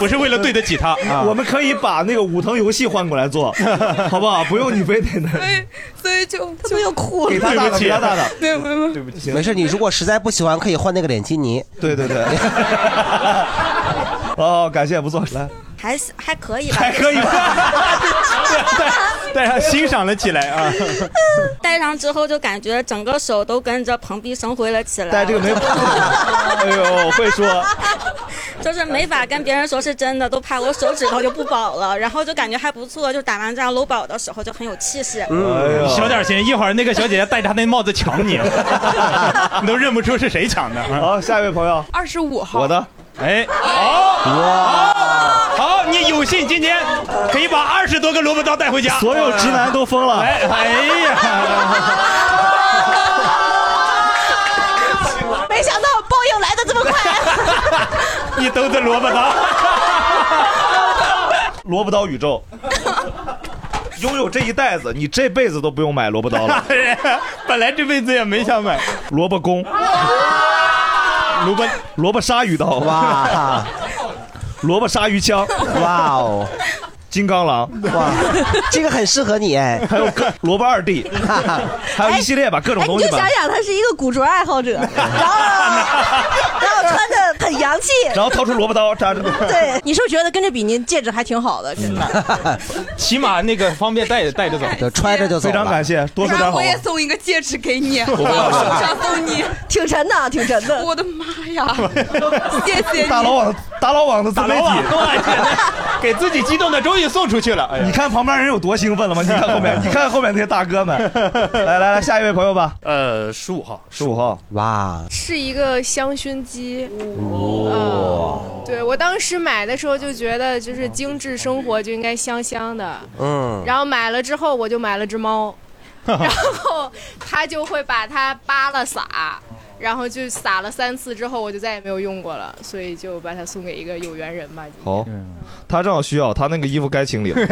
[SPEAKER 2] 不是为了对得起他。
[SPEAKER 1] 我们可以把那个武藤游戏换过来做，好不好？不用你非得那，
[SPEAKER 17] 所以就就
[SPEAKER 8] 又哭
[SPEAKER 1] 给他大的，给他大的，
[SPEAKER 17] 没有没有
[SPEAKER 1] 对不起，
[SPEAKER 5] 没事，你如果实在不喜欢，可以换那个脸基
[SPEAKER 7] (laughs)
[SPEAKER 5] 尼。
[SPEAKER 1] 对对对。哦，感谢，不错，来，
[SPEAKER 16] 还是还可以吧，
[SPEAKER 2] 还可以吧带上欣赏了起来 (laughs) 啊！
[SPEAKER 16] (laughs) 戴上之后就感觉整个手都跟着蓬荜生辉了起来。
[SPEAKER 1] 戴这个
[SPEAKER 16] (laughs)
[SPEAKER 1] 没，哎呦，会说，
[SPEAKER 16] 就是没法跟别人说是真的，都怕我手指头就不保了。然后就感觉还不错，就打完仗搂宝的时候就很有气势。
[SPEAKER 2] 哎
[SPEAKER 1] 嗯
[SPEAKER 2] 你小点心，一会儿那个小姐姐戴着她那帽子抢你，你都认不出是谁抢的。
[SPEAKER 1] 好，下一位朋友，
[SPEAKER 17] 二十五号，
[SPEAKER 1] 我的，
[SPEAKER 2] 哎，好，你有幸今天可以把二十多个萝卜刀带回家，
[SPEAKER 1] 所有直男都疯了，
[SPEAKER 2] 哎哎呀，
[SPEAKER 8] 没想到报应来的这么
[SPEAKER 2] (laughs)
[SPEAKER 8] 快，
[SPEAKER 2] 一兜子萝卜刀， (laughs)
[SPEAKER 1] 萝卜刀宇宙。拥有这一袋子，你这辈子都不用买萝卜刀了。
[SPEAKER 2] 本来这辈子也没想买
[SPEAKER 1] 萝卜公，萝卜萝卜鲨鱼刀，
[SPEAKER 5] 哇，
[SPEAKER 1] 萝卜鲨鱼枪，
[SPEAKER 5] 哇哦，
[SPEAKER 1] 金刚狼，
[SPEAKER 5] 哇，这个很适合你哎，
[SPEAKER 1] 还有各萝卜
[SPEAKER 5] (laughs)
[SPEAKER 1] 二弟，还有一系列吧，各种
[SPEAKER 7] 哎，你
[SPEAKER 1] 东
[SPEAKER 7] 就
[SPEAKER 1] 西吧
[SPEAKER 7] 想。想他是一个古着爱好者，然后然后穿的
[SPEAKER 8] 很洋气。
[SPEAKER 1] 然后掏出萝卜刀扎着。
[SPEAKER 8] (laughs) 对，你是不是觉得跟这比，你戒指还挺好的？真的，
[SPEAKER 2] 起码那个方便带着带着走，
[SPEAKER 5] 揣着就
[SPEAKER 1] 非常感谢，多说
[SPEAKER 17] 不
[SPEAKER 1] 点
[SPEAKER 17] 然
[SPEAKER 1] 好
[SPEAKER 17] 我
[SPEAKER 1] 话
[SPEAKER 17] 也。送一个戒指给
[SPEAKER 1] (laughs)
[SPEAKER 17] 你，
[SPEAKER 1] 不要
[SPEAKER 17] 我手上送你，
[SPEAKER 8] 挺沉的，挺沉
[SPEAKER 17] (laughs)
[SPEAKER 8] 的。
[SPEAKER 17] 我的妈
[SPEAKER 1] (laughs)
[SPEAKER 17] 呀！谢谢你。
[SPEAKER 1] 打老
[SPEAKER 2] 啊
[SPEAKER 1] 网，打老网的自
[SPEAKER 2] 打
[SPEAKER 1] 媒
[SPEAKER 2] 老网，
[SPEAKER 1] 体。
[SPEAKER 2] 我天哪 (laughs) 给自己激动的终于送出去了。哎呀
[SPEAKER 1] 你看旁边人有多兴
[SPEAKER 2] (laughs)
[SPEAKER 1] 奋了吗？你看后
[SPEAKER 2] 哎
[SPEAKER 1] 面，你看后面那些大哥们。来来来，下一位朋友吧。
[SPEAKER 18] (laughs) 呃，十五号，
[SPEAKER 1] 十五号，
[SPEAKER 5] 哇，
[SPEAKER 21] 是一个香薰机。哦、对我当时买的时候就觉得，就是精致生活就应该香香的。
[SPEAKER 5] 嗯
[SPEAKER 21] 然后买了之后，我就买了只猫，然后它就会把它扒拉撒，然后就撒了三次之后，我就再也没有用过了，所以就把它送给一个有缘人吧。
[SPEAKER 1] 好，他正好需要，他那个衣服该清理了，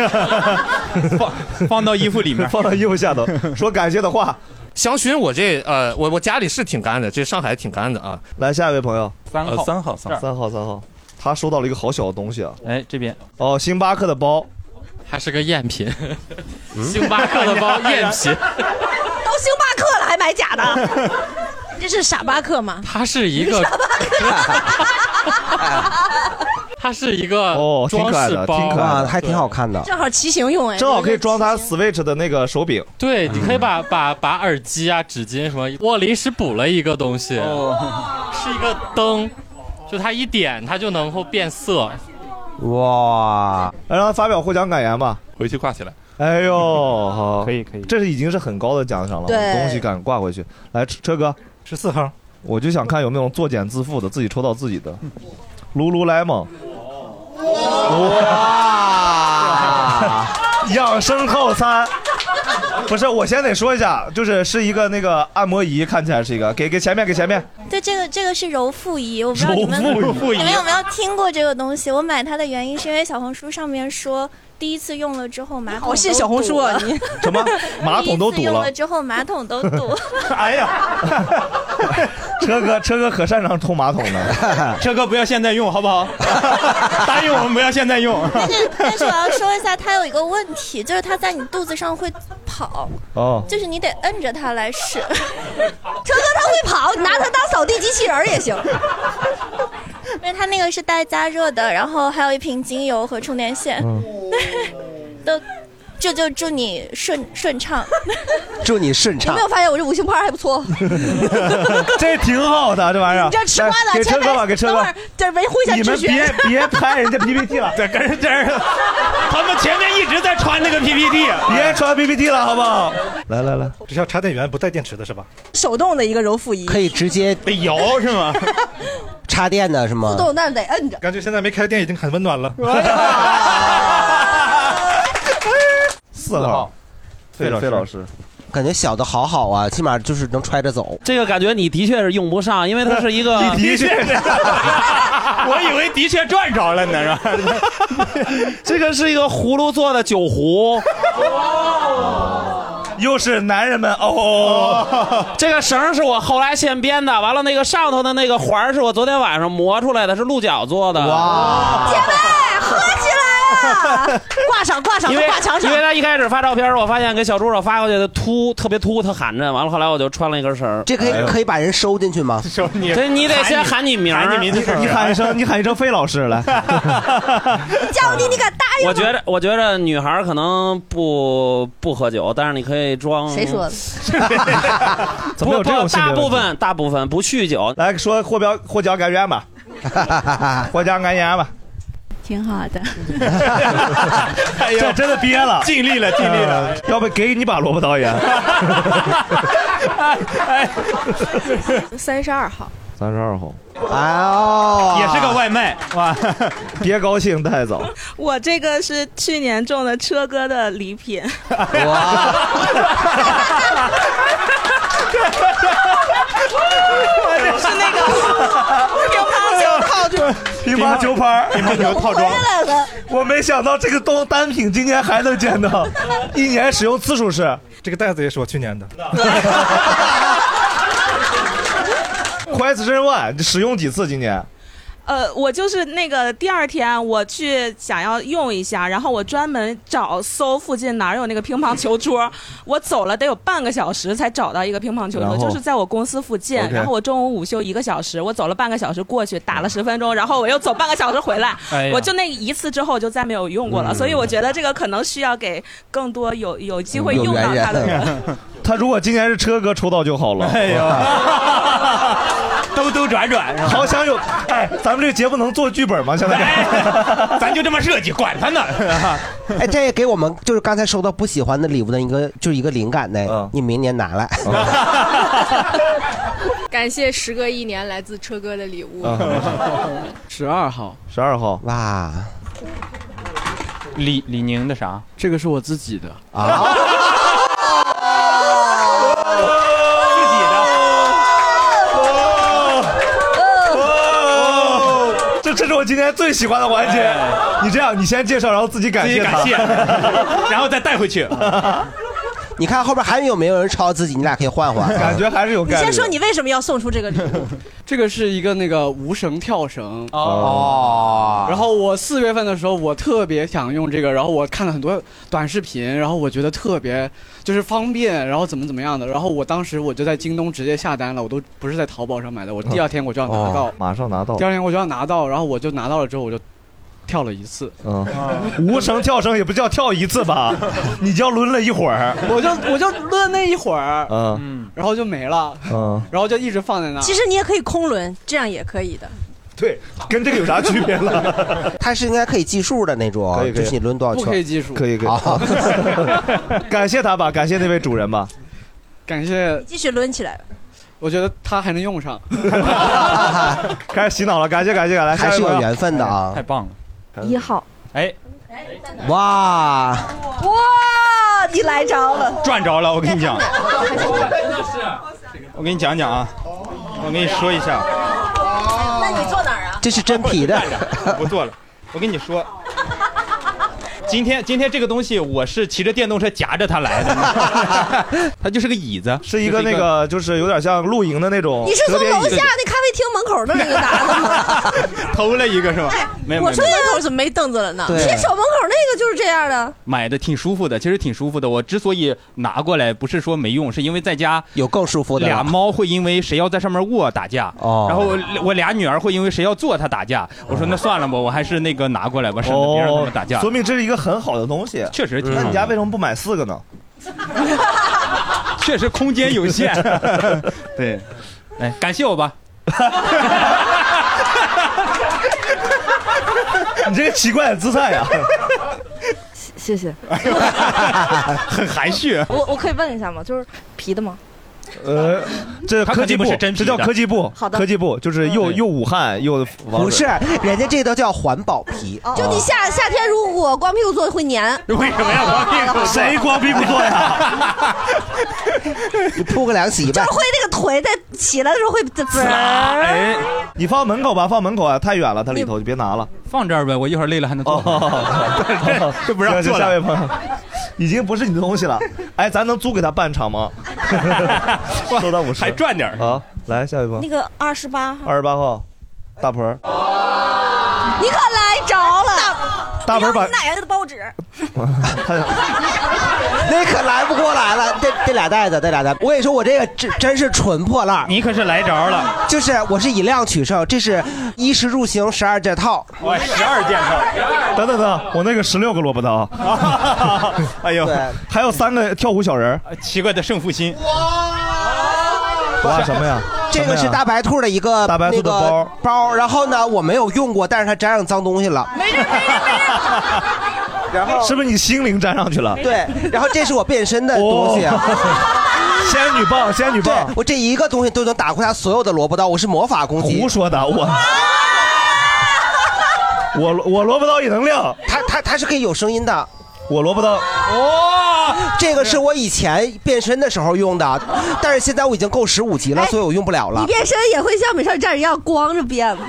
[SPEAKER 2] (laughs) 放放到衣服里
[SPEAKER 1] (laughs)
[SPEAKER 2] 面，
[SPEAKER 1] 放到衣服下头，说感谢的话。
[SPEAKER 18] 香薰，我这呃，我我家里是挺干的，这上海挺干的啊。
[SPEAKER 1] 来，下一位朋友，
[SPEAKER 18] 三号呃三号三号
[SPEAKER 1] 三号，三号，他收到了一个好小的东西啊！
[SPEAKER 2] 哎，这边
[SPEAKER 1] 哦，星巴克的包，
[SPEAKER 9] 还是个赝品， (laughs)
[SPEAKER 18] 嗯
[SPEAKER 9] 星巴克
[SPEAKER 2] (laughs)
[SPEAKER 9] 的包
[SPEAKER 1] 哦
[SPEAKER 9] 赝品，
[SPEAKER 8] (laughs) 都星巴克了还买假的，这是傻巴克吗？
[SPEAKER 9] 它是一
[SPEAKER 8] (laughs)
[SPEAKER 9] 个，
[SPEAKER 8] 哦
[SPEAKER 9] 它是一个
[SPEAKER 1] 哦，挺
[SPEAKER 9] 装
[SPEAKER 1] 可爱
[SPEAKER 9] 饰
[SPEAKER 1] 的，挺
[SPEAKER 9] 包，
[SPEAKER 1] 可爱的，
[SPEAKER 9] 对
[SPEAKER 5] 好看的
[SPEAKER 8] 正好骑行用哎，
[SPEAKER 1] 正好可以装他 Switch 的那个手柄。
[SPEAKER 9] 对，你可以把把把耳机啊、纸巾什么，我临时补了一个东西，是一个灯，就它一点它就能够变色。
[SPEAKER 5] 哇，
[SPEAKER 1] 让他发表获奖感言吧，
[SPEAKER 28] 回去挂起来。
[SPEAKER 1] 哎呦，好，
[SPEAKER 28] (laughs) 可以可以
[SPEAKER 1] 这是已经是很高的奖赏了，
[SPEAKER 28] 对
[SPEAKER 1] 东西敢挂回去。来，车车哥，
[SPEAKER 18] 十四号，
[SPEAKER 1] 我就想看有没有作茧自缚的，自己抽到自己的。Lululemon，哇，养生套餐。不是，我先得说一下，就是是一个那个按摩仪，看起来是一个，给给前面，给前面，
[SPEAKER 16] 对，这个这个是揉腹仪，我不知道你们
[SPEAKER 1] 揉腹仪
[SPEAKER 16] 你们有没有听过这个东西？我买它的原因是因为小红书上面说，第一次用了之后马桶
[SPEAKER 8] 好信小红书啊
[SPEAKER 16] 都堵了
[SPEAKER 8] 你
[SPEAKER 1] 什么 (laughs) 马桶都
[SPEAKER 8] (laughs)
[SPEAKER 16] 第一次
[SPEAKER 1] 堵
[SPEAKER 16] 用
[SPEAKER 1] 了
[SPEAKER 16] 了。之后马桶都
[SPEAKER 7] (laughs)
[SPEAKER 16] 堵。
[SPEAKER 1] 哎呀，车哥，车哥可擅长通马桶
[SPEAKER 8] (laughs)
[SPEAKER 1] 了。
[SPEAKER 2] 车哥不要现在用好不 (laughs) 好？答应我们不要现在用。 (laughs)
[SPEAKER 16] 但是但是我要说一下，它有一个问题，就是它在你肚子上会跑，
[SPEAKER 1] 哦，
[SPEAKER 16] 就是你得摁着它来使。 (laughs)
[SPEAKER 7] 车哥他会跑，拿他当扫地机器人儿也
[SPEAKER 1] (laughs)
[SPEAKER 7] 行。
[SPEAKER 16] (laughs) 因为它那个是 (laughs) 带加热的，然后还有一瓶精油和充电线，对，都
[SPEAKER 21] 就就祝你顺顺
[SPEAKER 8] (laughs)
[SPEAKER 21] 畅。
[SPEAKER 5] 祝你顺
[SPEAKER 7] 有
[SPEAKER 5] 畅
[SPEAKER 7] 没。有发现我这五星牌还不错？
[SPEAKER 1] (laughs) 这挺好的，这玩意儿。
[SPEAKER 7] 你这吃瓜的
[SPEAKER 1] 来给车
[SPEAKER 7] 前
[SPEAKER 1] 哥吧，
[SPEAKER 7] 排
[SPEAKER 1] 给车
[SPEAKER 7] 等
[SPEAKER 1] 哥
[SPEAKER 7] 会儿。这维护一下
[SPEAKER 1] 你们
[SPEAKER 7] 秩序
[SPEAKER 1] 别别拍人家 PPT 了，对，跟人家
[SPEAKER 2] 他们前面一直在传那个 PPT，
[SPEAKER 1] 别传 PPT 了，好不好？
[SPEAKER 4] 来来来，这叫插电源不带电池的是吧？
[SPEAKER 8] 手动的一个揉腹仪，
[SPEAKER 5] 可以直接
[SPEAKER 2] 得摇是吗？
[SPEAKER 5] (laughs) 插电的是
[SPEAKER 8] 哦
[SPEAKER 5] 吗？
[SPEAKER 7] 但是得
[SPEAKER 1] (laughs)
[SPEAKER 7] 摁 (laughs) 着。
[SPEAKER 4] 感觉现在没开电已经很温暖了。
[SPEAKER 1] 四号，
[SPEAKER 5] 费老师
[SPEAKER 1] 费老师，
[SPEAKER 5] 感觉小的好好啊，起码就是能揣着走。
[SPEAKER 13] 这个感觉你的确是用不上，因为它是一
[SPEAKER 1] (laughs)
[SPEAKER 13] 个
[SPEAKER 5] 你 (laughs) 的确是
[SPEAKER 2] 我以为的确赚着了呢，是吧？
[SPEAKER 13] (laughs) 这个是一个葫芦做的酒壶，
[SPEAKER 1] 又是男人们哦。
[SPEAKER 13] (laughs) 这个绳儿是我后来现编的，完了那个上头的那个环儿是我昨天晚上磨出来的，是鹿角做的。哇！
[SPEAKER 7] 哎，喝起来啊！挂上挂上
[SPEAKER 13] 因为
[SPEAKER 7] 挂墙上
[SPEAKER 13] 因为。他一开始发照片儿，我发现给小助手发过去的秃，特别秃，他寒碜。完了后来我就穿了一根绳儿。
[SPEAKER 5] 这
[SPEAKER 1] 哎
[SPEAKER 5] 可以可以把人收进去
[SPEAKER 1] (laughs)
[SPEAKER 5] 吗？
[SPEAKER 2] 收你
[SPEAKER 13] 这你得先喊你名儿喊你名字
[SPEAKER 1] 你喊一声，你喊一声费老师
[SPEAKER 2] (laughs)
[SPEAKER 1] 来。
[SPEAKER 7] 叫你你敢答
[SPEAKER 13] 哎我觉得，我觉得女孩儿可能不不喝酒，但是你可以装。
[SPEAKER 7] 谁说的？
[SPEAKER 1] 怎么有这种
[SPEAKER 13] 不
[SPEAKER 1] 性别
[SPEAKER 13] 大
[SPEAKER 1] 问题
[SPEAKER 13] 部分大部分不酗酒。
[SPEAKER 1] 来说获标获奖感言吧，获奖感言吧。
[SPEAKER 29] 挺好的。
[SPEAKER 1] 这真的憋了，
[SPEAKER 2] 哎
[SPEAKER 1] 呃
[SPEAKER 2] 尽力了，尽力了。
[SPEAKER 1] 要不给你把萝卜导演。
[SPEAKER 8] 哎 (laughs)
[SPEAKER 29] 三十二号，
[SPEAKER 1] 三十二号，
[SPEAKER 5] 哎
[SPEAKER 2] 也是个外卖哇！
[SPEAKER 1] 别高兴太早。
[SPEAKER 29] 我这个是去年中的车哥的礼
[SPEAKER 8] (laughs)
[SPEAKER 29] 品。
[SPEAKER 7] 是那个乒
[SPEAKER 1] (laughs)
[SPEAKER 7] 乓球套住。
[SPEAKER 1] 乒乓球拍，乒乓球套装
[SPEAKER 7] 回来了。
[SPEAKER 1] 我没想到这个东单品今年还能见到，一年使用次数是。
[SPEAKER 4] 这个袋子也是我去
[SPEAKER 1] (laughs)
[SPEAKER 4] 年的，
[SPEAKER 1] Question One 使用几次今年？
[SPEAKER 29] 呃，我就是那个第二天我去想要用一下，然后我专门找搜附近哪儿有那个乒乓球桌，我走了得有半个小时才找到一个乒乓球
[SPEAKER 30] 然
[SPEAKER 29] 桌，
[SPEAKER 30] 后
[SPEAKER 29] 就是在我公司附近。
[SPEAKER 30] OK
[SPEAKER 29] 然后我中午午休一个小时，我走了半个小时过去打了十分钟，然后我又走半个小时回来，
[SPEAKER 30] 哎呀
[SPEAKER 29] 我就那一次之后就再没有用过了，
[SPEAKER 1] 嗯
[SPEAKER 29] 所以我觉得这个可能需要给更多有有机会用到它的人。 (laughs)
[SPEAKER 1] 人。他如果今年是车哥抽到就好了。哎
[SPEAKER 2] 兜兜转转，
[SPEAKER 1] 好想有哎，咱们这个节目能做剧本吗？现在
[SPEAKER 2] 哎咱就这么设计，管他呢。
[SPEAKER 5] 哎，这也给我们就是刚才收到不喜欢的礼物的一个就是一个灵感
[SPEAKER 1] 嗯
[SPEAKER 5] 呢。你明年拿来。
[SPEAKER 21] (laughs)
[SPEAKER 5] (laughs)
[SPEAKER 21] 感谢时隔一年来自车哥的礼物。 (laughs)
[SPEAKER 30] 十二号，
[SPEAKER 1] 十二号，
[SPEAKER 5] 哇，
[SPEAKER 31] 李李宁的啥？
[SPEAKER 30] 这个是我自己的
[SPEAKER 5] 啊，
[SPEAKER 1] 哦，这这是我今天最喜欢的环节。你这样，你先介绍，然后自己感谢他
[SPEAKER 2] 自己感谢 (laughs) 然后再带回去。
[SPEAKER 5] 你看后边还有没有人抄自己？你俩可以换换。啊
[SPEAKER 1] 感觉还是有
[SPEAKER 8] 你先说你为什么要送出这个礼物？
[SPEAKER 30] (laughs) 这个是一个那个无绳跳绳
[SPEAKER 5] 哦
[SPEAKER 30] 然后我四月份的时候，我特别想用这个，然后我看了很多短视频，然后我觉得特别就是方便，然后怎么怎么样的，然后我当时我就在京东直接下单了，我都不是在淘宝上买的，我第二天我就要拿到，
[SPEAKER 1] 哦马上拿到
[SPEAKER 30] 第。二天我就要拿到，然后我就拿到了之后我就跳了一次，
[SPEAKER 1] 嗯，无绳跳绳也不叫跳一次吧，你叫抡了一会儿。
[SPEAKER 30] 我就我就抡那一会儿，
[SPEAKER 1] 嗯
[SPEAKER 30] 嗯，然后就没了，
[SPEAKER 1] 嗯，
[SPEAKER 30] 然后就一直放在那。
[SPEAKER 8] 其实你也可以空轮，这样也可以的。
[SPEAKER 1] 对，跟这个有啥区
[SPEAKER 5] (laughs)
[SPEAKER 1] 别了？
[SPEAKER 5] 它是应该可以计数的那种，
[SPEAKER 1] 可以可以
[SPEAKER 5] 就是你抡多少圈，
[SPEAKER 30] 不可以计数
[SPEAKER 1] 可以可以
[SPEAKER 5] 好
[SPEAKER 1] 感谢他吧，感谢那位主人吧。
[SPEAKER 30] 感谢，
[SPEAKER 8] 继续抡起来。
[SPEAKER 30] 我觉得它还能用上。
[SPEAKER 1] 开始洗脑了，感谢感谢，来，
[SPEAKER 30] 还是有缘
[SPEAKER 5] 分的啊！
[SPEAKER 30] 太
[SPEAKER 31] 棒
[SPEAKER 30] 了
[SPEAKER 29] 一号，
[SPEAKER 2] 哎，
[SPEAKER 17] (laughs)
[SPEAKER 5] 哇，
[SPEAKER 7] 哇，你来着了。
[SPEAKER 2] 赚着了，我跟你
[SPEAKER 17] (laughs)
[SPEAKER 2] 讲，我跟你讲讲啊，我跟你说一下，
[SPEAKER 7] 哦
[SPEAKER 8] 那你坐哪儿啊？
[SPEAKER 5] 这是真皮的，
[SPEAKER 2] (laughs) 不做了，我跟
[SPEAKER 5] (laughs)
[SPEAKER 2] 你说。今天今天这个东西我是骑着电动车夹着它来的，它就是个椅子，
[SPEAKER 1] 是一个那个就是有点像露营的那种
[SPEAKER 7] 你是从
[SPEAKER 1] 折叠椅，
[SPEAKER 7] 楼下那咖啡厅门口那儿那个拿的吗？
[SPEAKER 2] 偷了一个是吧？没有，没
[SPEAKER 7] 我
[SPEAKER 2] 有
[SPEAKER 7] 说
[SPEAKER 2] 没有
[SPEAKER 7] 门口怎么没凳子了
[SPEAKER 8] 哦
[SPEAKER 7] 呢
[SPEAKER 2] 对
[SPEAKER 7] 贴哦手门口那个就是这样的，
[SPEAKER 2] 买的挺舒服的，其实挺舒服的。我之所以拿过来，不是说没用，是因为在家
[SPEAKER 5] 有更舒服
[SPEAKER 2] 的。俩猫会因为谁要在上面卧打架，
[SPEAKER 5] 哦
[SPEAKER 2] 然后我我俩女儿会因为谁要坐它打架。我说那算了吧，我还是那个拿过来吧，省得别让他
[SPEAKER 5] 哦
[SPEAKER 2] 们打架。
[SPEAKER 1] 哦说明这是一个很好的东西，
[SPEAKER 2] 确实挺好
[SPEAKER 1] 那
[SPEAKER 2] 的
[SPEAKER 1] 你家为什么不买四个呢？
[SPEAKER 2] 确实空间有
[SPEAKER 5] (laughs)
[SPEAKER 2] 限，对，哎，感谢我吧。
[SPEAKER 1] (laughs) 你这个奇怪的姿态啊
[SPEAKER 2] (laughs)
[SPEAKER 1] 呀、
[SPEAKER 8] 谢谢。
[SPEAKER 2] 很含蓄。
[SPEAKER 8] 我我可以问一下吗？就是皮的吗？
[SPEAKER 1] 呃，这
[SPEAKER 2] 它
[SPEAKER 1] 科
[SPEAKER 2] 肯
[SPEAKER 1] 技
[SPEAKER 2] 定
[SPEAKER 1] 部
[SPEAKER 2] 不是真皮
[SPEAKER 1] 这
[SPEAKER 2] 的
[SPEAKER 1] 叫科技部，
[SPEAKER 8] 好的
[SPEAKER 1] 科技部就是又又武汉又
[SPEAKER 5] 不是，人家这都叫环保皮。
[SPEAKER 7] 哦就你夏夏天如果光屁股坐会粘。
[SPEAKER 2] 为什么要光屁
[SPEAKER 5] 股坐
[SPEAKER 1] 谁光屁股坐呀？
[SPEAKER 5] (laughs) 你铺个凉席
[SPEAKER 7] 就
[SPEAKER 5] 呗
[SPEAKER 7] 是。会那个腿在起来的时候会滋滋儿。
[SPEAKER 1] 哎，你放门口吧，放门口啊，太远了，它里头就别拿了。哦
[SPEAKER 2] 放这儿呗，我一会儿累了还能
[SPEAKER 1] 坐。
[SPEAKER 2] (laughs)
[SPEAKER 1] 这不让
[SPEAKER 2] 坐了
[SPEAKER 1] 下位朋友，已经不是你的东西了。哎，咱能租给他半场
[SPEAKER 2] (laughs)
[SPEAKER 1] 吗？收到五十，还
[SPEAKER 2] 赚点
[SPEAKER 1] 好，来下一位朋友，
[SPEAKER 8] 那个二十八号，
[SPEAKER 1] 二十八号，大盆
[SPEAKER 5] (laughs)
[SPEAKER 1] 儿，
[SPEAKER 8] 你可来着了。
[SPEAKER 1] 大盆儿把
[SPEAKER 8] 你哪来
[SPEAKER 7] (laughs)
[SPEAKER 8] 的报纸？
[SPEAKER 5] 那可来不过来了，这这俩袋子，这俩袋子，我跟你说，我这个真真是纯破烂
[SPEAKER 2] 你可是来着了，
[SPEAKER 5] 就是我是以量取胜，这是衣食入行十二件套。
[SPEAKER 2] 我十二件套。
[SPEAKER 1] 等等等，我那个十六个萝卜刀，哎呦，还有三个跳舞小人儿，
[SPEAKER 2] 奇怪的胜负心。
[SPEAKER 1] (laughs) 哇什么呀？
[SPEAKER 5] (laughs) 这个
[SPEAKER 1] 什
[SPEAKER 5] 是
[SPEAKER 1] 么呀
[SPEAKER 5] 大白兔的一个
[SPEAKER 1] 大白兔的
[SPEAKER 5] 那个
[SPEAKER 1] 包
[SPEAKER 5] 包，然后呢，我没有用过，但是它沾上脏东
[SPEAKER 7] (laughs)
[SPEAKER 5] 西了。 (laughs) 然后
[SPEAKER 1] 是不是你心灵沾上去了？哦
[SPEAKER 5] 对，然后这是我变身的东西。
[SPEAKER 1] (laughs) 仙女棒，仙女
[SPEAKER 5] 棒，我这一个东西都能打过它所有的萝卜刀，我是魔法攻击。胡
[SPEAKER 1] 说的，
[SPEAKER 5] (laughs)
[SPEAKER 1] 我。我我萝卜刀也能亮，
[SPEAKER 5] 它它它是可以有声音的。
[SPEAKER 1] 我萝卜刀，
[SPEAKER 5] 哇，这个是我以前变身的时候用的，但是现在我已经够十五级了，所以我用不了了
[SPEAKER 7] 哎你。变身也会像美少女战士一样光着变吗？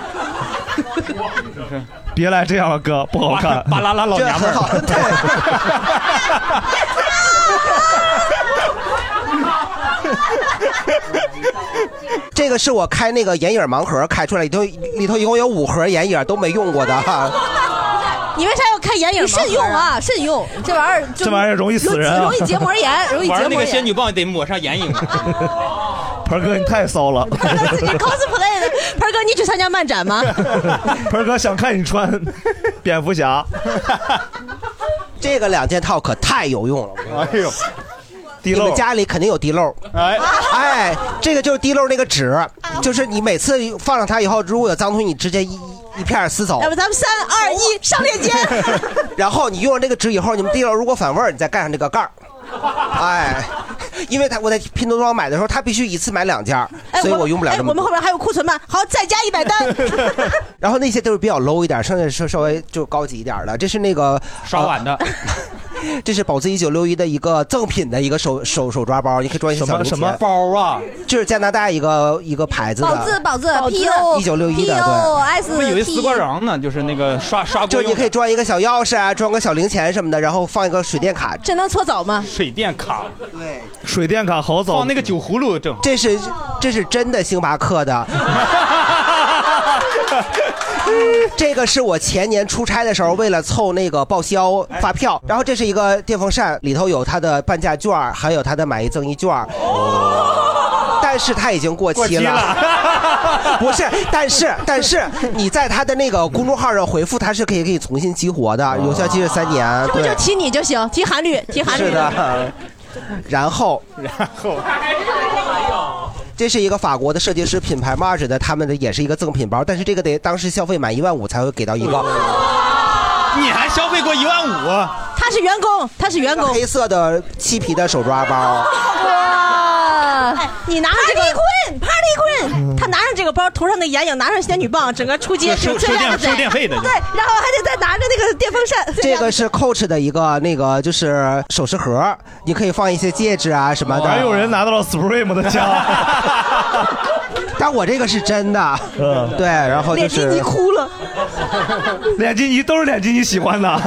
[SPEAKER 1] 别来这样了，哥，不好看。 (laughs) 巴
[SPEAKER 2] 啦啦
[SPEAKER 1] 老娘们儿，
[SPEAKER 7] (laughs)
[SPEAKER 5] 这个是我开那个眼影盲盒开出来，里头里头一共有五盒眼影都没用过的哈。
[SPEAKER 7] 你为啥要看眼影？慎用啊，慎用，这玩意儿就
[SPEAKER 1] 这玩意儿容易死人
[SPEAKER 5] (laughs)
[SPEAKER 1] 啊
[SPEAKER 7] 容易结膜炎，容易结
[SPEAKER 2] 玩那
[SPEAKER 7] 膜
[SPEAKER 2] 个仙
[SPEAKER 7] 炎。
[SPEAKER 2] 女棒得抹上眼影。
[SPEAKER 1] 盆儿哥你太骚
[SPEAKER 2] (laughs)
[SPEAKER 1] 了，
[SPEAKER 7] 你 cosplay 的，盆儿哥，你去参加漫展吗？
[SPEAKER 1] 盆儿哥想看你穿蝙蝠侠，
[SPEAKER 5] 这个两件套可太有用了，
[SPEAKER 1] 哎呦，地
[SPEAKER 5] 你
[SPEAKER 1] 漏
[SPEAKER 5] 们家里肯定有地漏。
[SPEAKER 1] 哎
[SPEAKER 5] 哎，这个就是地漏那个纸，就是你每次放上它以后，如果有脏东西，你直接一一片儿撕走
[SPEAKER 7] 要。不咱们三二一上链
[SPEAKER 5] (laughs)
[SPEAKER 7] 接。
[SPEAKER 5] 然后你用了这个纸以后，你们地漏如果反味儿，你再盖上这个盖儿。哎， (laughs) 因为它我在拼多多上买的时候，它必须一次买两件儿，
[SPEAKER 7] 哎
[SPEAKER 5] 所以我用不了
[SPEAKER 7] 哎
[SPEAKER 5] 这么
[SPEAKER 7] 我们
[SPEAKER 5] 多
[SPEAKER 7] 后。面还有库存吗？好，再加一百单。
[SPEAKER 5] 然后那些都是比较 low 一点，剩下是稍微就高级一点的。这是那个
[SPEAKER 2] 刷碗的，
[SPEAKER 5] 呃 (laughs) 这是宝姿一九六一的一个赠品的一个手手手抓包，你可以装一些小零
[SPEAKER 1] 什么
[SPEAKER 5] 钱
[SPEAKER 1] 什么包啊？
[SPEAKER 5] 就是加拿大一个一个牌子的。
[SPEAKER 7] 宝字宝字 P O
[SPEAKER 5] 1961的对
[SPEAKER 7] P O S
[SPEAKER 2] 我以为
[SPEAKER 7] T
[SPEAKER 2] 丝。
[SPEAKER 7] (laughs)
[SPEAKER 2] 瓜瓤呢，就是那个刷刷
[SPEAKER 5] 就
[SPEAKER 2] 锅
[SPEAKER 5] 你
[SPEAKER 2] 用
[SPEAKER 5] 可以装一个小钥匙啊，装个小零钱什么的，然后放一个水电卡。
[SPEAKER 7] 这能搓澡吗？
[SPEAKER 2] 水电卡。
[SPEAKER 5] 对，
[SPEAKER 1] 水电卡好走，
[SPEAKER 2] 啊放那个酒葫芦正。
[SPEAKER 5] 这是这是真的星巴克
[SPEAKER 2] (laughs)
[SPEAKER 5] 的。这个是我前年出差的时候，为了凑那个报销
[SPEAKER 2] 哎
[SPEAKER 5] 发票，然后这是一个电风扇，里头有它的半价券儿，还有它的买一赠一券儿。
[SPEAKER 2] 哦
[SPEAKER 5] 但是它已经过期了， (laughs) 不是，但是但是你在它的那个公众号上回复，它是可以给你重新激活的，有效期是三年。
[SPEAKER 7] 不
[SPEAKER 5] 对
[SPEAKER 7] 就，提你就行，提韩率，提韩率。
[SPEAKER 5] 是的。然
[SPEAKER 2] (laughs)
[SPEAKER 5] 后，
[SPEAKER 2] 然后
[SPEAKER 5] 这是一个法国的设计师品牌 Marge 的，他们的也是一个赠品包，但是这个得当时消费满一万五才会给到一个。
[SPEAKER 2] 你还消费过一万五？
[SPEAKER 7] 他是员工，他是员工。
[SPEAKER 5] 黑色的漆皮的手抓包，
[SPEAKER 7] 哇！哎，你拿上这个 Party Queen，Party
[SPEAKER 5] 嗯
[SPEAKER 7] Queen，他拿上这个包，涂上那眼影，拿上仙女棒，整个出街
[SPEAKER 5] 收
[SPEAKER 7] 就这样
[SPEAKER 5] 收电收电费的就
[SPEAKER 7] 对，然后还得再拿着那个电风扇。
[SPEAKER 5] 这个是 Coach 的一个那个就是首饰盒，你可以放一些戒指啊什么的。
[SPEAKER 1] 还有人拿到了 Supreme 的奖，
[SPEAKER 5] (laughs) 但我这个是真的，对，然后就
[SPEAKER 7] 脸
[SPEAKER 5] 是
[SPEAKER 7] 基尼哭了，
[SPEAKER 1] (laughs) 脸基尼都是脸基尼喜欢的。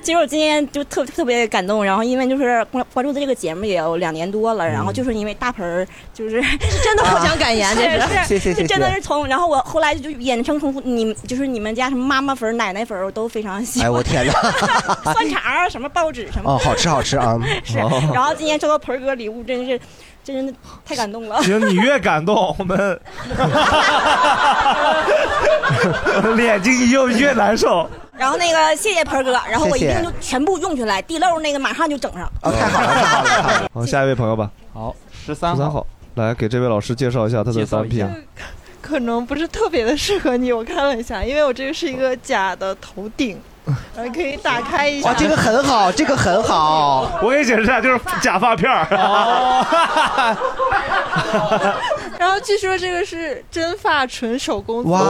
[SPEAKER 32] 其实我今天就特特别感动，然后因为就是关关注的这个节目也有两年多了，然后就是因为大盆儿就是是
[SPEAKER 7] 嗯 (laughs) 真的获奖感言这是
[SPEAKER 32] 是
[SPEAKER 7] 谢谢谢谢
[SPEAKER 32] 是真的是从，然后我后来就衍生从你们就是你们家什么妈妈粉儿、奶奶粉儿，我都非常喜
[SPEAKER 5] 哎，
[SPEAKER 32] 欢。
[SPEAKER 5] 我天哪！
[SPEAKER 32] (laughs) 酸肠儿啊什么报纸什么。
[SPEAKER 5] 哦，好吃好吃啊！
[SPEAKER 32] 是，
[SPEAKER 7] 哦
[SPEAKER 32] 然后今天收到盆儿哥礼物，真是，真是太感动了。
[SPEAKER 1] (laughs) 行，你越感动，我 (laughs) 们眼睛一用越难受。
[SPEAKER 32] 然后那个谢谢盆儿哥，然后我一
[SPEAKER 1] 谢谢
[SPEAKER 32] 定就全部用起来，地漏那个马上就整上。
[SPEAKER 1] 好，下一位朋友吧。
[SPEAKER 2] 好，十三
[SPEAKER 1] 十三号，来给这位老师介绍一下他的单品。
[SPEAKER 13] 可能不是特别的适合你，我看了一下，因为我这个是一个假的头顶，然
[SPEAKER 15] 呃
[SPEAKER 13] 后可以打开一下。
[SPEAKER 5] 哇，这个很好，这个很好。
[SPEAKER 1] 我给你解释一下，就是假发片儿。
[SPEAKER 5] 哦
[SPEAKER 13] 然后据说这个是真发纯手工做的，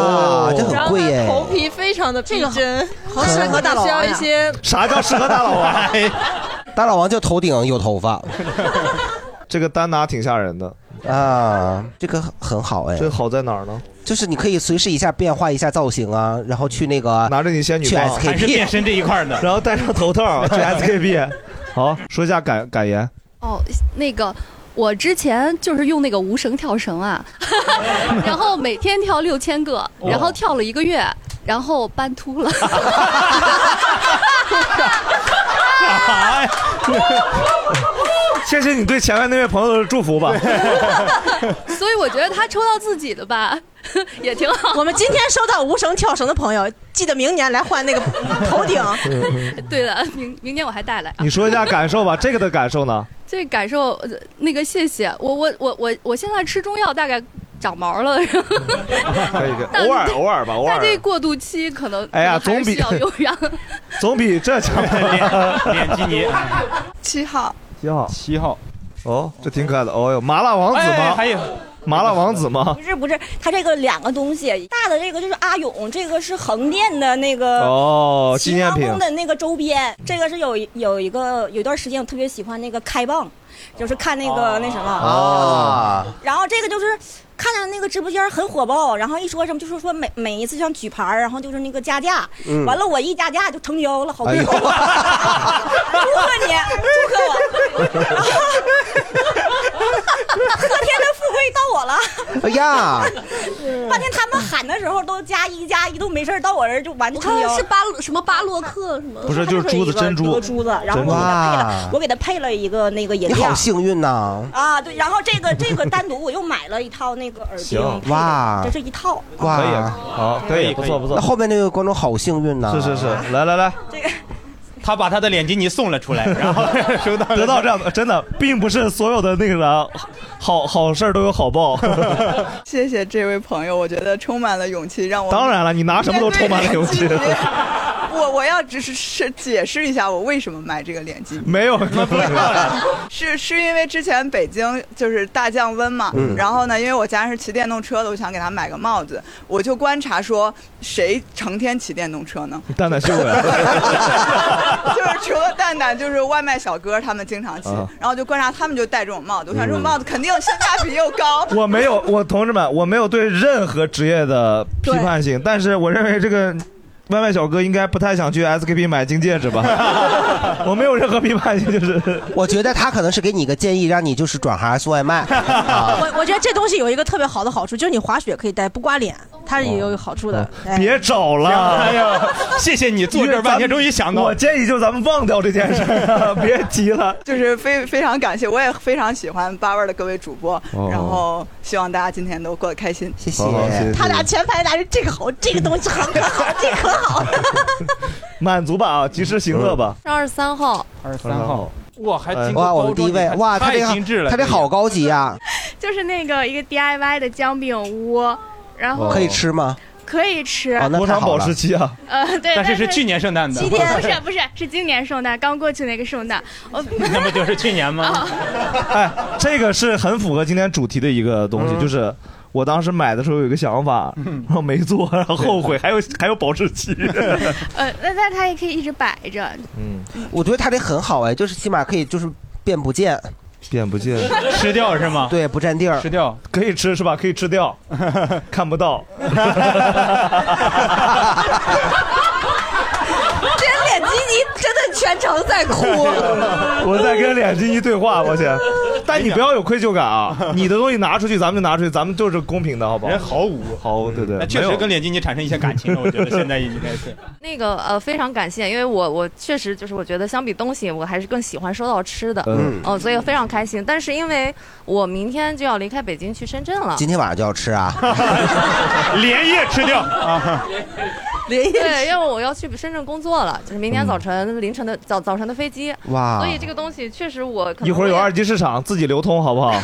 [SPEAKER 5] 哇这很
[SPEAKER 13] 然后
[SPEAKER 5] 贵哎
[SPEAKER 13] 它
[SPEAKER 5] 耶
[SPEAKER 13] 头皮非常的逼真，好
[SPEAKER 5] 适合大佬
[SPEAKER 13] 需要
[SPEAKER 5] 啊
[SPEAKER 13] 一些
[SPEAKER 1] (laughs) 啥叫适合大佬 (laughs) 啊？
[SPEAKER 5] 大老王就头顶有头发，
[SPEAKER 1] 这个单拿挺吓人的
[SPEAKER 5] 啊，这个很好哎。
[SPEAKER 1] 这好在哪儿呢？
[SPEAKER 5] 就是你可以随时一下变化一下造型啊，然后去那个
[SPEAKER 1] 拿着你仙女
[SPEAKER 5] 去
[SPEAKER 1] 棒还是
[SPEAKER 5] SKP
[SPEAKER 1] 变身这一块呢然后戴上
[SPEAKER 5] (laughs)
[SPEAKER 1] 头套去 SKP。好， (laughs) 说一下感感言。 (laughs)
[SPEAKER 15] 哦，那个。我之前就是用那个无绳跳绳啊， (laughs) 然后每天跳六千个，然后跳了一个月，然后斑秃了。 (laughs)
[SPEAKER 1] 哎，谢谢你对前面那位朋友的祝福
[SPEAKER 5] (laughs)
[SPEAKER 1] 吧。
[SPEAKER 15] 所以我觉得他抽到自己的吧，也挺好。
[SPEAKER 8] 我们今天收到无绳跳绳的朋友，记得明年来换那个头顶。
[SPEAKER 15] 对的，明明年我还带来啊。
[SPEAKER 1] 嗯你说一下感受吧，这个的感
[SPEAKER 5] (laughs)
[SPEAKER 1] 受呢？
[SPEAKER 15] 这感受，呃那个谢谢我我我我我现在吃中药大概长毛了，然后
[SPEAKER 1] 可以，可
[SPEAKER 15] 但
[SPEAKER 1] 以偶尔偶尔吧，
[SPEAKER 15] (laughs)
[SPEAKER 1] 偶
[SPEAKER 15] 但
[SPEAKER 1] 尔。
[SPEAKER 15] 这过渡期可能
[SPEAKER 1] 哎呀
[SPEAKER 15] 可能还是
[SPEAKER 1] 总
[SPEAKER 15] 需
[SPEAKER 1] 比
[SPEAKER 15] 要有氧。
[SPEAKER 1] (laughs) 总比这强。啊
[SPEAKER 2] 脸基尼
[SPEAKER 32] 啊
[SPEAKER 13] 七号。
[SPEAKER 1] 七号，七号，哦，这挺可爱的。哦哟，麻辣王子
[SPEAKER 15] 哎
[SPEAKER 1] 吗？
[SPEAKER 15] 还
[SPEAKER 1] 有麻辣王子吗
[SPEAKER 32] 不？是不是，它这个两个东西，大的这个就是阿勇，这个是横店的那
[SPEAKER 15] 呃
[SPEAKER 32] 个
[SPEAKER 1] 哦纪
[SPEAKER 32] 秦
[SPEAKER 1] 念
[SPEAKER 32] 皇
[SPEAKER 1] 品
[SPEAKER 32] 宫的那个周边，这个是有一有一个有一段时间我特别喜欢那个开蚌，就是看那个、那什么哦
[SPEAKER 5] 啊，
[SPEAKER 32] 然后这个就是看着那个直播间很火爆，然后一说什么就是说每每一次像举牌儿，然后就是那个加价，
[SPEAKER 5] 嗯
[SPEAKER 32] 完了我一加价就成交了，好多。
[SPEAKER 5] 哎呦
[SPEAKER 32] 祝贺你，祝贺我， (laughs) 和天的富贵到我了。(laughs)
[SPEAKER 5] 哎呀，
[SPEAKER 32] 关键他们喊的时候都加一加一都没事儿到我这儿就完就成交了。
[SPEAKER 7] 是
[SPEAKER 32] 巴什么巴洛克什么
[SPEAKER 1] 不是就是珠子珍珠
[SPEAKER 32] 珠子，然后我给他配
[SPEAKER 5] 哇
[SPEAKER 32] 了，我给他配了一个那个饮
[SPEAKER 5] 你
[SPEAKER 32] 料
[SPEAKER 5] 好。幸运呐、
[SPEAKER 32] 啊，对，然后这个这个单独我又买了一套那个耳钉
[SPEAKER 5] 行，
[SPEAKER 32] 配的
[SPEAKER 5] 哇
[SPEAKER 32] 这是一套，啊
[SPEAKER 5] 哇，
[SPEAKER 1] 可以啊好可以不错不错
[SPEAKER 5] 那后面那位观众好幸运呐、
[SPEAKER 1] 是是是，啊来来来，
[SPEAKER 2] 他把他的脸基尼送了出来，然后收到
[SPEAKER 1] 得到这样的真的，并不是所有的那个啥好好事儿都有
[SPEAKER 15] (laughs)
[SPEAKER 1] 好报。
[SPEAKER 11] 谢谢这位朋友，我觉得充满了勇气，让我
[SPEAKER 1] 当然了，你拿什么都充满了勇气。
[SPEAKER 11] 我我要只是是解释一下我为什么买这个脸基
[SPEAKER 1] (laughs) 没有，不
[SPEAKER 11] (laughs) 是是因为之前北京就是大降温嘛，
[SPEAKER 22] 嗯
[SPEAKER 11] 然后呢，因为我家是骑电动车的，我想给他买个帽子，我就观察说谁成天骑电动车呢？ (laughs)
[SPEAKER 1] 蛋蛋秀呀， (laughs)
[SPEAKER 11] 就是除了蛋蛋，就是外卖小哥他们经常骑，
[SPEAKER 1] 啊
[SPEAKER 11] 然后就观察他们就戴这种帽子，我想这种
[SPEAKER 1] 嗯
[SPEAKER 11] 帽子肯定性价比又高，
[SPEAKER 1] (laughs) 我没有，我同志们，我没有对任何职业的批判性，但是我认为这个外卖小哥应该不太想去 SKP 买金戒指吧？
[SPEAKER 2] (laughs)
[SPEAKER 1] 我没有任何批判性，就是
[SPEAKER 5] 我觉得他可能是给你一个建议，让你就是转行送外
[SPEAKER 1] (laughs)
[SPEAKER 5] 卖。啊
[SPEAKER 8] 我我觉得这东西有一个特别好的好处，就是你滑雪可以戴，不刮脸，它是也有好处
[SPEAKER 5] 哦
[SPEAKER 8] 的。哎
[SPEAKER 1] 别找了。
[SPEAKER 2] 哎呀，谢谢你坐这儿半天，终于想到。
[SPEAKER 1] 我建议就咱们忘掉这件事
[SPEAKER 2] (laughs)
[SPEAKER 1] 儿，啊别提了。
[SPEAKER 11] 就是非非常感谢，我也非常喜欢八味儿的各位主播，
[SPEAKER 1] 哦
[SPEAKER 11] 然后希望大家今天都过得开心，谢
[SPEAKER 1] 好好谢谢
[SPEAKER 8] 他俩前排拿着这个好，这个东西很可好，这个很好。
[SPEAKER 1] 满足吧啊，及时行乐吧。
[SPEAKER 15] 二十三号，
[SPEAKER 2] 二十
[SPEAKER 1] 三号，
[SPEAKER 2] 哇，还经过
[SPEAKER 5] 哇，我
[SPEAKER 2] 包
[SPEAKER 5] 们第一位，
[SPEAKER 2] 装你看
[SPEAKER 5] 哇，他
[SPEAKER 2] 太
[SPEAKER 5] 这个
[SPEAKER 2] 精致了，
[SPEAKER 5] 他这
[SPEAKER 2] 个
[SPEAKER 5] 好高级啊，
[SPEAKER 25] 就是那个一个 DIY 的姜饼屋，然
[SPEAKER 1] 哦
[SPEAKER 25] 后
[SPEAKER 5] 可以吃吗？
[SPEAKER 25] 可以吃，
[SPEAKER 5] 哦那
[SPEAKER 1] 多
[SPEAKER 5] 太
[SPEAKER 1] 长
[SPEAKER 5] 好
[SPEAKER 1] 保
[SPEAKER 5] 了
[SPEAKER 1] 质期啊？
[SPEAKER 25] 呃，对，
[SPEAKER 2] 但是是去年圣诞的，
[SPEAKER 25] 七天，不
[SPEAKER 2] (laughs)
[SPEAKER 25] 是不是是今年圣诞刚过去那个圣诞，我
[SPEAKER 2] 那不就是去年吗？
[SPEAKER 1] 哎，这个是很符合今天主题的一个东西，就是我当时买的时候有一个想法，然后没做，然后后悔，还有 (laughs) 还有保质期。
[SPEAKER 25] 呃，那那它也可以一直摆着，
[SPEAKER 1] 嗯，
[SPEAKER 5] (laughs) 我觉得他这很好哎，就是起码可以就是变不见，
[SPEAKER 1] 变 (laughs) 不见，
[SPEAKER 2] 吃掉是吗？
[SPEAKER 5] 对，不占地儿，
[SPEAKER 2] 吃掉
[SPEAKER 1] 可以吃是吧？可以吃掉，看不到。
[SPEAKER 8] 这脸基尼真的
[SPEAKER 33] 山城在哭。
[SPEAKER 1] (laughs) 我在跟脸基一对话，我去。
[SPEAKER 2] (laughs)
[SPEAKER 1] 但你不要有愧疚感啊！你的东西拿出去，咱们就拿出去，咱们就是公平的，好不好？人
[SPEAKER 2] 毫无，
[SPEAKER 1] 毫无，对对
[SPEAKER 2] 那。确
[SPEAKER 1] 没
[SPEAKER 2] 实
[SPEAKER 1] 有
[SPEAKER 2] 跟脸基你产生一些感情了，我觉
[SPEAKER 1] (laughs)
[SPEAKER 2] 得现在应该是。
[SPEAKER 22] 那个呃，非常感谢，因为我我确实就是我觉得相比东西，我还是更喜欢收到吃的，
[SPEAKER 5] 嗯
[SPEAKER 22] 嗯、所以非常开心。但是因为我明天就要离开北京去深圳了，
[SPEAKER 5] 今天晚上就要吃
[SPEAKER 1] (laughs)
[SPEAKER 5] 啊，
[SPEAKER 2] 连夜吃
[SPEAKER 5] (laughs)
[SPEAKER 2] 掉啊！
[SPEAKER 1] (laughs)
[SPEAKER 22] 对，因为我要去深圳工作了，就是明天早晨凌晨的早早晨的飞机，
[SPEAKER 1] 嗯哇
[SPEAKER 22] 所以这个东西确实我可能
[SPEAKER 1] 一会儿有二级市场自己流通，好不好？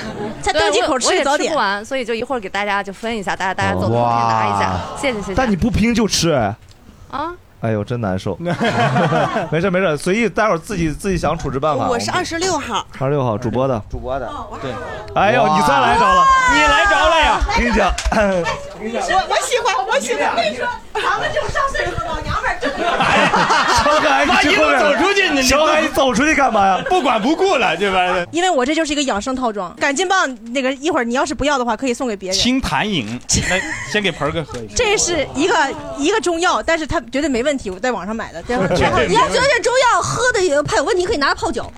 [SPEAKER 22] 在
[SPEAKER 8] 登机口吃
[SPEAKER 22] 吃
[SPEAKER 8] 早点
[SPEAKER 22] 不完，所以就一会儿给大家就分一下， (laughs) 大家
[SPEAKER 1] 哦
[SPEAKER 22] 大家走的时候可以拿一下
[SPEAKER 1] 哇，，
[SPEAKER 22] 谢谢谢谢。
[SPEAKER 1] 但你不拼就吃，哎
[SPEAKER 22] 啊，
[SPEAKER 1] (laughs) 哎呦，真
[SPEAKER 22] (laughs)
[SPEAKER 1] 难受。没事没事，随意，待会儿自己自己想处置办法。
[SPEAKER 23] 我是二十六号，
[SPEAKER 1] 二十六号主播的，
[SPEAKER 5] 主播的，
[SPEAKER 8] 哦
[SPEAKER 1] 对。哎呦，
[SPEAKER 5] 哇
[SPEAKER 1] 你再来着了，
[SPEAKER 23] 你来着了呀
[SPEAKER 1] 跟
[SPEAKER 2] (laughs)
[SPEAKER 1] 你讲， (laughs)
[SPEAKER 23] 我我喜欢，我喜欢。我跟你说，咱们这种上岁数的老娘们儿，
[SPEAKER 1] 小海，
[SPEAKER 23] 妈
[SPEAKER 1] 你
[SPEAKER 23] 一
[SPEAKER 1] 去
[SPEAKER 23] 路
[SPEAKER 1] 后面
[SPEAKER 23] 走
[SPEAKER 1] 来
[SPEAKER 23] 出去你
[SPEAKER 1] 小海，你走出去干嘛呀？
[SPEAKER 2] 不管不顾了，这边
[SPEAKER 8] 因为我这就是一个养生套装，赶紧棒那个一会儿你要是不要的话，可以送给别人。
[SPEAKER 2] 清痰饮，那先给盆儿哥喝一个。
[SPEAKER 8] 这是一个一个中药，但是它绝对没问题，我在网上买的。然后
[SPEAKER 2] 绝对
[SPEAKER 33] 你要觉得这中药喝的也怕有问题，可以拿它泡脚。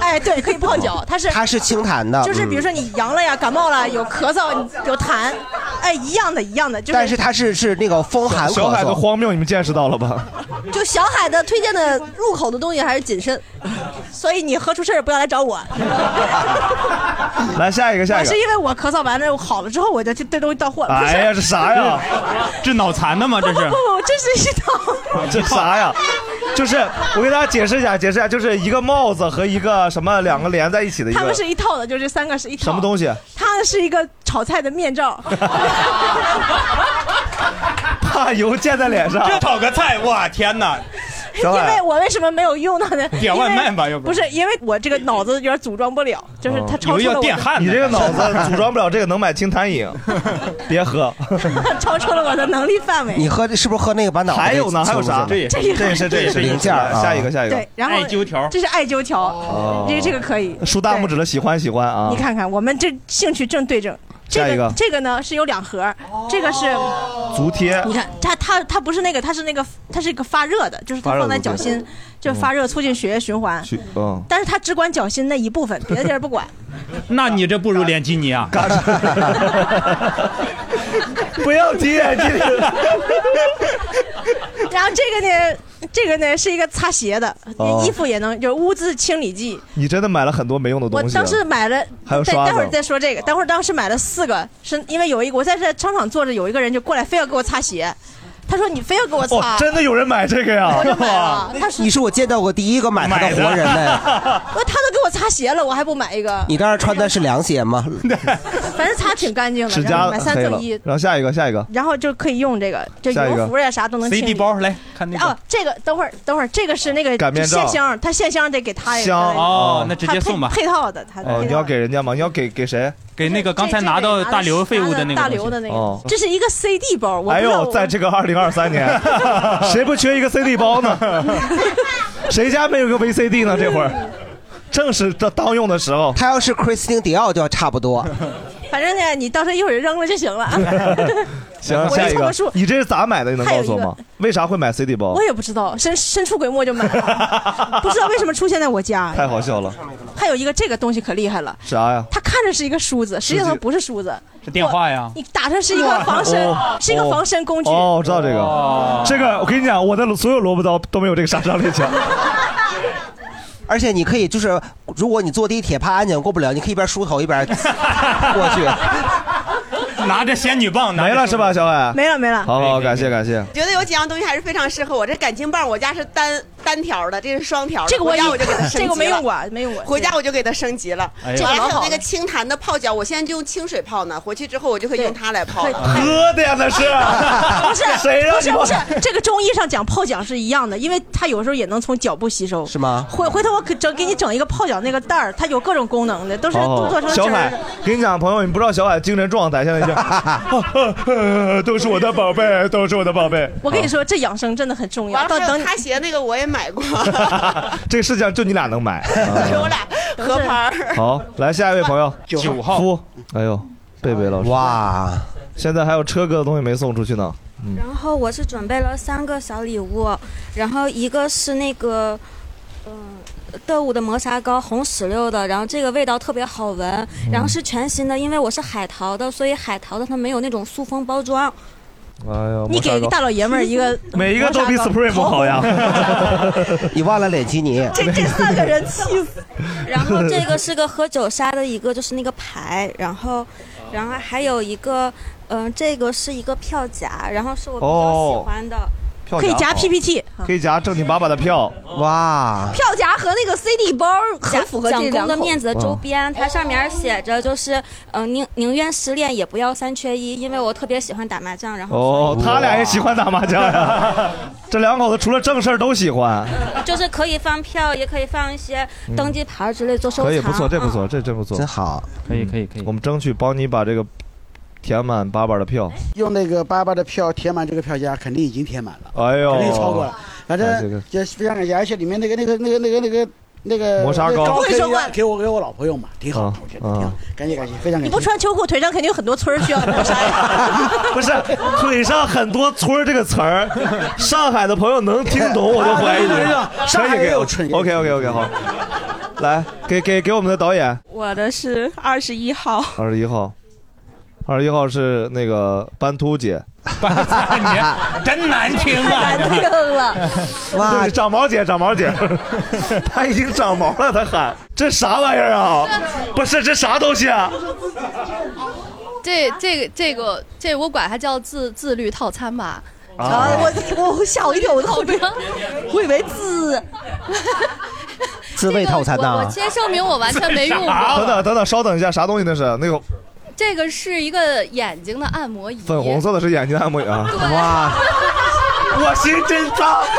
[SPEAKER 8] 哎，对，可以泡脚，它是
[SPEAKER 5] 它是清痰的，
[SPEAKER 8] 就是比如说
[SPEAKER 5] 嗯
[SPEAKER 8] 你阳了呀、感冒了、有咳嗽、有痰，哎，一样的，一样的，就是
[SPEAKER 5] 但是它是是那个风寒咳嗽。
[SPEAKER 1] 小海的荒谬你们见识到
[SPEAKER 5] (laughs)
[SPEAKER 1] 了吧？
[SPEAKER 33] 就小海的推荐的入口的东西还是谨慎，
[SPEAKER 8] 所以你喝出事儿不要来找我。
[SPEAKER 1] 来下一个，下
[SPEAKER 8] 我
[SPEAKER 1] 一
[SPEAKER 8] 是
[SPEAKER 1] 个。
[SPEAKER 8] 因为我咳嗽完了我好了之后，我就去对东西到货了。不是
[SPEAKER 1] 哎呀，这啥呀？
[SPEAKER 2] 治脑残的吗？这
[SPEAKER 8] 不不不，这是一套。
[SPEAKER 1] 这啥呀？就是我给大家解释一下，解释一下，就是一个帽子和一个什么两个连在一起的一
[SPEAKER 8] 他
[SPEAKER 1] 个
[SPEAKER 8] 们是一套的，就这三个是一套。
[SPEAKER 1] 什么东西？
[SPEAKER 8] 它是一个炒菜的面罩，
[SPEAKER 1] 怕油溅在脸上。
[SPEAKER 2] 这炒个菜，哇天哪！
[SPEAKER 8] (laughs) 因为我为什么没有用它呢？
[SPEAKER 2] (laughs) 点外卖吧要不嗯
[SPEAKER 8] 不是因为我这个脑子有点组装不了，就是
[SPEAKER 1] 嗯
[SPEAKER 8] 它超出了我的，
[SPEAKER 1] 你这个脑子组装不了这个，能买清 (laughs) 痰饮，别喝。
[SPEAKER 8] (laughs) 超出了我的能力范围。
[SPEAKER 5] 你喝的是不是喝那个把脑袋
[SPEAKER 1] 还有呢？还有啥？
[SPEAKER 5] 清不
[SPEAKER 1] 这
[SPEAKER 5] 清
[SPEAKER 1] 也是这也是
[SPEAKER 5] 零件儿啊
[SPEAKER 1] 下一个，下一个
[SPEAKER 8] 对。，然后
[SPEAKER 1] 艾灸条
[SPEAKER 8] 这是艾灸
[SPEAKER 1] 哦
[SPEAKER 8] 条，这个这个可以。
[SPEAKER 1] 竖大拇指的喜欢喜欢啊！
[SPEAKER 8] 你看看，我们这兴趣正对正。这
[SPEAKER 1] 下一个
[SPEAKER 8] 这个呢是有两盒，
[SPEAKER 2] 哦
[SPEAKER 8] 这个是
[SPEAKER 1] 足贴，
[SPEAKER 8] 你看它它它不是那个，它是那个它是一个发热的，就是它
[SPEAKER 1] 发热
[SPEAKER 8] 放在
[SPEAKER 1] 足贴
[SPEAKER 8] 脚心，就发热促进血液循环。
[SPEAKER 1] 去，嗯，
[SPEAKER 8] 但是它只管脚心那一部分，别的地儿不管。
[SPEAKER 2] 那你这不如脸基尼啊！
[SPEAKER 1] 不要提脸
[SPEAKER 8] (laughs)
[SPEAKER 1] 基尼。
[SPEAKER 8] 然后这个呢，这个呢是一个擦鞋的，
[SPEAKER 1] 哦
[SPEAKER 8] 衣服也能，就是污渍清理剂。
[SPEAKER 1] 你真的买了很多没用的
[SPEAKER 8] 我
[SPEAKER 1] 东西。啊
[SPEAKER 8] 当时买了，
[SPEAKER 1] 还有
[SPEAKER 8] 对，
[SPEAKER 1] 刷子
[SPEAKER 8] 待会儿再说这个。待会儿当时买了四个，是因为有一个我在这商场坐着，有一个人就过来非要给我擦鞋，他说你非要给我
[SPEAKER 1] 哦
[SPEAKER 8] 擦，，
[SPEAKER 1] 真的有人买这个呀？
[SPEAKER 8] 我就买了，他
[SPEAKER 5] 你是我见到过第一个买它的活人的。
[SPEAKER 1] 啊
[SPEAKER 8] (laughs) 我他都给我擦鞋了，我还不买一个？
[SPEAKER 5] 你当时穿的是凉鞋吗？
[SPEAKER 8] 反正擦挺干净
[SPEAKER 1] (laughs)
[SPEAKER 8] 的，
[SPEAKER 1] 指
[SPEAKER 8] 然
[SPEAKER 1] 甲
[SPEAKER 8] 后买三
[SPEAKER 1] 黑了
[SPEAKER 8] 赠一。，
[SPEAKER 1] 然后下一个，下一个。
[SPEAKER 8] 然后就可以用这个，就
[SPEAKER 1] 下一
[SPEAKER 8] 羽
[SPEAKER 1] 个
[SPEAKER 8] 绒服呀啥都能清理。
[SPEAKER 2] CD (laughs) 包来看那
[SPEAKER 8] 哦
[SPEAKER 2] 个，
[SPEAKER 8] 这个等会儿等会儿，这个是那个
[SPEAKER 1] 擀面杖
[SPEAKER 8] 线香，它线香得给他一个
[SPEAKER 1] 香
[SPEAKER 2] 哦，那直
[SPEAKER 8] 它
[SPEAKER 2] 接
[SPEAKER 8] 配
[SPEAKER 2] 送吧。
[SPEAKER 8] 配套的，它
[SPEAKER 1] 哦，你要给人家吗？你要给给谁？
[SPEAKER 2] 给那个刚才拿到大刘废物的那个
[SPEAKER 8] 大刘的那
[SPEAKER 1] 哦
[SPEAKER 8] 个，这是一个 CD 包，我不
[SPEAKER 1] 哎
[SPEAKER 8] 知道
[SPEAKER 1] 呦，
[SPEAKER 8] 我
[SPEAKER 1] 在这个二零二
[SPEAKER 8] (laughs)
[SPEAKER 1] 三年，谁不缺一个 CD 包呢？谁家没有个 VCD 呢？这会儿
[SPEAKER 8] 嗯
[SPEAKER 1] 正是当当用的时候。
[SPEAKER 5] 他要是 Christine Dior 就要差不多。
[SPEAKER 8] 反正呢，你到时候一会儿扔了就行了。
[SPEAKER 1] (laughs)
[SPEAKER 8] 啊
[SPEAKER 1] 行，啊
[SPEAKER 8] 我
[SPEAKER 1] 下
[SPEAKER 8] 就
[SPEAKER 1] 一
[SPEAKER 8] 凑
[SPEAKER 1] 个
[SPEAKER 8] 个数，
[SPEAKER 1] 你这是咋买的？你能告诉我吗
[SPEAKER 8] 还有？
[SPEAKER 1] 为啥会买 CD 包
[SPEAKER 8] 我？也不知道，身身出鬼没就买了， (laughs) 不知道为什么出现在我家。
[SPEAKER 1] 太好笑了，
[SPEAKER 8] 还有一个这个东西可厉害了，
[SPEAKER 1] 啥呀？
[SPEAKER 8] 它看着是一个梳子，实际上它不是梳子，
[SPEAKER 2] 是电话呀。
[SPEAKER 8] 你打上是一个防身
[SPEAKER 1] 哦，
[SPEAKER 8] 是一个防身工具。
[SPEAKER 1] 哦，我知道这
[SPEAKER 20] 哦
[SPEAKER 1] 个，这个我跟你讲，我的所有萝卜刀都没有这个杀伤力强。
[SPEAKER 5] (laughs) 而且你可以就是，如果你坐地铁怕安检过不了，你可以一边梳头一边过去。
[SPEAKER 2] (laughs) 拿着仙
[SPEAKER 1] (laughs)
[SPEAKER 2] 女棒，
[SPEAKER 1] 没了是吧，小海？
[SPEAKER 8] 没了没了
[SPEAKER 1] 好好，感谢感谢。
[SPEAKER 23] 觉得有几样东西还是非常适合我。这感情棒我家是单单条的，这是双条的。
[SPEAKER 8] 这个我
[SPEAKER 23] 回家
[SPEAKER 8] 有
[SPEAKER 23] 我就给它升级了
[SPEAKER 8] 这个我没用过没用过
[SPEAKER 23] 回家我就给它升级了。
[SPEAKER 1] 哎呀
[SPEAKER 23] 这还有
[SPEAKER 8] 这个蛮好
[SPEAKER 23] 那个清痰的泡脚，我现在就用清水泡呢，回去之后我就可以用它来
[SPEAKER 8] 哎
[SPEAKER 23] 泡了。
[SPEAKER 1] 喝的呀那是
[SPEAKER 8] (laughs) 不是
[SPEAKER 1] (laughs) 谁让
[SPEAKER 8] 不是
[SPEAKER 1] 你
[SPEAKER 8] 不
[SPEAKER 1] 们
[SPEAKER 8] 是，这个中医上讲泡脚是一样的，因为它有时候也能从脚部吸收。
[SPEAKER 5] 是吗？
[SPEAKER 8] 回回头我可整给你整一个泡脚那个袋儿，它有各种功能的，都是
[SPEAKER 1] 好
[SPEAKER 8] 都做
[SPEAKER 1] 好，
[SPEAKER 8] 成
[SPEAKER 1] 哦小
[SPEAKER 8] 汁儿
[SPEAKER 1] 海
[SPEAKER 8] 的。，
[SPEAKER 1] 跟你讲，朋友，你不知道小海精神状态，现在已经，都是哎我的宝贝，都是我的宝贝。
[SPEAKER 8] (laughs) 我跟你说，这养生真的很重
[SPEAKER 23] 完
[SPEAKER 8] 要。
[SPEAKER 23] 了
[SPEAKER 8] 到
[SPEAKER 23] 还有
[SPEAKER 8] 等你
[SPEAKER 23] 擦鞋那个我也买过，
[SPEAKER 1] 好，啊这个世界上就你俩能买。
[SPEAKER 8] (laughs)
[SPEAKER 1] 啊
[SPEAKER 23] 合拍儿。
[SPEAKER 1] 好，来下一位朋友，
[SPEAKER 23] 九号
[SPEAKER 1] 夫，哎呦，贝贝老师，哇，现在还有车哥的东西没送出去呢。嗯，
[SPEAKER 20] 然后我是准备了三个小礼物，然后一个是那个呃豆舞的磨砂膏，红石榴的，然后这个味道特别好闻，然后是全新的，因为我是海淘的，所以海淘的它没有那种塑封包装。
[SPEAKER 1] 哎呦，
[SPEAKER 20] 你
[SPEAKER 1] 磨砂
[SPEAKER 20] 给
[SPEAKER 1] 膏
[SPEAKER 20] 一大老爷们儿一个
[SPEAKER 1] (laughs) 每一个都比
[SPEAKER 20] (laughs)
[SPEAKER 1] Supreme 好呀。
[SPEAKER 5] 你忘了脸基尼？
[SPEAKER 20] 这 (laughs) 这三个人气死。然后这个是个喝酒沙的一个，就是那个牌，然后，然后还有一个，嗯、这个是一个票夹，然后是我比较喜欢的，
[SPEAKER 1] 票好
[SPEAKER 8] 啊
[SPEAKER 1] 可以夹正经八百的票。
[SPEAKER 5] 哇，
[SPEAKER 23] 票夹和那个 CD 包很符合这
[SPEAKER 20] 蒋
[SPEAKER 23] 两
[SPEAKER 20] 公的
[SPEAKER 23] 口
[SPEAKER 20] 面子的周边，它上面写着就是，嗯、宁宁愿失恋也不要三缺一，因为我特别喜欢打麻将，然后
[SPEAKER 1] 哦，他俩也喜欢打麻将呀，这两口子除了正事儿都喜欢，
[SPEAKER 20] 就是可以放票，也可以放一些登记牌之类做收藏。
[SPEAKER 1] 可以不错，这不错，这真不错，真
[SPEAKER 5] 好，
[SPEAKER 1] 可以可以可以，我们争取帮你把这个填满八百的票。
[SPEAKER 24] 用那个八八的票填满这个票夹，肯定已经填满了，
[SPEAKER 1] 哎呦，
[SPEAKER 24] 肯定超过了。反
[SPEAKER 1] 哎这
[SPEAKER 24] 正
[SPEAKER 1] 个
[SPEAKER 24] 就非常感谢，而且里面那个那个那个那个那个那个
[SPEAKER 1] 磨砂
[SPEAKER 24] 那个
[SPEAKER 1] 膏
[SPEAKER 24] 膏
[SPEAKER 1] 不会
[SPEAKER 24] 可以
[SPEAKER 1] 说话
[SPEAKER 24] 让给我给我老婆用嘛，挺好，我觉得挺好。感谢感谢，非常感谢。
[SPEAKER 8] 你 (laughs) 不穿秋裤，腿上肯定有很多村儿需要
[SPEAKER 23] (laughs)
[SPEAKER 8] 磨砂呀。
[SPEAKER 1] (laughs) 不是腿上很多“村”这个词儿，上海的朋友能听懂，我都怀疑
[SPEAKER 24] 啊
[SPEAKER 1] 你。
[SPEAKER 24] 上海也有春也有
[SPEAKER 1] OK OK OK 好，来给给给我们的导演
[SPEAKER 29] 我的是二十一号，
[SPEAKER 1] 二十一号，二十一号是那个斑秃姐，
[SPEAKER 34] 真难听啊！
[SPEAKER 1] 太难听
[SPEAKER 34] 了，
[SPEAKER 1] (laughs) 哇，长毛姐长毛姐，她已经长毛了，她喊这啥玩意儿啊？不是这啥东西啊？
[SPEAKER 35] 这这个这个这我管它叫自自律套餐吧。
[SPEAKER 1] 啊啊
[SPEAKER 35] 我我吓我一跳，我的后边， (laughs) 我以为自
[SPEAKER 5] 自慰套餐
[SPEAKER 35] 我
[SPEAKER 5] 呐
[SPEAKER 1] 啊
[SPEAKER 35] 我？先声明，我完全没用
[SPEAKER 1] 等
[SPEAKER 35] 过。
[SPEAKER 1] 等等等，稍等一下，啥东西那是？那个
[SPEAKER 35] 这个是一个眼睛的按摩仪，
[SPEAKER 1] 粉红色的是眼睛按摩
[SPEAKER 8] (laughs)
[SPEAKER 1] 仪啊？哇，
[SPEAKER 24] 我心真脏。
[SPEAKER 2] (laughs)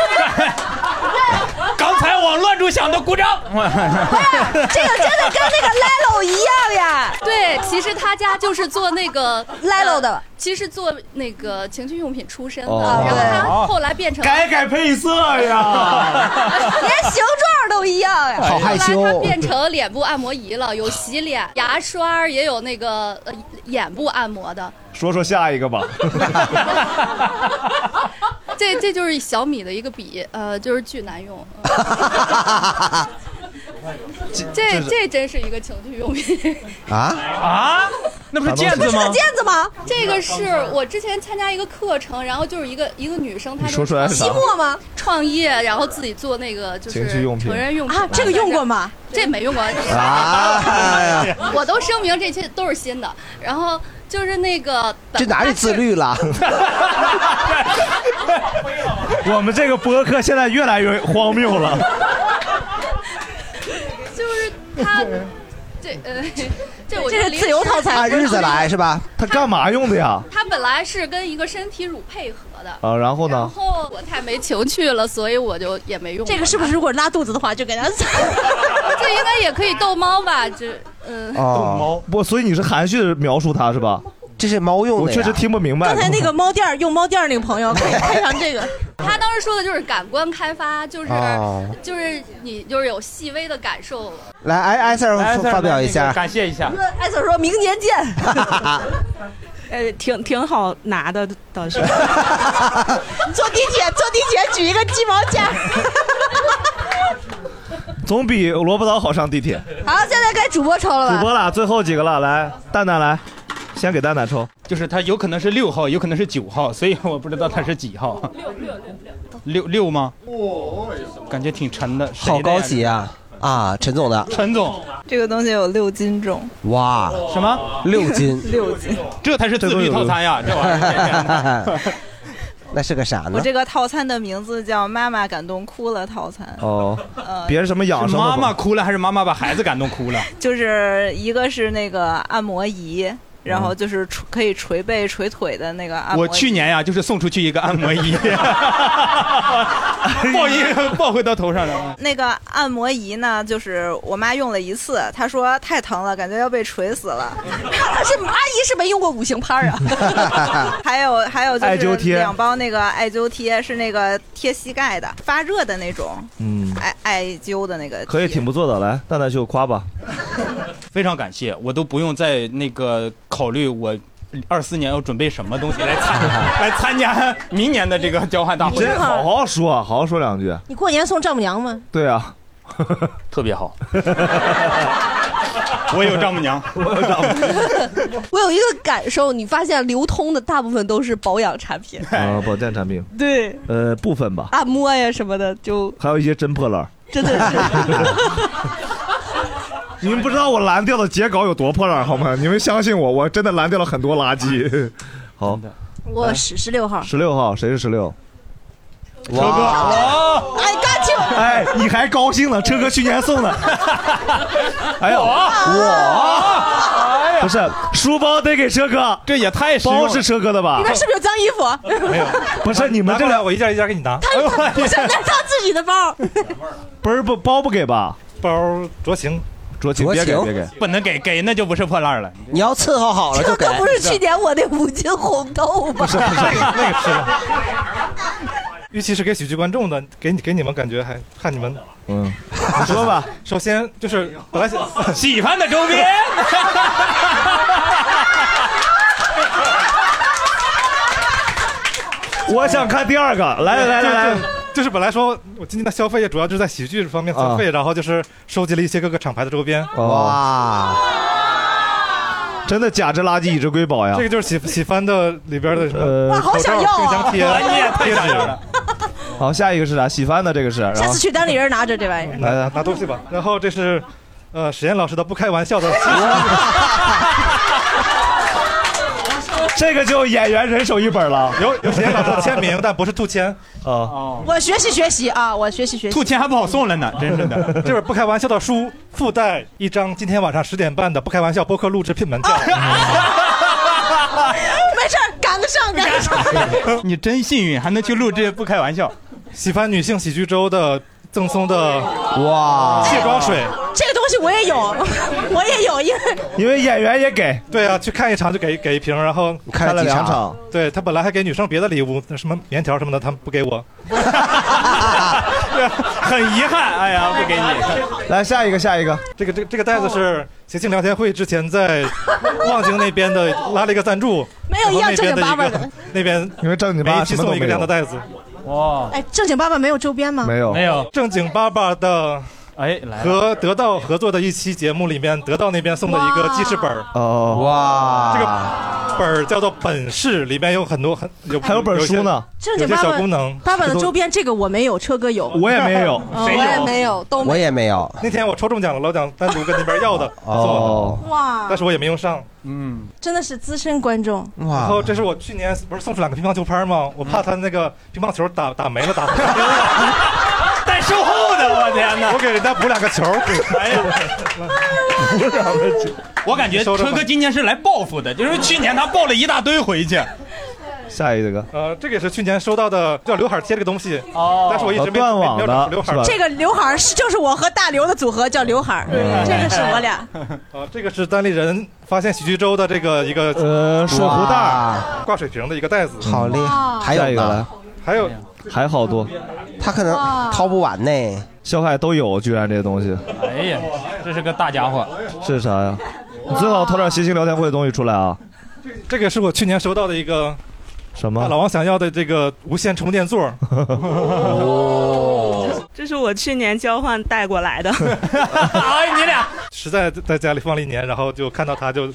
[SPEAKER 2] 刚才我乱住想的，鼓掌。
[SPEAKER 23] 哎这个真的跟那个 Lelo 一样呀。
[SPEAKER 35] (laughs) 对，其实他家就是做那
[SPEAKER 23] (laughs)
[SPEAKER 35] 个
[SPEAKER 23] Lelo 的
[SPEAKER 35] 呃其实做那个情趣用品出身的，
[SPEAKER 1] 哦
[SPEAKER 35] 然后他
[SPEAKER 1] 对
[SPEAKER 35] 后来变成
[SPEAKER 1] 改
[SPEAKER 35] (laughs)
[SPEAKER 1] 改配色呀！
[SPEAKER 5] (laughs)
[SPEAKER 23] 连形状都一样呀。
[SPEAKER 1] 好害羞
[SPEAKER 5] 哦
[SPEAKER 35] 后来它变成脸部按摩仪了，有洗脸、牙刷，也有那个呃眼部按摩的。
[SPEAKER 1] 说说下一个吧。
[SPEAKER 35] (laughs) 这这就是小米的一个笔，呃，就是巨难用。嗯这这真是一个情趣用品。
[SPEAKER 5] 啊
[SPEAKER 2] 啊，那不是毽子
[SPEAKER 1] 啊
[SPEAKER 2] 吗？
[SPEAKER 35] 子吗？这个是我之前参加一个课程，然后就是一个一个女生，她
[SPEAKER 1] 说出来是啥期末
[SPEAKER 35] 吗？创业，然后自己做那个就
[SPEAKER 1] 情趣
[SPEAKER 35] 是
[SPEAKER 1] 用品
[SPEAKER 35] 成人用品
[SPEAKER 1] 啊这个用过
[SPEAKER 35] 吗？这没用过。
[SPEAKER 5] 啊，
[SPEAKER 35] 我都声明这些都是新的，然后就是那个
[SPEAKER 5] 这哪里 (laughs) 自律了？
[SPEAKER 1] (laughs) 我们这个播客现在越来越荒谬了。
[SPEAKER 35] 就是
[SPEAKER 1] (laughs)
[SPEAKER 35] 他，这呃， (laughs) 这我
[SPEAKER 8] 这是自由套餐
[SPEAKER 5] 按日子来是吧？
[SPEAKER 1] 他干嘛用的呀？
[SPEAKER 35] 他本来是跟一个身体乳配合的，
[SPEAKER 1] 啊，然后
[SPEAKER 35] 然
[SPEAKER 1] 呢？
[SPEAKER 35] 后我太没情趣了，所
[SPEAKER 8] (laughs)
[SPEAKER 35] 以我就也没用。
[SPEAKER 8] 这个是不是如果拉肚子的话，就
[SPEAKER 1] 哎
[SPEAKER 8] 给他
[SPEAKER 35] (laughs) 这应该也可以逗猫吧？这嗯，
[SPEAKER 1] 哦，猫，不，所以你是含蓄的描述它是吧？
[SPEAKER 5] 这是猫用
[SPEAKER 1] 我确实听不明白。
[SPEAKER 8] (laughs) 刚才那个猫店儿用猫店儿那个朋友可以看上这个，
[SPEAKER 35] 他当时说的就是感官开发，就是、
[SPEAKER 5] 哦
[SPEAKER 35] 就是你就是有细微的感受。
[SPEAKER 5] 来，哎艾艾 Sir 发表一下，
[SPEAKER 2] 感谢一下。
[SPEAKER 23] 艾总说明年见。
[SPEAKER 29] (laughs) 呃，挺挺好拿的，倒是。
[SPEAKER 8] 坐地铁坐地铁举一个鸡毛毽
[SPEAKER 23] (laughs)
[SPEAKER 8] 儿，
[SPEAKER 1] 总比萝卜刀好上地铁。
[SPEAKER 23] 好，现在该主播抽了
[SPEAKER 1] 主
[SPEAKER 23] 吧？
[SPEAKER 1] 播啦，最后几个了，来，蛋蛋来，先给蛋蛋抽。
[SPEAKER 2] 就是他有可能是六号，有可能是九号，所以我不知道他是几号。六六六六吗？感觉挺沉的。
[SPEAKER 5] 好高级啊！啊，陈总的，
[SPEAKER 2] 陈总，
[SPEAKER 10] 这个东西有六斤重，
[SPEAKER 5] 哇，
[SPEAKER 2] 什么
[SPEAKER 5] 六斤？
[SPEAKER 10] (laughs) 六斤。
[SPEAKER 2] (laughs) 这才是自律套餐呀，这玩意儿。
[SPEAKER 5] (laughs) 那是个啥呢
[SPEAKER 10] 我？这个套餐的名字叫“妈妈感动哭了”套餐，
[SPEAKER 1] 哦
[SPEAKER 10] 呃，
[SPEAKER 1] 别什么养生的
[SPEAKER 2] 妈妈哭了还是妈妈把孩子感动哭了？
[SPEAKER 10] 就是一个是那个按摩仪，然后就是捶可以捶背、捶腿的那个按摩
[SPEAKER 2] 我
[SPEAKER 10] 仪。
[SPEAKER 2] 去年呀、就是送出去一个按
[SPEAKER 23] (laughs)
[SPEAKER 2] 摩仪，报一报回到头上了。
[SPEAKER 10] 那个按摩仪呢，就是我妈用了一次，她说太疼了，感觉要被捶死 (laughs) 了。她是阿姨是没用过五行拍啊。 (laughs) 还有还有
[SPEAKER 1] 艾灸
[SPEAKER 10] 就是
[SPEAKER 1] 贴
[SPEAKER 10] 两包那个艾灸贴，是那个贴膝盖的，发热的那种
[SPEAKER 1] 嗯，
[SPEAKER 10] 艾艾灸的那个。
[SPEAKER 1] 可以，挺不错的。来，蛋蛋秀夸吧。
[SPEAKER 2] (laughs) 非常感谢，我都不用再那个考虑我。二四年要准备什么东西来参
[SPEAKER 1] (laughs)
[SPEAKER 2] 来参加明年的这个交换大
[SPEAKER 1] 你
[SPEAKER 2] 会？
[SPEAKER 1] 啊真好好说，好好说两句。
[SPEAKER 8] 你过年送丈母娘吗？
[SPEAKER 1] 对啊，
[SPEAKER 16] 特别好。
[SPEAKER 2] (laughs) 我有丈母
[SPEAKER 1] (laughs)
[SPEAKER 2] 娘，我有丈母娘。
[SPEAKER 7] (laughs) 我有一个感受，你发现流通的大部分都是保养产
[SPEAKER 2] (laughs)
[SPEAKER 7] 品，
[SPEAKER 1] 啊，保健产品，
[SPEAKER 7] 对，
[SPEAKER 1] 呃，部分吧，
[SPEAKER 7] 按摩呀什么的，就
[SPEAKER 1] 还有一些真破烂儿。
[SPEAKER 7] 真的是
[SPEAKER 1] (laughs)
[SPEAKER 4] 你们不知道我蓝调的截稿有多破烂好吗？你们相信我，我真的蓝调了很多垃
[SPEAKER 2] (laughs)
[SPEAKER 4] 圾。
[SPEAKER 1] 好，哎
[SPEAKER 8] 我十十六号，
[SPEAKER 1] 十六号谁是十六？
[SPEAKER 4] 车哥，
[SPEAKER 8] 哎，干净，
[SPEAKER 1] 哎，你还高兴呢？车哥去年送的。哎呀，
[SPEAKER 4] 我
[SPEAKER 1] (laughs)
[SPEAKER 2] 哎
[SPEAKER 1] 不是书包得给车哥，
[SPEAKER 2] 这也太
[SPEAKER 4] 实用了
[SPEAKER 1] 包是车哥的
[SPEAKER 4] 啊
[SPEAKER 1] 吧？
[SPEAKER 8] 你那是不是有脏衣服？
[SPEAKER 4] 没有，
[SPEAKER 1] (laughs) 不是你们这俩，
[SPEAKER 4] 我一件一件给你拿。
[SPEAKER 8] 不是，那是他自己的
[SPEAKER 4] 哎
[SPEAKER 8] 包。
[SPEAKER 1] 不是不包不给吧？
[SPEAKER 4] 包酌情，
[SPEAKER 1] 酌情，别给别给。
[SPEAKER 2] 不能给，给那就不是破烂 (laughs) 了。
[SPEAKER 5] 你要伺候好
[SPEAKER 7] 这
[SPEAKER 1] (laughs)
[SPEAKER 7] 个不是去年我那五斤红豆吗？ (laughs)
[SPEAKER 4] 那个是的。预期是给喜剧观众的，给你给你们感觉还看你们，
[SPEAKER 1] 嗯，
[SPEAKER 4] 你 (laughs) 说吧。首先就是本来想
[SPEAKER 2] (laughs) 喜欢的周边，
[SPEAKER 1] 我想看第二个，来
[SPEAKER 5] (laughs)
[SPEAKER 1] 来来
[SPEAKER 4] 就
[SPEAKER 1] 来
[SPEAKER 4] 是，就是本来说我今天的消费也主要就是在喜剧方面消费，然后就是收集了一些各个厂牌的周边。
[SPEAKER 1] 啊哦哇，真的假之垃圾以之瑰宝呀！
[SPEAKER 4] 哎
[SPEAKER 1] 呃
[SPEAKER 4] 这个就是喜喜番的里边的什么，
[SPEAKER 8] 哇好想要啊
[SPEAKER 4] 口罩冰箱贴，
[SPEAKER 8] 你也
[SPEAKER 4] 贴
[SPEAKER 1] 太想要了好，下一个是啥？喜欢的这个是，然
[SPEAKER 8] 下
[SPEAKER 4] 然
[SPEAKER 8] 次
[SPEAKER 4] 后
[SPEAKER 8] 去单立人拿着这玩意儿。
[SPEAKER 4] 来来拿东西吧。然后这是，呃，史岩老师的不开玩笑的，
[SPEAKER 1] (laughs) 这个就演员人手一本了。
[SPEAKER 4] 有有史岩老师的签名，但不是兔签
[SPEAKER 1] 啊。
[SPEAKER 2] 哦
[SPEAKER 8] 我学习学习啊，我学习
[SPEAKER 4] (laughs)
[SPEAKER 8] 学习。
[SPEAKER 4] 签还不好送了呢，
[SPEAKER 2] 真是的。
[SPEAKER 4] 这本不开玩笑的书附带一张今天晚上十点半的不开玩笑播客录制聘门票。
[SPEAKER 8] 没事儿，赶得上，赶得上。
[SPEAKER 4] 你真幸运，还能去录制不开玩笑。喜欢女性喜剧周的赠送的
[SPEAKER 1] 哇
[SPEAKER 4] 卸妆水，
[SPEAKER 8] 这个东西我也有，我也有，因为
[SPEAKER 1] 因为演员也给。
[SPEAKER 4] 对啊，去看一场就给给一瓶，然后
[SPEAKER 1] 看了看了几场两场。
[SPEAKER 4] 对他本来还给女生别的礼物，什么棉条什么的，他们不给我。很遗憾，哎呀，不给你。
[SPEAKER 1] 来下一个，下一个。
[SPEAKER 4] 这个这个这个袋子是谐星聊天会之前在望京那边的拉了一个赞助，
[SPEAKER 8] 没有一样正经八百的
[SPEAKER 4] 然后那边的一个。那边
[SPEAKER 1] 你们正经八
[SPEAKER 4] 每一
[SPEAKER 1] 百
[SPEAKER 4] 期
[SPEAKER 1] 什么
[SPEAKER 4] 送
[SPEAKER 1] 都没
[SPEAKER 4] 一个这样的
[SPEAKER 1] 有。
[SPEAKER 4] 袋子。哇，
[SPEAKER 8] 哎，正经八百没有周边吗？
[SPEAKER 1] (laughs) 没有
[SPEAKER 4] 没有正经八百的。
[SPEAKER 2] 哎，来了
[SPEAKER 4] 和得到合作的一期节目里面，得到那边送的一个记事本儿
[SPEAKER 1] 哦，
[SPEAKER 4] 这个
[SPEAKER 1] 哇，
[SPEAKER 4] 本儿叫做本事，里面有很多很有
[SPEAKER 1] 还有本书呢
[SPEAKER 8] 正经
[SPEAKER 4] 有些
[SPEAKER 8] 八
[SPEAKER 4] 小
[SPEAKER 8] 百
[SPEAKER 4] 功能，
[SPEAKER 8] 八百的周边这个我没有，车哥有，
[SPEAKER 4] 我也没有
[SPEAKER 8] 嗯
[SPEAKER 4] (laughs) 谁有
[SPEAKER 8] 我也没有，都
[SPEAKER 5] 我也没有。
[SPEAKER 4] 那天我抽中奖了，老蒋单独跟那边
[SPEAKER 1] (laughs)
[SPEAKER 4] 要的，
[SPEAKER 5] 哦
[SPEAKER 4] 送我
[SPEAKER 8] 哇
[SPEAKER 4] 的，但是我也没用上。嗯，
[SPEAKER 8] 真的是资深观众。
[SPEAKER 4] 然后这是我去年不是送出两个乒乓球拍吗？我怕他那个乒乓球打打没了，打不了。
[SPEAKER 2] (laughs) 带售后的，我天哪！
[SPEAKER 4] 我给人家补两个
[SPEAKER 2] (laughs)
[SPEAKER 4] 球，哎呀，补两个球。
[SPEAKER 2] 我感觉车哥今年是来报复的，就是去年他抱了一大堆回去。
[SPEAKER 1] 下一个。
[SPEAKER 4] 呃，这个也是去年收到的叫刘海贴这个东西，哦但是我一直没
[SPEAKER 1] 断网
[SPEAKER 4] 没有
[SPEAKER 1] 的
[SPEAKER 4] 找出刘海。
[SPEAKER 8] 这个刘海儿是就是我和大刘的组合叫刘海儿，这个是我俩。
[SPEAKER 4] 啊，这个是单立人发现喜剧周的这个一个
[SPEAKER 1] 呃
[SPEAKER 4] 水
[SPEAKER 1] 水壶袋
[SPEAKER 4] 儿挂水瓶的一个袋子，
[SPEAKER 5] 好厉害，还有
[SPEAKER 1] 下一个来
[SPEAKER 5] 呢，
[SPEAKER 4] 还有
[SPEAKER 1] 还好多，
[SPEAKER 5] 他可能掏不完呢。
[SPEAKER 1] 小海都有，居然这些东西
[SPEAKER 2] 哎呀，这是个大家伙。
[SPEAKER 1] 这是啥呀？你最好掏点谐星聊天会的东西出来啊！
[SPEAKER 4] 这个是我去年收到的一个
[SPEAKER 1] 什
[SPEAKER 4] 大
[SPEAKER 1] 么？
[SPEAKER 4] 老王想要的这个无线充电座。
[SPEAKER 2] 哦
[SPEAKER 29] 这是我去年交换带过来的。
[SPEAKER 2] 哎，你俩
[SPEAKER 4] (laughs) 实在在家里放了一年，然后就看到它就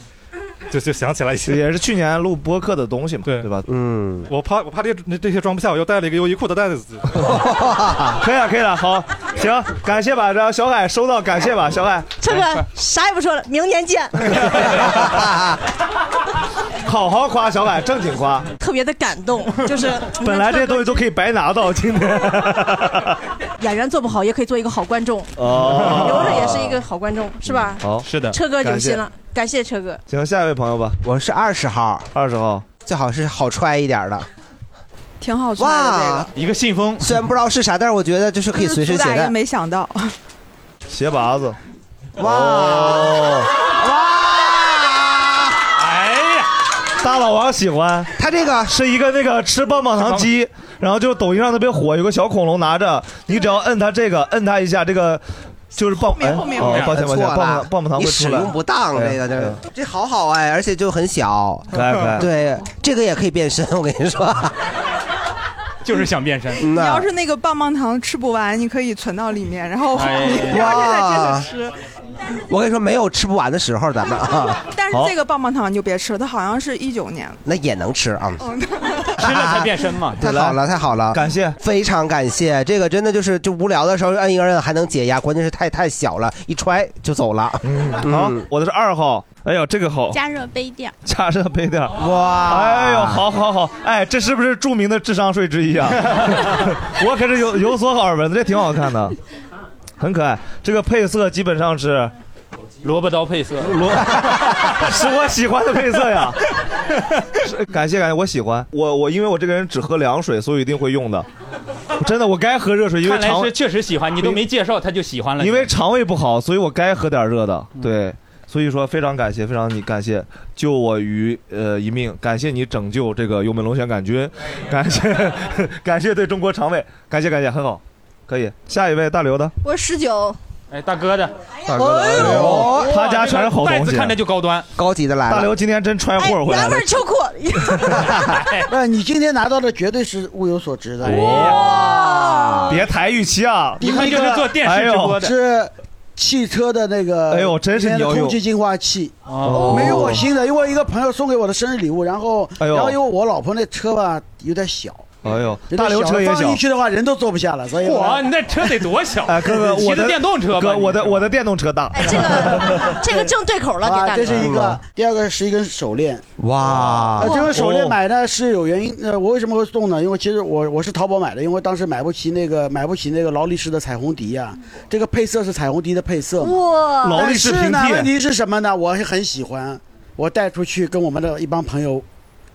[SPEAKER 4] 就就想起来一些。
[SPEAKER 1] 也是去年录播客的东西嘛，对吧？
[SPEAKER 5] 嗯，
[SPEAKER 4] 我怕我怕这那这些装不下，我又带了一个优衣库的袋子。
[SPEAKER 1] 可以啊了，可以了，好，行，感谢吧，让小海收到，感谢吧，小海，哎
[SPEAKER 8] 车哥啥也不说了，明年见。 (laughs)
[SPEAKER 1] 好好夸小海，正经夸。
[SPEAKER 8] 特别的感动，就是
[SPEAKER 1] 本来这些东西都可以白拿到，今天。
[SPEAKER 8] 演员做不好也可以做一个好观众，
[SPEAKER 1] 哦
[SPEAKER 8] 留着也是一个好观众，是吧？
[SPEAKER 5] 哦
[SPEAKER 1] 好，是
[SPEAKER 24] 嗯
[SPEAKER 1] 的
[SPEAKER 8] 车哥有心了，感谢车
[SPEAKER 24] (laughs)
[SPEAKER 8] 哥。
[SPEAKER 1] 行，下一位朋友吧。
[SPEAKER 5] 我是二十号，
[SPEAKER 1] 二十号
[SPEAKER 5] 最好是好揣一点的。
[SPEAKER 23] 挺好穿的这
[SPEAKER 5] 哇
[SPEAKER 23] 个，，
[SPEAKER 2] 一个信封，
[SPEAKER 5] 虽然不知道是啥，但是我觉得就是可以随
[SPEAKER 3] 嗯 (laughs)
[SPEAKER 5] 身携
[SPEAKER 23] 主打一个
[SPEAKER 5] 带。
[SPEAKER 23] 没想到，
[SPEAKER 1] 鞋拔子。
[SPEAKER 5] (laughs) 哇
[SPEAKER 2] 哦
[SPEAKER 1] 哇！
[SPEAKER 2] 哎呀，
[SPEAKER 1] 大老王喜欢
[SPEAKER 5] 他这个
[SPEAKER 1] 是一个那个吃棒棒糖机，然后就抖音上特别火，有个小恐龙拿着，你只要摁它这个，摁它一下，这个就是棒。哎，哦，抱歉抱歉，棒棒棒棒糖
[SPEAKER 5] 你
[SPEAKER 1] 会
[SPEAKER 5] 使
[SPEAKER 1] 出来。
[SPEAKER 5] 用不当，
[SPEAKER 1] 哎
[SPEAKER 5] 这个这
[SPEAKER 1] 哎
[SPEAKER 5] 个这好好哎，而且就很小，
[SPEAKER 1] 可爱可爱
[SPEAKER 5] 对，这个也可以变身，我跟你说。
[SPEAKER 2] 就是想变身。
[SPEAKER 3] (laughs)
[SPEAKER 5] 你
[SPEAKER 3] 你要是那个棒棒糖吃不完，你可以存到里面，然后
[SPEAKER 5] 哎
[SPEAKER 3] 你 (laughs)
[SPEAKER 5] 呀
[SPEAKER 3] 你要是再真的吃，，
[SPEAKER 5] 我跟你说，没有吃不完的时候，咱们啊
[SPEAKER 3] 但是
[SPEAKER 5] 好
[SPEAKER 3] 这个棒棒糖你就别吃了，它好像是一九年。
[SPEAKER 5] 那也能吃啊。。
[SPEAKER 2] (laughs) 吃了才变身嘛
[SPEAKER 5] 太好了，太好了，感
[SPEAKER 1] 谢，
[SPEAKER 5] 非常感谢。这个真的就是，就无聊的时候摁一摁还能解压，关键是太太小了，一揣就走了。
[SPEAKER 3] 嗯
[SPEAKER 1] 哎好，我的是二号。哎呦，这个好，
[SPEAKER 23] 加热杯垫儿，
[SPEAKER 1] 加热杯垫儿。
[SPEAKER 5] 哇
[SPEAKER 1] 哎呦，好好好，哎，这是不是著名的智商税之一啊？我可是有有所耳闻的，这挺好看的，很可爱。这个配色基本上是
[SPEAKER 2] 萝卜刀配色，
[SPEAKER 1] 萝 (laughs) 是我喜欢的配色呀。 (laughs) 是感谢感谢，我喜欢我我因为我这个人只喝凉水，所以一定会用的。真的，我该喝热水，因为
[SPEAKER 2] 看来
[SPEAKER 1] 肠
[SPEAKER 2] 是确实喜欢，你都没介绍他就喜欢了。
[SPEAKER 1] 因为肠胃不好，所以我该喝点热的。
[SPEAKER 2] 嗯
[SPEAKER 1] 对，所以说非常感谢，非常你感谢救我于呃一命，感谢你拯救这个幽门螺旋杆菌，
[SPEAKER 2] 哎
[SPEAKER 1] 感谢 (laughs) 感谢对中国肠胃，感谢感谢，很好，可以。下一位大刘的，
[SPEAKER 12] 我十九，
[SPEAKER 2] 哎，大哥的，
[SPEAKER 1] 大哥的哎呦哎呦他家全是好东西啊
[SPEAKER 2] 这个袋子看着就高端，
[SPEAKER 5] 高级的来
[SPEAKER 24] 了哎
[SPEAKER 1] 大刘今天真穿货回来
[SPEAKER 2] 哎
[SPEAKER 1] 了。
[SPEAKER 24] 秋裤。那你今天拿到的绝对是物有所值的。
[SPEAKER 1] 哇！别抬预期啊！
[SPEAKER 24] 第一个是汽车的那个，
[SPEAKER 1] 哎呦真是你要用
[SPEAKER 24] 空气净化器。
[SPEAKER 1] 哦
[SPEAKER 24] 没有我新的，因为一个朋友送给我的生日礼物，然后，
[SPEAKER 1] 哎呦
[SPEAKER 24] 然后因为我老婆那车吧有点小，
[SPEAKER 1] 哎呦，
[SPEAKER 24] 有点
[SPEAKER 1] 大刘车也
[SPEAKER 24] 放
[SPEAKER 1] 小
[SPEAKER 24] 进。去的话人都坐不下了，所以
[SPEAKER 2] 哇，你那车得多小？
[SPEAKER 1] 哎，哥哥，
[SPEAKER 2] 你骑
[SPEAKER 1] 我
[SPEAKER 2] 的电动车吧
[SPEAKER 1] 哥，
[SPEAKER 2] 你
[SPEAKER 1] 我的我的电动车大。
[SPEAKER 24] 这个正对口
[SPEAKER 1] 了给大
[SPEAKER 24] 啊这是
[SPEAKER 1] 刘
[SPEAKER 24] 一个，第二个是一根手链。
[SPEAKER 5] 哇
[SPEAKER 24] 啊，这个手
[SPEAKER 7] 哦
[SPEAKER 24] 链买呢是有原因，呃，我为什么会送呢？因为其实我我是淘宝买的，因为当时买不起那个买不起那个劳力士的彩虹笛呀、这个配色是彩虹笛的配色嘛。
[SPEAKER 7] 哇劳
[SPEAKER 24] 但
[SPEAKER 7] 力士
[SPEAKER 24] 是呢
[SPEAKER 7] 平替，啊
[SPEAKER 24] 问题是什么呢？我是很喜欢，我带出去跟我们的一帮朋友。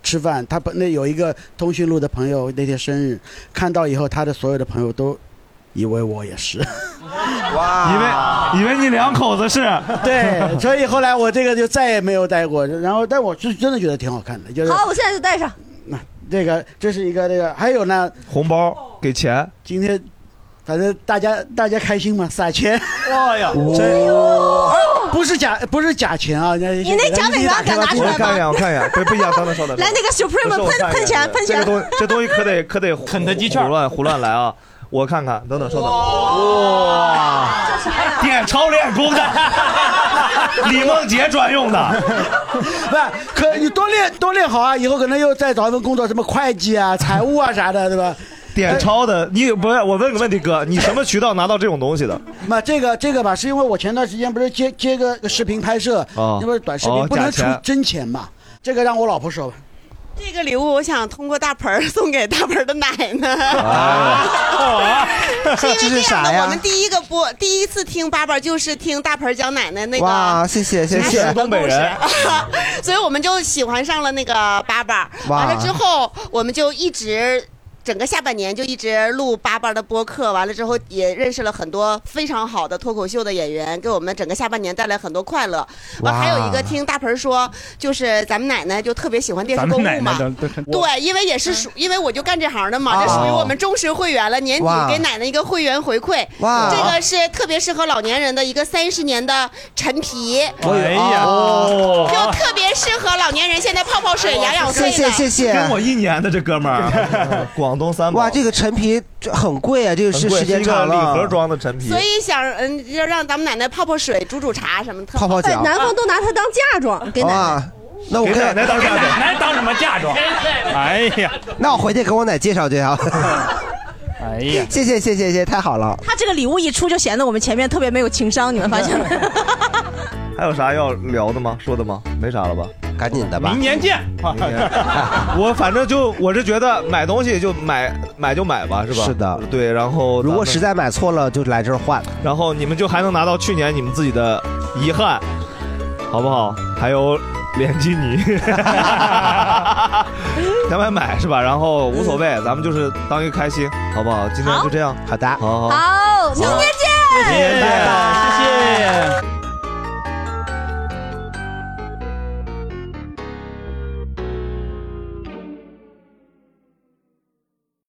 [SPEAKER 24] 吃饭，他本那有一个通讯录的朋友，那天生日，看到以后，他的所有的朋友都以为我也是。 (laughs)
[SPEAKER 1] 哇！以为以为你两口子是？
[SPEAKER 24] 对，哎所以后来我这个就再也没有戴过。然后，但我是真的觉得挺好看的，就是
[SPEAKER 12] 好，我现在就戴上。
[SPEAKER 24] 这个这是一个这个，还有呢，
[SPEAKER 1] 红包给钱，
[SPEAKER 24] 今天反正大家大家开心嘛，撒钱。
[SPEAKER 2] 哎
[SPEAKER 24] (laughs)
[SPEAKER 2] 呀，
[SPEAKER 24] 真不是假不是假钱啊！你
[SPEAKER 8] 你那假美元敢拿出来吗
[SPEAKER 1] 我看一眼，我看一眼，不不一样，等
[SPEAKER 8] (laughs)
[SPEAKER 1] 等，稍等。
[SPEAKER 8] 来那个 Supreme
[SPEAKER 1] 不是我看
[SPEAKER 8] 喷喷
[SPEAKER 1] 一眼
[SPEAKER 8] 钱喷钱
[SPEAKER 1] 这个东这东西可得可 (laughs) 得肯德基券，胡乱胡乱来啊！我看看，等等，稍等。哇！点超练功的，李梦洁专用的。
[SPEAKER 24] 不是， (laughs) 可你多练多练好啊，以后可能又再找一份工作，什么会计啊、财务啊啥的，对吧？
[SPEAKER 1] 点超的，你不是我问个问题，哥，你什么渠道拿到这种东
[SPEAKER 8] (laughs)
[SPEAKER 1] 西的？
[SPEAKER 24] (laughs) 那这个这个吧，是因为我前段时间不是接接个视频拍摄，
[SPEAKER 1] 哦
[SPEAKER 24] 那不是短视
[SPEAKER 1] 哦
[SPEAKER 24] 频不
[SPEAKER 1] 假
[SPEAKER 24] 能出
[SPEAKER 1] 钱
[SPEAKER 24] 真钱嘛？这个让我老婆说吧。
[SPEAKER 23] (laughs) 这个礼物我想通过大盆儿送给大盆儿的奶奶。
[SPEAKER 24] 哎
[SPEAKER 23] (laughs) 是因为
[SPEAKER 5] 这是
[SPEAKER 23] 样
[SPEAKER 5] 啥
[SPEAKER 23] 的
[SPEAKER 5] 呀
[SPEAKER 23] 我们第一个播，第一次听八宝就是听大盆儿讲奶奶那个。
[SPEAKER 5] 哇，谢谢谢谢，
[SPEAKER 23] 东北人，所以我们就喜欢上了那个八八。
[SPEAKER 5] 哇
[SPEAKER 23] 完了之后，我们就一直整个下半年就一直录八八的播客。完了之后，也认识了很多非常好的脱口秀的演员，给我们整个下半年带来很多快乐。完
[SPEAKER 7] 哇
[SPEAKER 23] 还有一个听大盆儿说，就是咱们奶奶就特别喜欢电视购物嘛。对，因为也是属，因为我就干这行的嘛，这属于
[SPEAKER 7] 哦
[SPEAKER 23] 我们忠实会员了。年底
[SPEAKER 7] 哇
[SPEAKER 23] 给奶奶一个会员回馈，
[SPEAKER 7] 哇
[SPEAKER 23] 这个是特别适合老年人的一个三十年的陈皮。
[SPEAKER 1] 哎呀，
[SPEAKER 23] 就特别适合老年人，现在泡泡
[SPEAKER 1] 哦
[SPEAKER 23] 水养养肺的。
[SPEAKER 1] 跟我一年的这哥们儿，啊 (laughs) 广东三宝。
[SPEAKER 5] 哇，这个陈皮这很贵啊，这个是
[SPEAKER 1] 很贵
[SPEAKER 5] 时间
[SPEAKER 1] 是一个
[SPEAKER 5] 长了，
[SPEAKER 1] 礼盒装的陈皮
[SPEAKER 23] 所以想嗯，要让咱们奶奶泡泡水、煮煮茶什么特好。
[SPEAKER 5] 泡泡脚
[SPEAKER 12] 南方都拿它当嫁妆给奶奶。
[SPEAKER 5] 啊。那我
[SPEAKER 2] 给奶奶当嫁妆
[SPEAKER 5] (laughs)
[SPEAKER 2] 奶奶当什么嫁妆？哎呀，
[SPEAKER 5] 那我回去给我奶介绍介绍。
[SPEAKER 2] 哎
[SPEAKER 5] 呀，谢谢谢谢谢谢，太好了。
[SPEAKER 8] 他这个礼物一出就显得我们前面特别没有情商，你们发现没？
[SPEAKER 1] 还有啥要聊的吗？说的吗？没啥了吧？
[SPEAKER 5] 赶紧的
[SPEAKER 1] 吧
[SPEAKER 2] 明年见。
[SPEAKER 1] 明年 (laughs) 我反正就我是觉得买东西就买买就买吧，是吧？
[SPEAKER 5] 是的，
[SPEAKER 1] 对。然后
[SPEAKER 5] 如果实在买错了，就来这儿换。
[SPEAKER 1] 然后你们就还能拿到去年你们自己的遗憾，好不好？还有脸基尼， (laughs) 想买买是吧？然后无所谓，咱们就是当一个开心，好不哦好？今天就这样，
[SPEAKER 5] 好的，
[SPEAKER 1] 好好
[SPEAKER 12] 好，明天见，
[SPEAKER 1] 明天见，拜拜，谢谢。